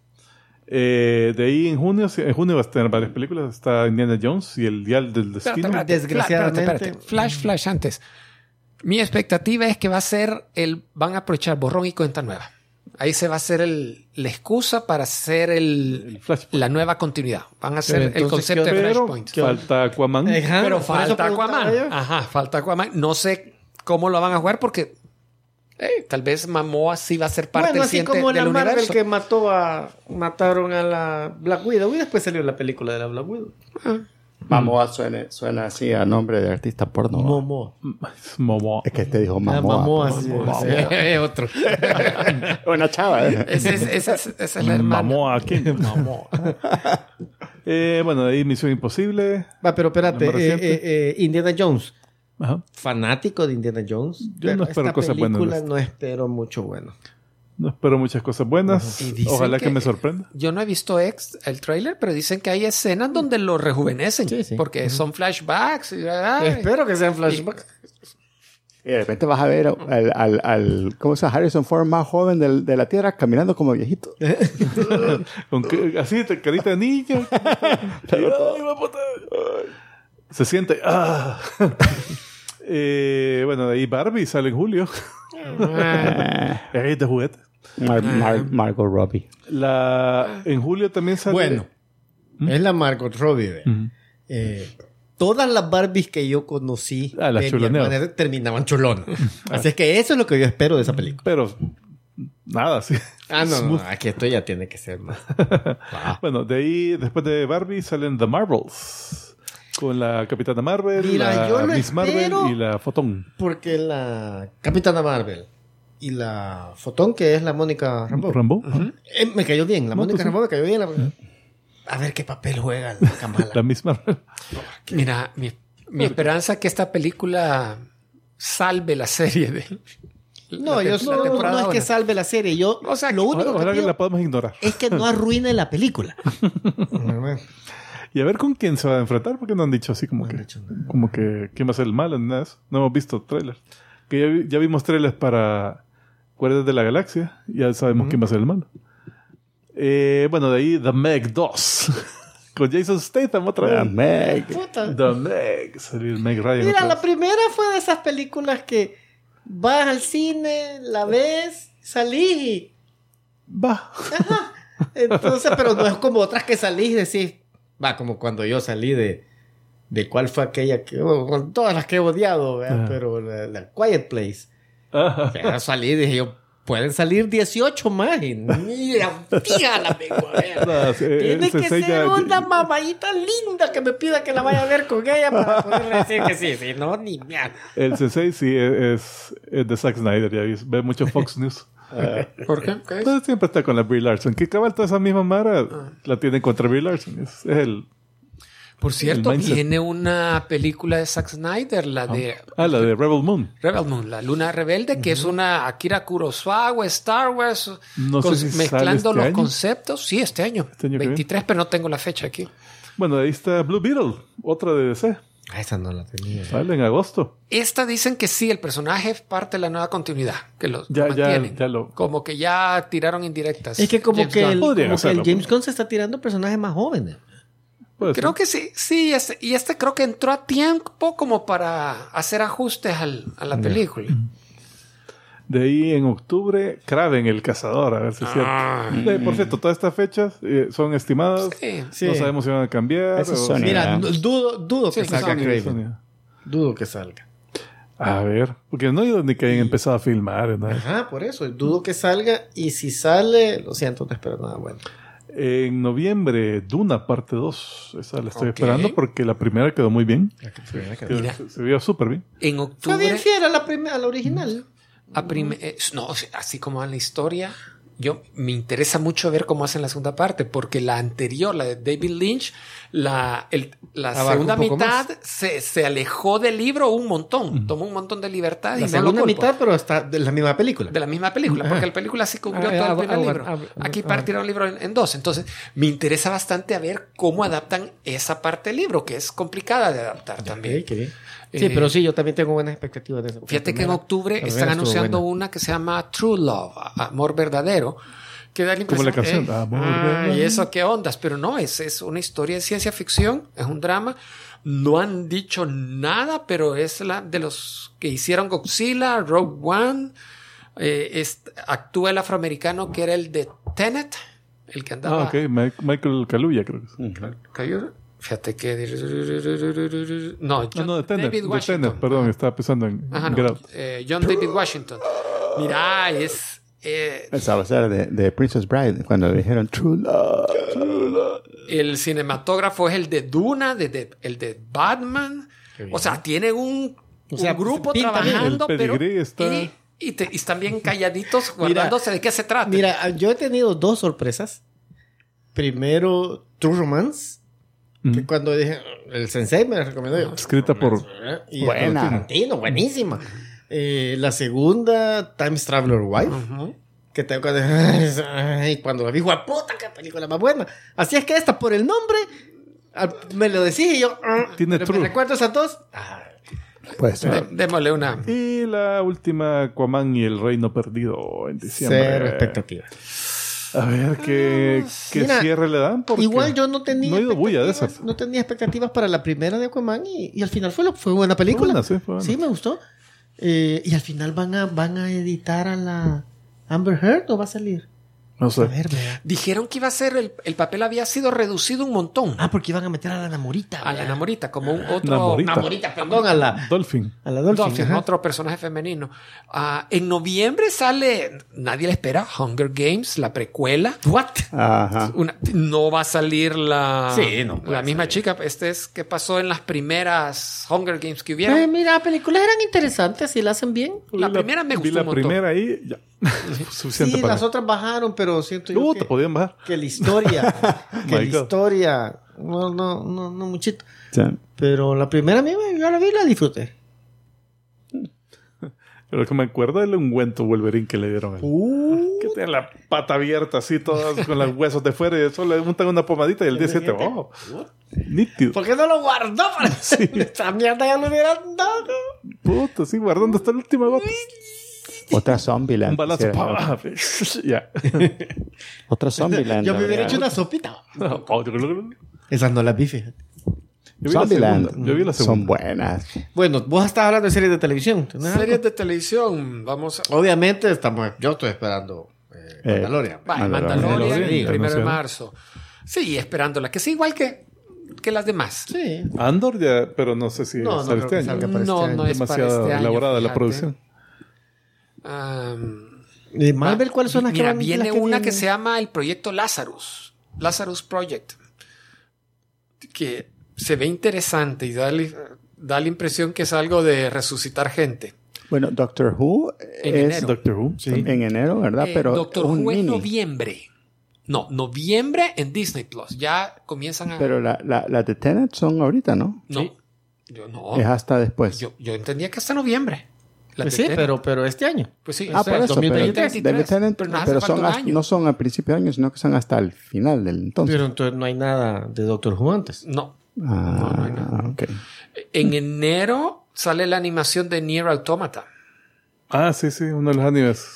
Eh, de ahí en junio, sí, en junio vas a tener varias películas. Está Indiana Jones y el Dial del Destino. Espérate, espérate, Desgraciadamente. espérate, espérate. Flash, flash antes. Mi expectativa es que va a ser el. Van a aprovechar borrón y cuenta nueva. Ahí se va a hacer el, la excusa para hacer el, Flashpoint. la nueva continuidad. Van a hacer el entonces, concepto ¿qué de otro? Pero Flashpoint. falta Aquaman. Ajá, Pero por eso falta preguntaba Aquaman. yo. Ajá, falta Aquaman. No sé cómo lo van a jugar porque eh, tal vez Mamoa sí va a ser parte bueno, del así siguiente como la del Marvel universo. que mató a mataron a la Black Widow y después salió la película de la Black Widow. Mamoa suena, suena así a nombre de artista porno. Momo. Es Momoa. Es que te Ah, dijo pues. La Mamoa. Momoa. sí, sí. Otro. Una chava, ¿eh? Ese es- esa es- esa es Mm, la hermana. Mamoa, ¿quién? Mamoa. Eh, bueno, de ahí Misión Imposible. Va, pero espérate, Más eh, reciente. eh, eh, Indiana Jones. Ajá. Fanático de Indiana Jones. Yo no espero cosas buenas de esto. No espero mucho bueno. No espero muchas cosas buenas. Y dicen Ojalá que, que- me sorprenda. Yo no he visto ex el trailer, pero dicen que hay escenas donde lo rejuvenecen. Sí, sí. Porque son flashbacks. y- ay. espero que sean flashbacks. Y de repente vas a ver al, al, al- ¿cómo se llama? Harrison Ford más joven del- de la Tierra caminando como viejito. Con que- así, te- carita de niño. Ay, guapota. Se siente. ah. Eh, bueno, de ahí Barbie sale en julio. Ah. Es de juguete. Ah, Mar- Mar- Margot Robbie. La, en julio también sale. Bueno, Mm. es la Margot Robbie. ve. Ujú. Eh, Todas las Barbies que yo conocí Ah, las de Mm. mi chuloneadas. hermana terminaban chulón. Así es que eso es lo que yo espero de esa película. Pero nada, sí. Ah, no, no, aquí esto ya tiene que ser más. Va. Bueno, de ahí, después de Barbie, salen The Marvels. Con la Capitana Marvel, Mira, yo la lo Miss Marvel espero. y la Fotón. porque la Capitana Marvel y la Fotón, que es la Mónica Rambeau. Rambo. Eh, me cayó bien, la No, Mónica pues sí. Rambeau me cayó bien. la- A ver qué papel juega la Kamala. La Miss Marvel. Mira, mi, mi esperanza es que esta película salve la serie de. No, yo no, no, no es que salve la serie. Yo O sea, lo único Ojalá que que pido la podamos ignorar. es que no arruine la película. Y a ver con quién se va a enfrentar, porque no han dicho así como que. Como que quién va a ser el malo, ni nada de eso. No hemos visto trailers. Que ya, vi- ya vimos trailers para Guardias de la Galaxia. Ya sabemos quién va a ser el malo. Eh, bueno, de ahí The Meg 2. con Jason Statham Ah, otra vez. Meg. Puta. The Meg. Salir Meg Ryan. Mira, otra la vez. primera fue de esas películas que vas al cine, la ves, salís y... Va. Entonces, pero no es como otras que salís y decís... Va, como cuando yo salí de. ¿De cuál fue aquella que... bueno, con todas las que he odiado, ¿verdad? Ajá. pero la, la Quiet Place. Ajá. Ya salí, dije yo, Pueden salir 18 más y mira, fija la vengo a ver. No, sí, eh, Tiene se que ser sella- una mamadita linda que me pida que la vaya a ver con ella para poderle decir que sí, si no, ni me hagas. El sensei sí e-, es, es de Zack Snyder, ya ves, ve mucho Fox News. ¿Por qué? ¿Qué es? Entonces siempre está Ah. con la Brie Larson. Que cabal toda esa misma mara la tiene contra Brie Larson. Es, es el Por cierto, mindset. viene una película de Zack Snyder, la de Ah, la de Rebel Moon. Rebel Moon, la luna rebelde, que es una Akira Kurosawa, Star Wars, No sé con- si sale mezclando este los año. conceptos. Sí, este año, Este año que 23, pero no tengo la fecha aquí. Bueno, ahí está Blue Beetle, otra de DC. Ah, esa no la tenía. Sale en agosto. Esta dicen que sí, el personaje es parte de la nueva continuidad, que los Ya, lo ya, mantienen. ya lo- Como que ya tiraron indirectas. Es que como James que, Gunn. el, como Podrían que el hacerlo, James pues. Gunn se está tirando personajes más jóvenes. Puede Creo ser. que sí, sí, este- y este creo que entró a tiempo como para hacer ajustes al- a la película. De ahí en octubre, Kraven, el cazador, a ver si es cierto. Ah. Eh, por cierto, todas estas fechas eh, son estimadas. Ah, Sí. No sabemos si van a cambiar. Ese es o- Sony. Mira, Ah. du- dudo, dudo Sí, que sí, salga sí. Craven. Sony. Dudo que salga. A ver, porque no hay donde que hayan empezado a filmar. ¿no? Ajá, por eso. Dudo que salga. Y si sale, lo siento, no espero nada bueno. En noviembre, Duna parte 2. Esa la estoy Ok. esperando porque la primera quedó muy bien. Quedó- Mira. se, se vio súper bien. En Fue bien octubre, fiel a la, prim- a la original. a prim- eh, no, así como en la historia, yo me interesa mucho ver cómo hacen la segunda parte, porque la anterior, la de David Lynch, la, el- la Abarca segunda un poco mitad se, se alejó del libro un montón, tomó un montón de libertad y no La lo segunda culpo. mitad, pero está de la misma película. de la misma película, porque la película sí cubrió Ah, todo ah, el primer ah, libro. bueno, ah, Aquí ah, partieron el libro en, en dos. Entonces, me interesa bastante a ver cómo adaptan esa parte del libro, que es complicada de adaptar también. Sí, Eh, pero sí, yo también tengo buenas expectativas de eso. Fíjate que en no octubre primera están estuvo anunciando buena. una que se llama True Love, Amor Verdadero, que da la Como impresión la canción. eh, Amor ah, y verdadero. eso qué ondas, pero no, es, es una historia de ciencia ficción, es un drama. No han dicho nada, pero es la de los que hicieron Godzilla, Rogue One. eh, es- actúa el afroamericano que era el de Tenet, el que andaba. Ah, ok. Ma- Michael Kaluuya, creo que es. Mm. cayó. Fíjate que. No, Ah, John- no, de Tenet. David De Washington. Tenet, perdón, estaba pensando en Ajá, no. Get Out. Eh, John David Washington. Mira, es. eh, Esa va a ser de, de Princess Bride, cuando dijeron True Love. True Love. el cinematógrafo es el de Duna, de, de- el de Batman. O sea, tiene un, un sea, grupo pinta bien. trabajando, El pero. pedigrí está- Y, y te- y están bien calladitos guardándose de qué se trata. Mira, yo he tenido dos sorpresas. Primero, True Romance. Que cuando dije, el sensei me la recomendó yo. Escrita por. ¿verdad? Y Buena. es Tarantino, buenísima. Eh, la segunda, Times Traveler Wife. Que te cuando, ay, cuando la vi, "Jua puta, qué película más buena. Así es que esta, por el nombre, al- me lo decís y yo. ah, Tiene pero True. ¿Me recuerdas a dos? Ah, Pues De- démosle una. Y la última, Aquaman y el Reino Perdido en diciembre. cero expectativas. A ver qué, Ah, qué Mira, cierre le dan. porque Igual yo no tenía. No ha ido bulla de expectativas- esas. No tenía expectativas para la primera de Aquaman y, y al final fue, lo- fue buena película. Buena, sí, fue buena. me gustó. Eh, y al final van a, van a editar a la Amber Heard o va a salir. No A sé. ver, vea. Dijeron que iba a ser. El, el papel había sido reducido un montón. Ah, porque iban a meter a la Namorita. A la vea. Namorita, como un otro. Ah, Namorita. Namorita, perdón, a la, Dolphin. a la Dolphin. Dolphin, ajá. otro personaje femenino. Ah, en noviembre sale, nadie la espera, Hunger Games, la precuela. What? Ajá. no va a salir la, Sí, no puede la misma chica. Este es que pasó en las primeras Hunger Games que hubieron. Ay, Eh, mira, películas eran interesantes y la hacen bien. La primera Vi me gustó la un montón. primera ahí, ya. Sí, Suficiente para. las mí. otras bajaron, pero siento yo Uh, que, te podían bajar. que la historia, que la My God. historia, no, no, no, no muchito. Sí. Pero la primera misma yo la vi y la disfruté. Pero que me acuerdo del ungüento Wolverine que le dieron a él. que tiene la pata abierta así, todas con los huesos de fuera y solo le untan una pomadita y el día siguiente, oh, nítido. ¿Por qué no lo guardó para Esta mierda ya lo hubieran dado. Puta, sí, guardando hasta el último gota. Otra Zombieland. Un balazo. quisiera yo. pa, ya. Otra Zombieland. Yo me hubiera Adrián. hecho una sopita. Yo Esas no las vi, fíjate. vi la segunda. Zombieland. Yo vi la Son segunda. buenas. Bueno, vos estás hablando de series de televisión. ¿no? Series de televisión, vamos a... Obviamente estamos, yo estoy esperando eh, Eh, Mandalorian. Va, Mandalorian. Mandalorian, Mandalorian, el primero de anunciado. marzo. Sí, esperándola, que es igual que, que las demás. Sí. Andor ya, pero no sé si No, no sale creo este que año. salga. para No, este no año. es para Demasiado este año. elaborada la fíjate. producción. Ah, ¿De Marvel cuáles son las mira, que van? viene las que una que vienen? se llama el proyecto Lazarus, Lazarus Project, que se ve interesante y da, la- da la impresión que es algo de resucitar gente. Bueno, Doctor Who En es enero. Doctor Who. en enero, ¿verdad? Eh, Pero Doctor un Who en mini. noviembre. No, noviembre en Disney Plus. Ya comienzan a. Pero las la, las de Tenet son ahorita, ¿no? no. Yo no. Es hasta después. Oh. Yo, yo entendía que hasta noviembre. La Pues sí, tetera. pero, pero este año. Pues sí, ah, o sea, por eso, pero, 2023, de Tenet, pero nos hace pero falta son un hasta- año. no son al principio de año, sino que son hasta el final del entonces. Pero entonces no hay nada de Doctor Who antes. No. ah, no hay nada. ok. En enero sale la animación de Nier Automata. Ah, sí, sí, uno de los animes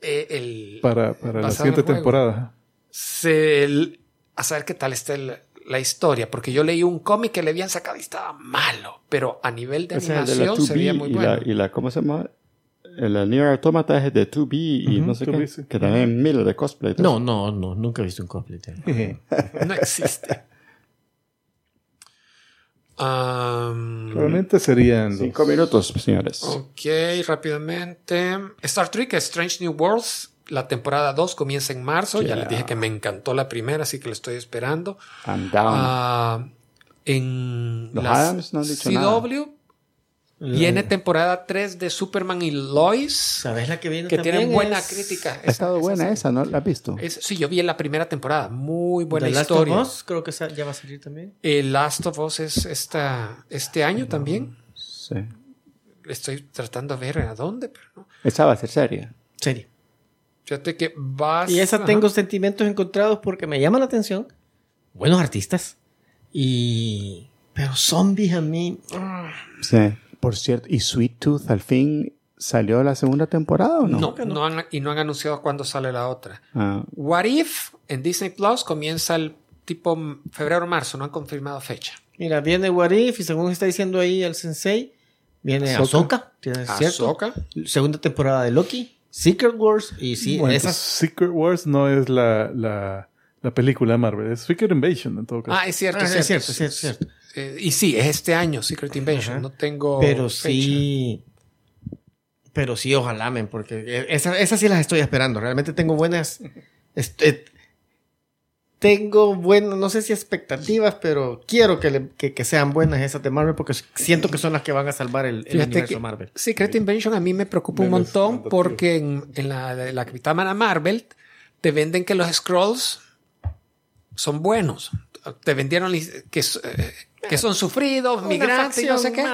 Eh, el, para, para la Basado siguiente en juego. temporada. se- el- a saber qué tal está el- la historia, porque yo leí un cómic que le habían sacado y estaba malo, pero a nivel de Ese es el de la animación se veía 2B muy y, bueno. la, y la, ¿cómo se llama? El Nier Automata es de 2B y Ujú, no sé 2B, qué, sí. que también miles de cosplay. No, no, no, nunca he visto un este complete. No existe. Am, Realmente serían los- Cinco minutos, señores. ok, rápidamente. Star Trek Strange New Worlds. La temporada 2 comienza en marzo. Ya les dije que me encantó la primera, así que la estoy esperando. I'm down. Ah, en Los las Adams no han dicho CW nada. Eh. viene temporada 3 de Superman y Lois, ¿Sabes la que viene que también? tienen buena Es crítica. ha estado buena ¿eh? esa, ¿no? ¿La has visto? Es- sí, yo vi en la primera temporada. Muy buena The Last of historia. Us, creo que sa- ya va a salir también. El Last of Us es esta, este año también. Sí. Estoy tratando de ver a dónde, pero no. Esa va a ser seria. Serie. Fíjate que vas. Y esa ajá. tengo sentimientos encontrados porque me llama la atención. Buenos artistas. Y. Pero zombies a mí. ah, Sí. Por cierto, ¿y Sweet Tooth al fin salió la segunda temporada o no? No, no han- y no han anunciado cuándo sale la otra. Ah, What If en Disney Plus comienza el tipo febrero-marzo. No han confirmado fecha. Mira, viene Warif y según está diciendo ahí el sensei, viene Ahsoka. Ahsoka. ¿tienes cierto? Ahsoka. Segunda temporada de Loki. Secret Wars. Y sí, Bueno, pues, esas. Secret Wars no es la, la, la película de Marvel, es Secret Invasion en todo caso. Ah, es cierto, Ah, es es cierto, cierto. es cierto, es cierto. Eh, y sí, es este año, Secret Invasion. Ajá. No tengo. Pero fecha. sí. Pero sí, ojalá, men, porque e- esa- esas sí las estoy esperando. Realmente tengo buenas. este, tengo buenas, no sé si expectativas, pero quiero que, le- que, que sean buenas esas de Marvel porque siento que son las que van a salvar el, el Fíjate universo que- Marvel. Secret Invasion a mí me preocupa un Menos montón fantástico. porque en, en la, de la Capitana Marvel te venden que los Scrolls son buenos. Te vendieron li- que, s- eh, que son sufridos, migrantes y no sé qué.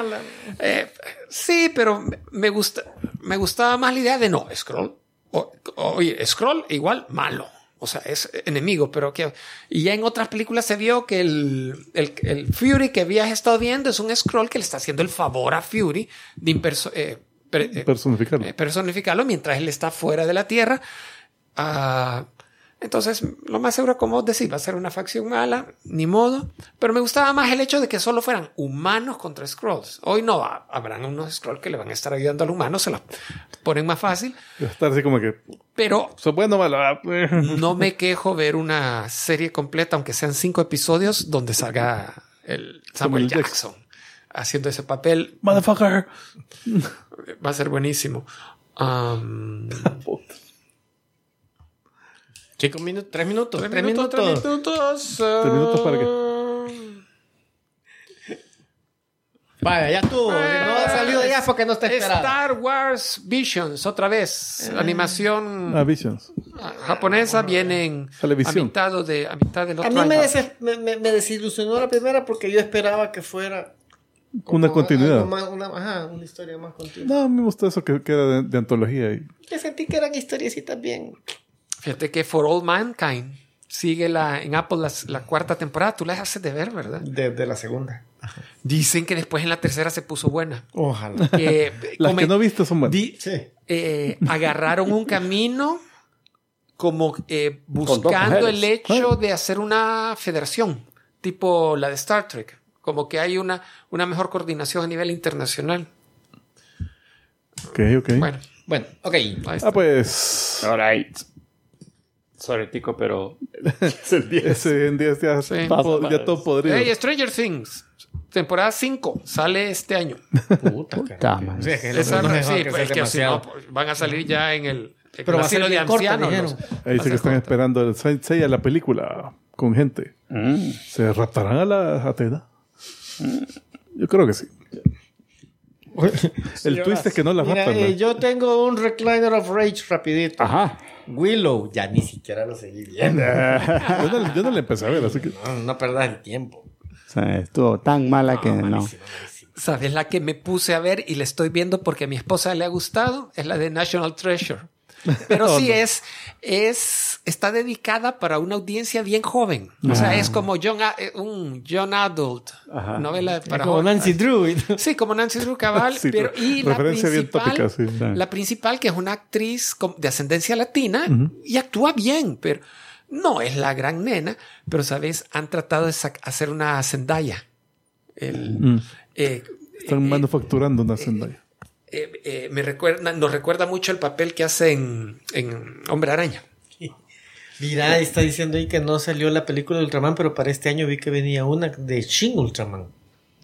Eh, sí, pero me- me, gusta, me gustaba más la idea de no, Scroll. O- oye, Scroll igual malo. O sea, es enemigo, pero que. Y ya en otras películas se vio que el, el, el Fury que habías estado viendo es un Scroll que le está haciendo el favor a Fury de imperso- eh, per- eh, Personificarlo. eh, personificarlo mientras él está fuera de la Tierra. Ah, entonces, lo más seguro, como vos decís, va a ser una facción mala, ni modo. Pero me gustaba más el hecho de que solo fueran humanos contra Scrolls. Hoy no, ha- habrán unos Scrolls que le van a estar ayudando al humano, se los ponen más fácil. Estar así como que, Pero son bueno o malo. Ah, eh. no me quejo ver una serie completa, aunque sean cinco episodios, donde salga el Samuel Samuel Jackson haciendo ese papel. Motherfucker. Va a ser buenísimo. Am, Cinco minutos, tres minutos, tres, Tres minutos, minutos. tres minutos. ¿Tres minutos para qué? Vaya, ya estuvo. no ha salido ya porque no Ah, está esperado. Eh. Star Wars Visions, otra vez. La animación Ah, Visions. japonesa viene en Televisión. a mitad, de, a mitad del Ah, A otro mí me, año. des- me- me- me desilusionó la primera porque yo esperaba que fuera Una como continuidad. algo más- una, ajá, una historia más continua. No, me gustó eso que, que era de, de antología. Y, Eh, Que sentí que eran historiecitas bien. Fíjate que For All Mankind sigue la, en Apple la, la cuarta temporada. Tú la dejaste de ver, ¿verdad? Desde la segunda. Dicen que después en la tercera se puso buena. Ojalá. Que, las come- que no viste son buenas. di- Sí. eh, agarraron un camino como eh, dos buscando mujeres. el hecho de hacer una federación, tipo la de Star Trek, como que hay una, una mejor coordinación a nivel internacional. Ok, ok. Bueno, este. Bueno, ok. ahí está. ah, pues. Alright. Sorry, tico, pero. es el 10. Ese en 10 ya, Sí. po- Pasa, ya todo podrido. Hey, Stranger Things, temporada 5, sale este año. Puta, Puta madre. Sí, es que Esa- no- no es sí, mejor que pues, sea es que si demasiado. no, pues, van a salir ya en el, en Pero el va a ser asilo de bien corta, ancianos. dijeron. Ahí dice Pasa que están corta. esperando el Sensei a la película con gente. Mm. ¿Se raptarán a la Atena? Yo creo que sí. El twist es que no la Mira, matan. eh, ¿no? yo tengo un Recliner of Rage rapidito. Ajá. Willow, ya ni siquiera lo seguí viendo. Yo no, yo no la empecé a ver, así que. No, no perdas el tiempo. O sea, estuvo tan mala Ah, que no. Malísimo, malísimo. ¿Sabes la que me puse a ver y la estoy viendo porque a mi esposa le ha gustado? Es la de National Treasure. Pero Oh, sí es, es, está dedicada para una audiencia bien joven. O Ah. sea, es como John, a- eh, un John Adult, novela para Como jóvenes. Nancy Drew. y- Sí, como Nancy Drew Cabal, Sí, pero y la referencia principal, bien tópica, sí. la principal que es una actriz com- de ascendencia latina y actúa bien, pero no es la gran nena, pero sabes, han tratado de sac- hacer una Zendaya. El, Mm. eh, Están eh, manufacturando una Zendaya. eh, eh, me recuerda, nos recuerda mucho el papel que hace en, en Hombre Araña. Mira, está diciendo ahí que no salió la película de Ultraman, pero para este año vi que venía una de Shin Ultraman.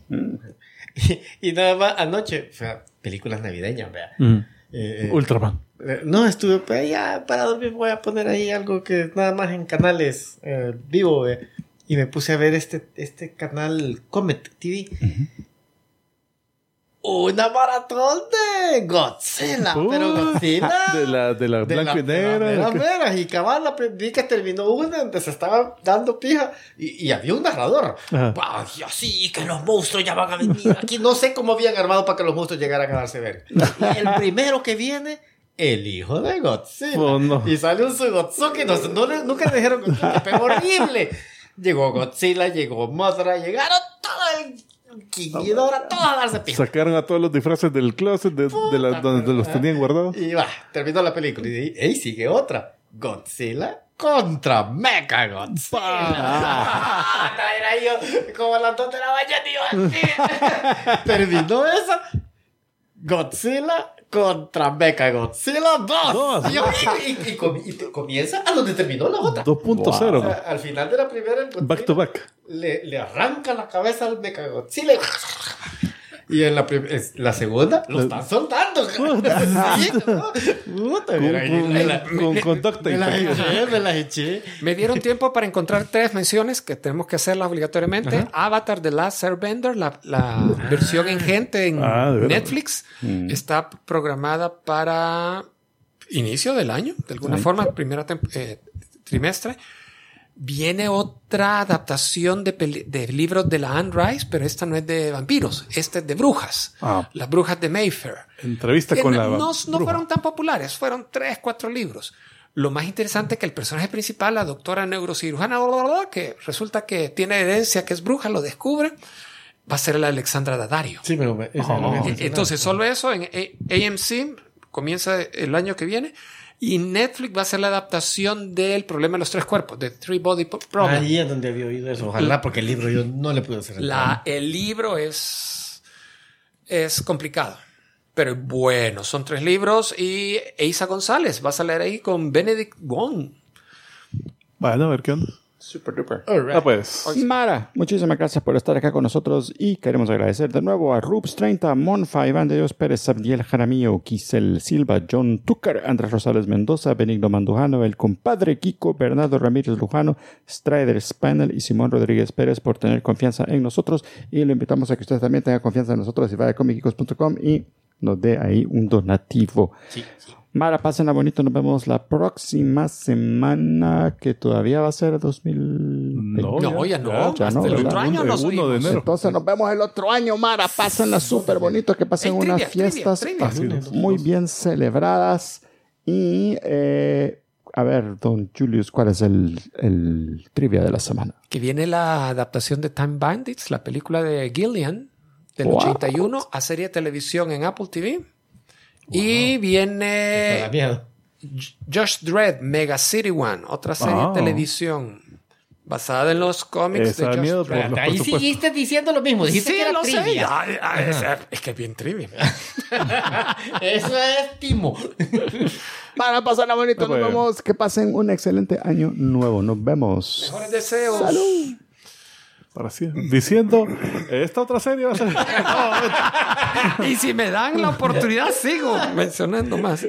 Mm. Y, y nada más anoche, o sea, películas navideñas, vea. Eh, eh, Mm. Ultraman. eh, no, estuve, pues, ya para dormir voy a poner ahí algo que nada más en canales eh, vivo, vea. Y me puse a ver este, este canal Comet TV. Una maratón de Godzilla, pero Uh, Godzilla De la, de la de blanco la- y de negra. las veras, y cabal, la pri- vi que terminó una, antes se estaba dando pija, y, y había un narrador. Ajá. Guau, y así que los monstruos ya van a venir. Aquí no sé cómo habían armado para que los monstruos llegaran a darse ver. Y el primero que viene, el hijo de Godzilla. Oh, no. Y sale un Sugotsuki, no, no le- nunca le dijeron Gotsuki, pero horrible. Llegó Godzilla, llegó Mothra, llegaron todo el Kingidora, todos a darse pija. Sacaron a todos los disfraces del closet de, de la- donde los tenían guardados. Y va, terminó la película. Y de ahí ey, sigue otra. Godzilla contra Mecha Godzilla. Ah, no, era yo como a las dos de la mañana digo así. terminó esa. Godzilla contra Mecha Godzilla 2. Dos. Y, yo, y- y- y com- y te- comienza a donde terminó la otra. 2.0. O sea, al final de la primera Godzilla Back to back. Le, le arranca la cabeza al Mecha Godzilla. y- Y en la, prim- es- la segunda lo están soltando. Sí, ¿no? Puta, Con, mira, ahí con, la- con- con duct tape. me las eché, me las eché. Me dieron tiempo para encontrar tres menciones que tenemos que hacerlas obligatoriamente. Avatar The Last Airbender, la, la versión en gente en Ah, de Mm. veras. Netflix, está programada para inicio del año, de alguna forma, primera tem- eh, trimestre. Viene otra adaptación de, peli- de libros de la Anne Rice, pero esta no es de vampiros, esta es de brujas. Ah. Las brujas de Mayfair. Entrevista Este Que con Eh, no, la. no, no bruja. fueron tan populares, fueron tres, cuatro libros. Lo más interesante es que el personaje principal, la doctora neurocirujana, bla, bla, bla, que resulta que tiene herencia, que es bruja, lo descubre, va a ser la Alexandra Daddario. Sí, pero me- Oh, esa no me Eh, funcionó. Entonces, solo eso en eh, A- AMC comienza el año que viene y Netflix va a hacer la adaptación del problema de los tres cuerpos, de Three Body Po- Problem. ahí es donde había oído eso. Ojalá, porque el libro yo no le pude hacer el La- el libro es, es complicado, pero bueno, son tres libros y Eiza González vas a leer ahí con Benedict Wong. Bueno, a ver qué onda. Super duper. Ah, pues. Mara, muchísimas gracias por estar acá con nosotros y queremos agradecer de nuevo a Rubs30, Monfa, Iván de Dios Pérez, Sabdiel Jaramillo, Quisel Silva, John Tucker, Andrés Rosales Mendoza, Benigno Mandujano, el compadre Kiko, Bernardo Ramírez Lujano, Strider Spinal y Simón Rodríguez Pérez por tener confianza en nosotros y lo invitamos a que usted también tenga confianza en nosotros y vaya a comicicos.com y nos dé ahí un donativo. Mara, pásenla bonito. Nos vemos la próxima semana, que todavía va a ser 2020. No, No, ya no, ya hasta no, el ¿verdad? otro año El nos 1 de oímos. enero. Entonces nos vemos el otro año, Mara. Pásenla súper bonito, que pasen Ey, unas trivia, trivia, fiestas trivia. así, Lunes, muy bien celebradas. Y, eh, a ver, don Julius, ¿cuál es el, el trivia de la semana? Que viene la adaptación de Time Bandits, la película de Gillian del Wow. 81 a serie de televisión en Apple TV. Y Me da viene miedo. J- Josh Dredd, Mega City One, otra serie Ah. de televisión basada en los cómics Esa de da Josh miedo por Dredd. los Ahí presupuestos. seguiste diciendo lo mismo. Dijiste Sí, que era lo sé. trivia. Ay, ay, es, es que es bien trivia. Eso es Timo. Para pasarla bonito, nos Bueno. vemos. Que pasen un excelente año nuevo. Nos vemos. Mejores deseos. Para siempre. Diciendo, esta otra serie va a ser. Y si me dan la oportunidad, sigo mencionando más.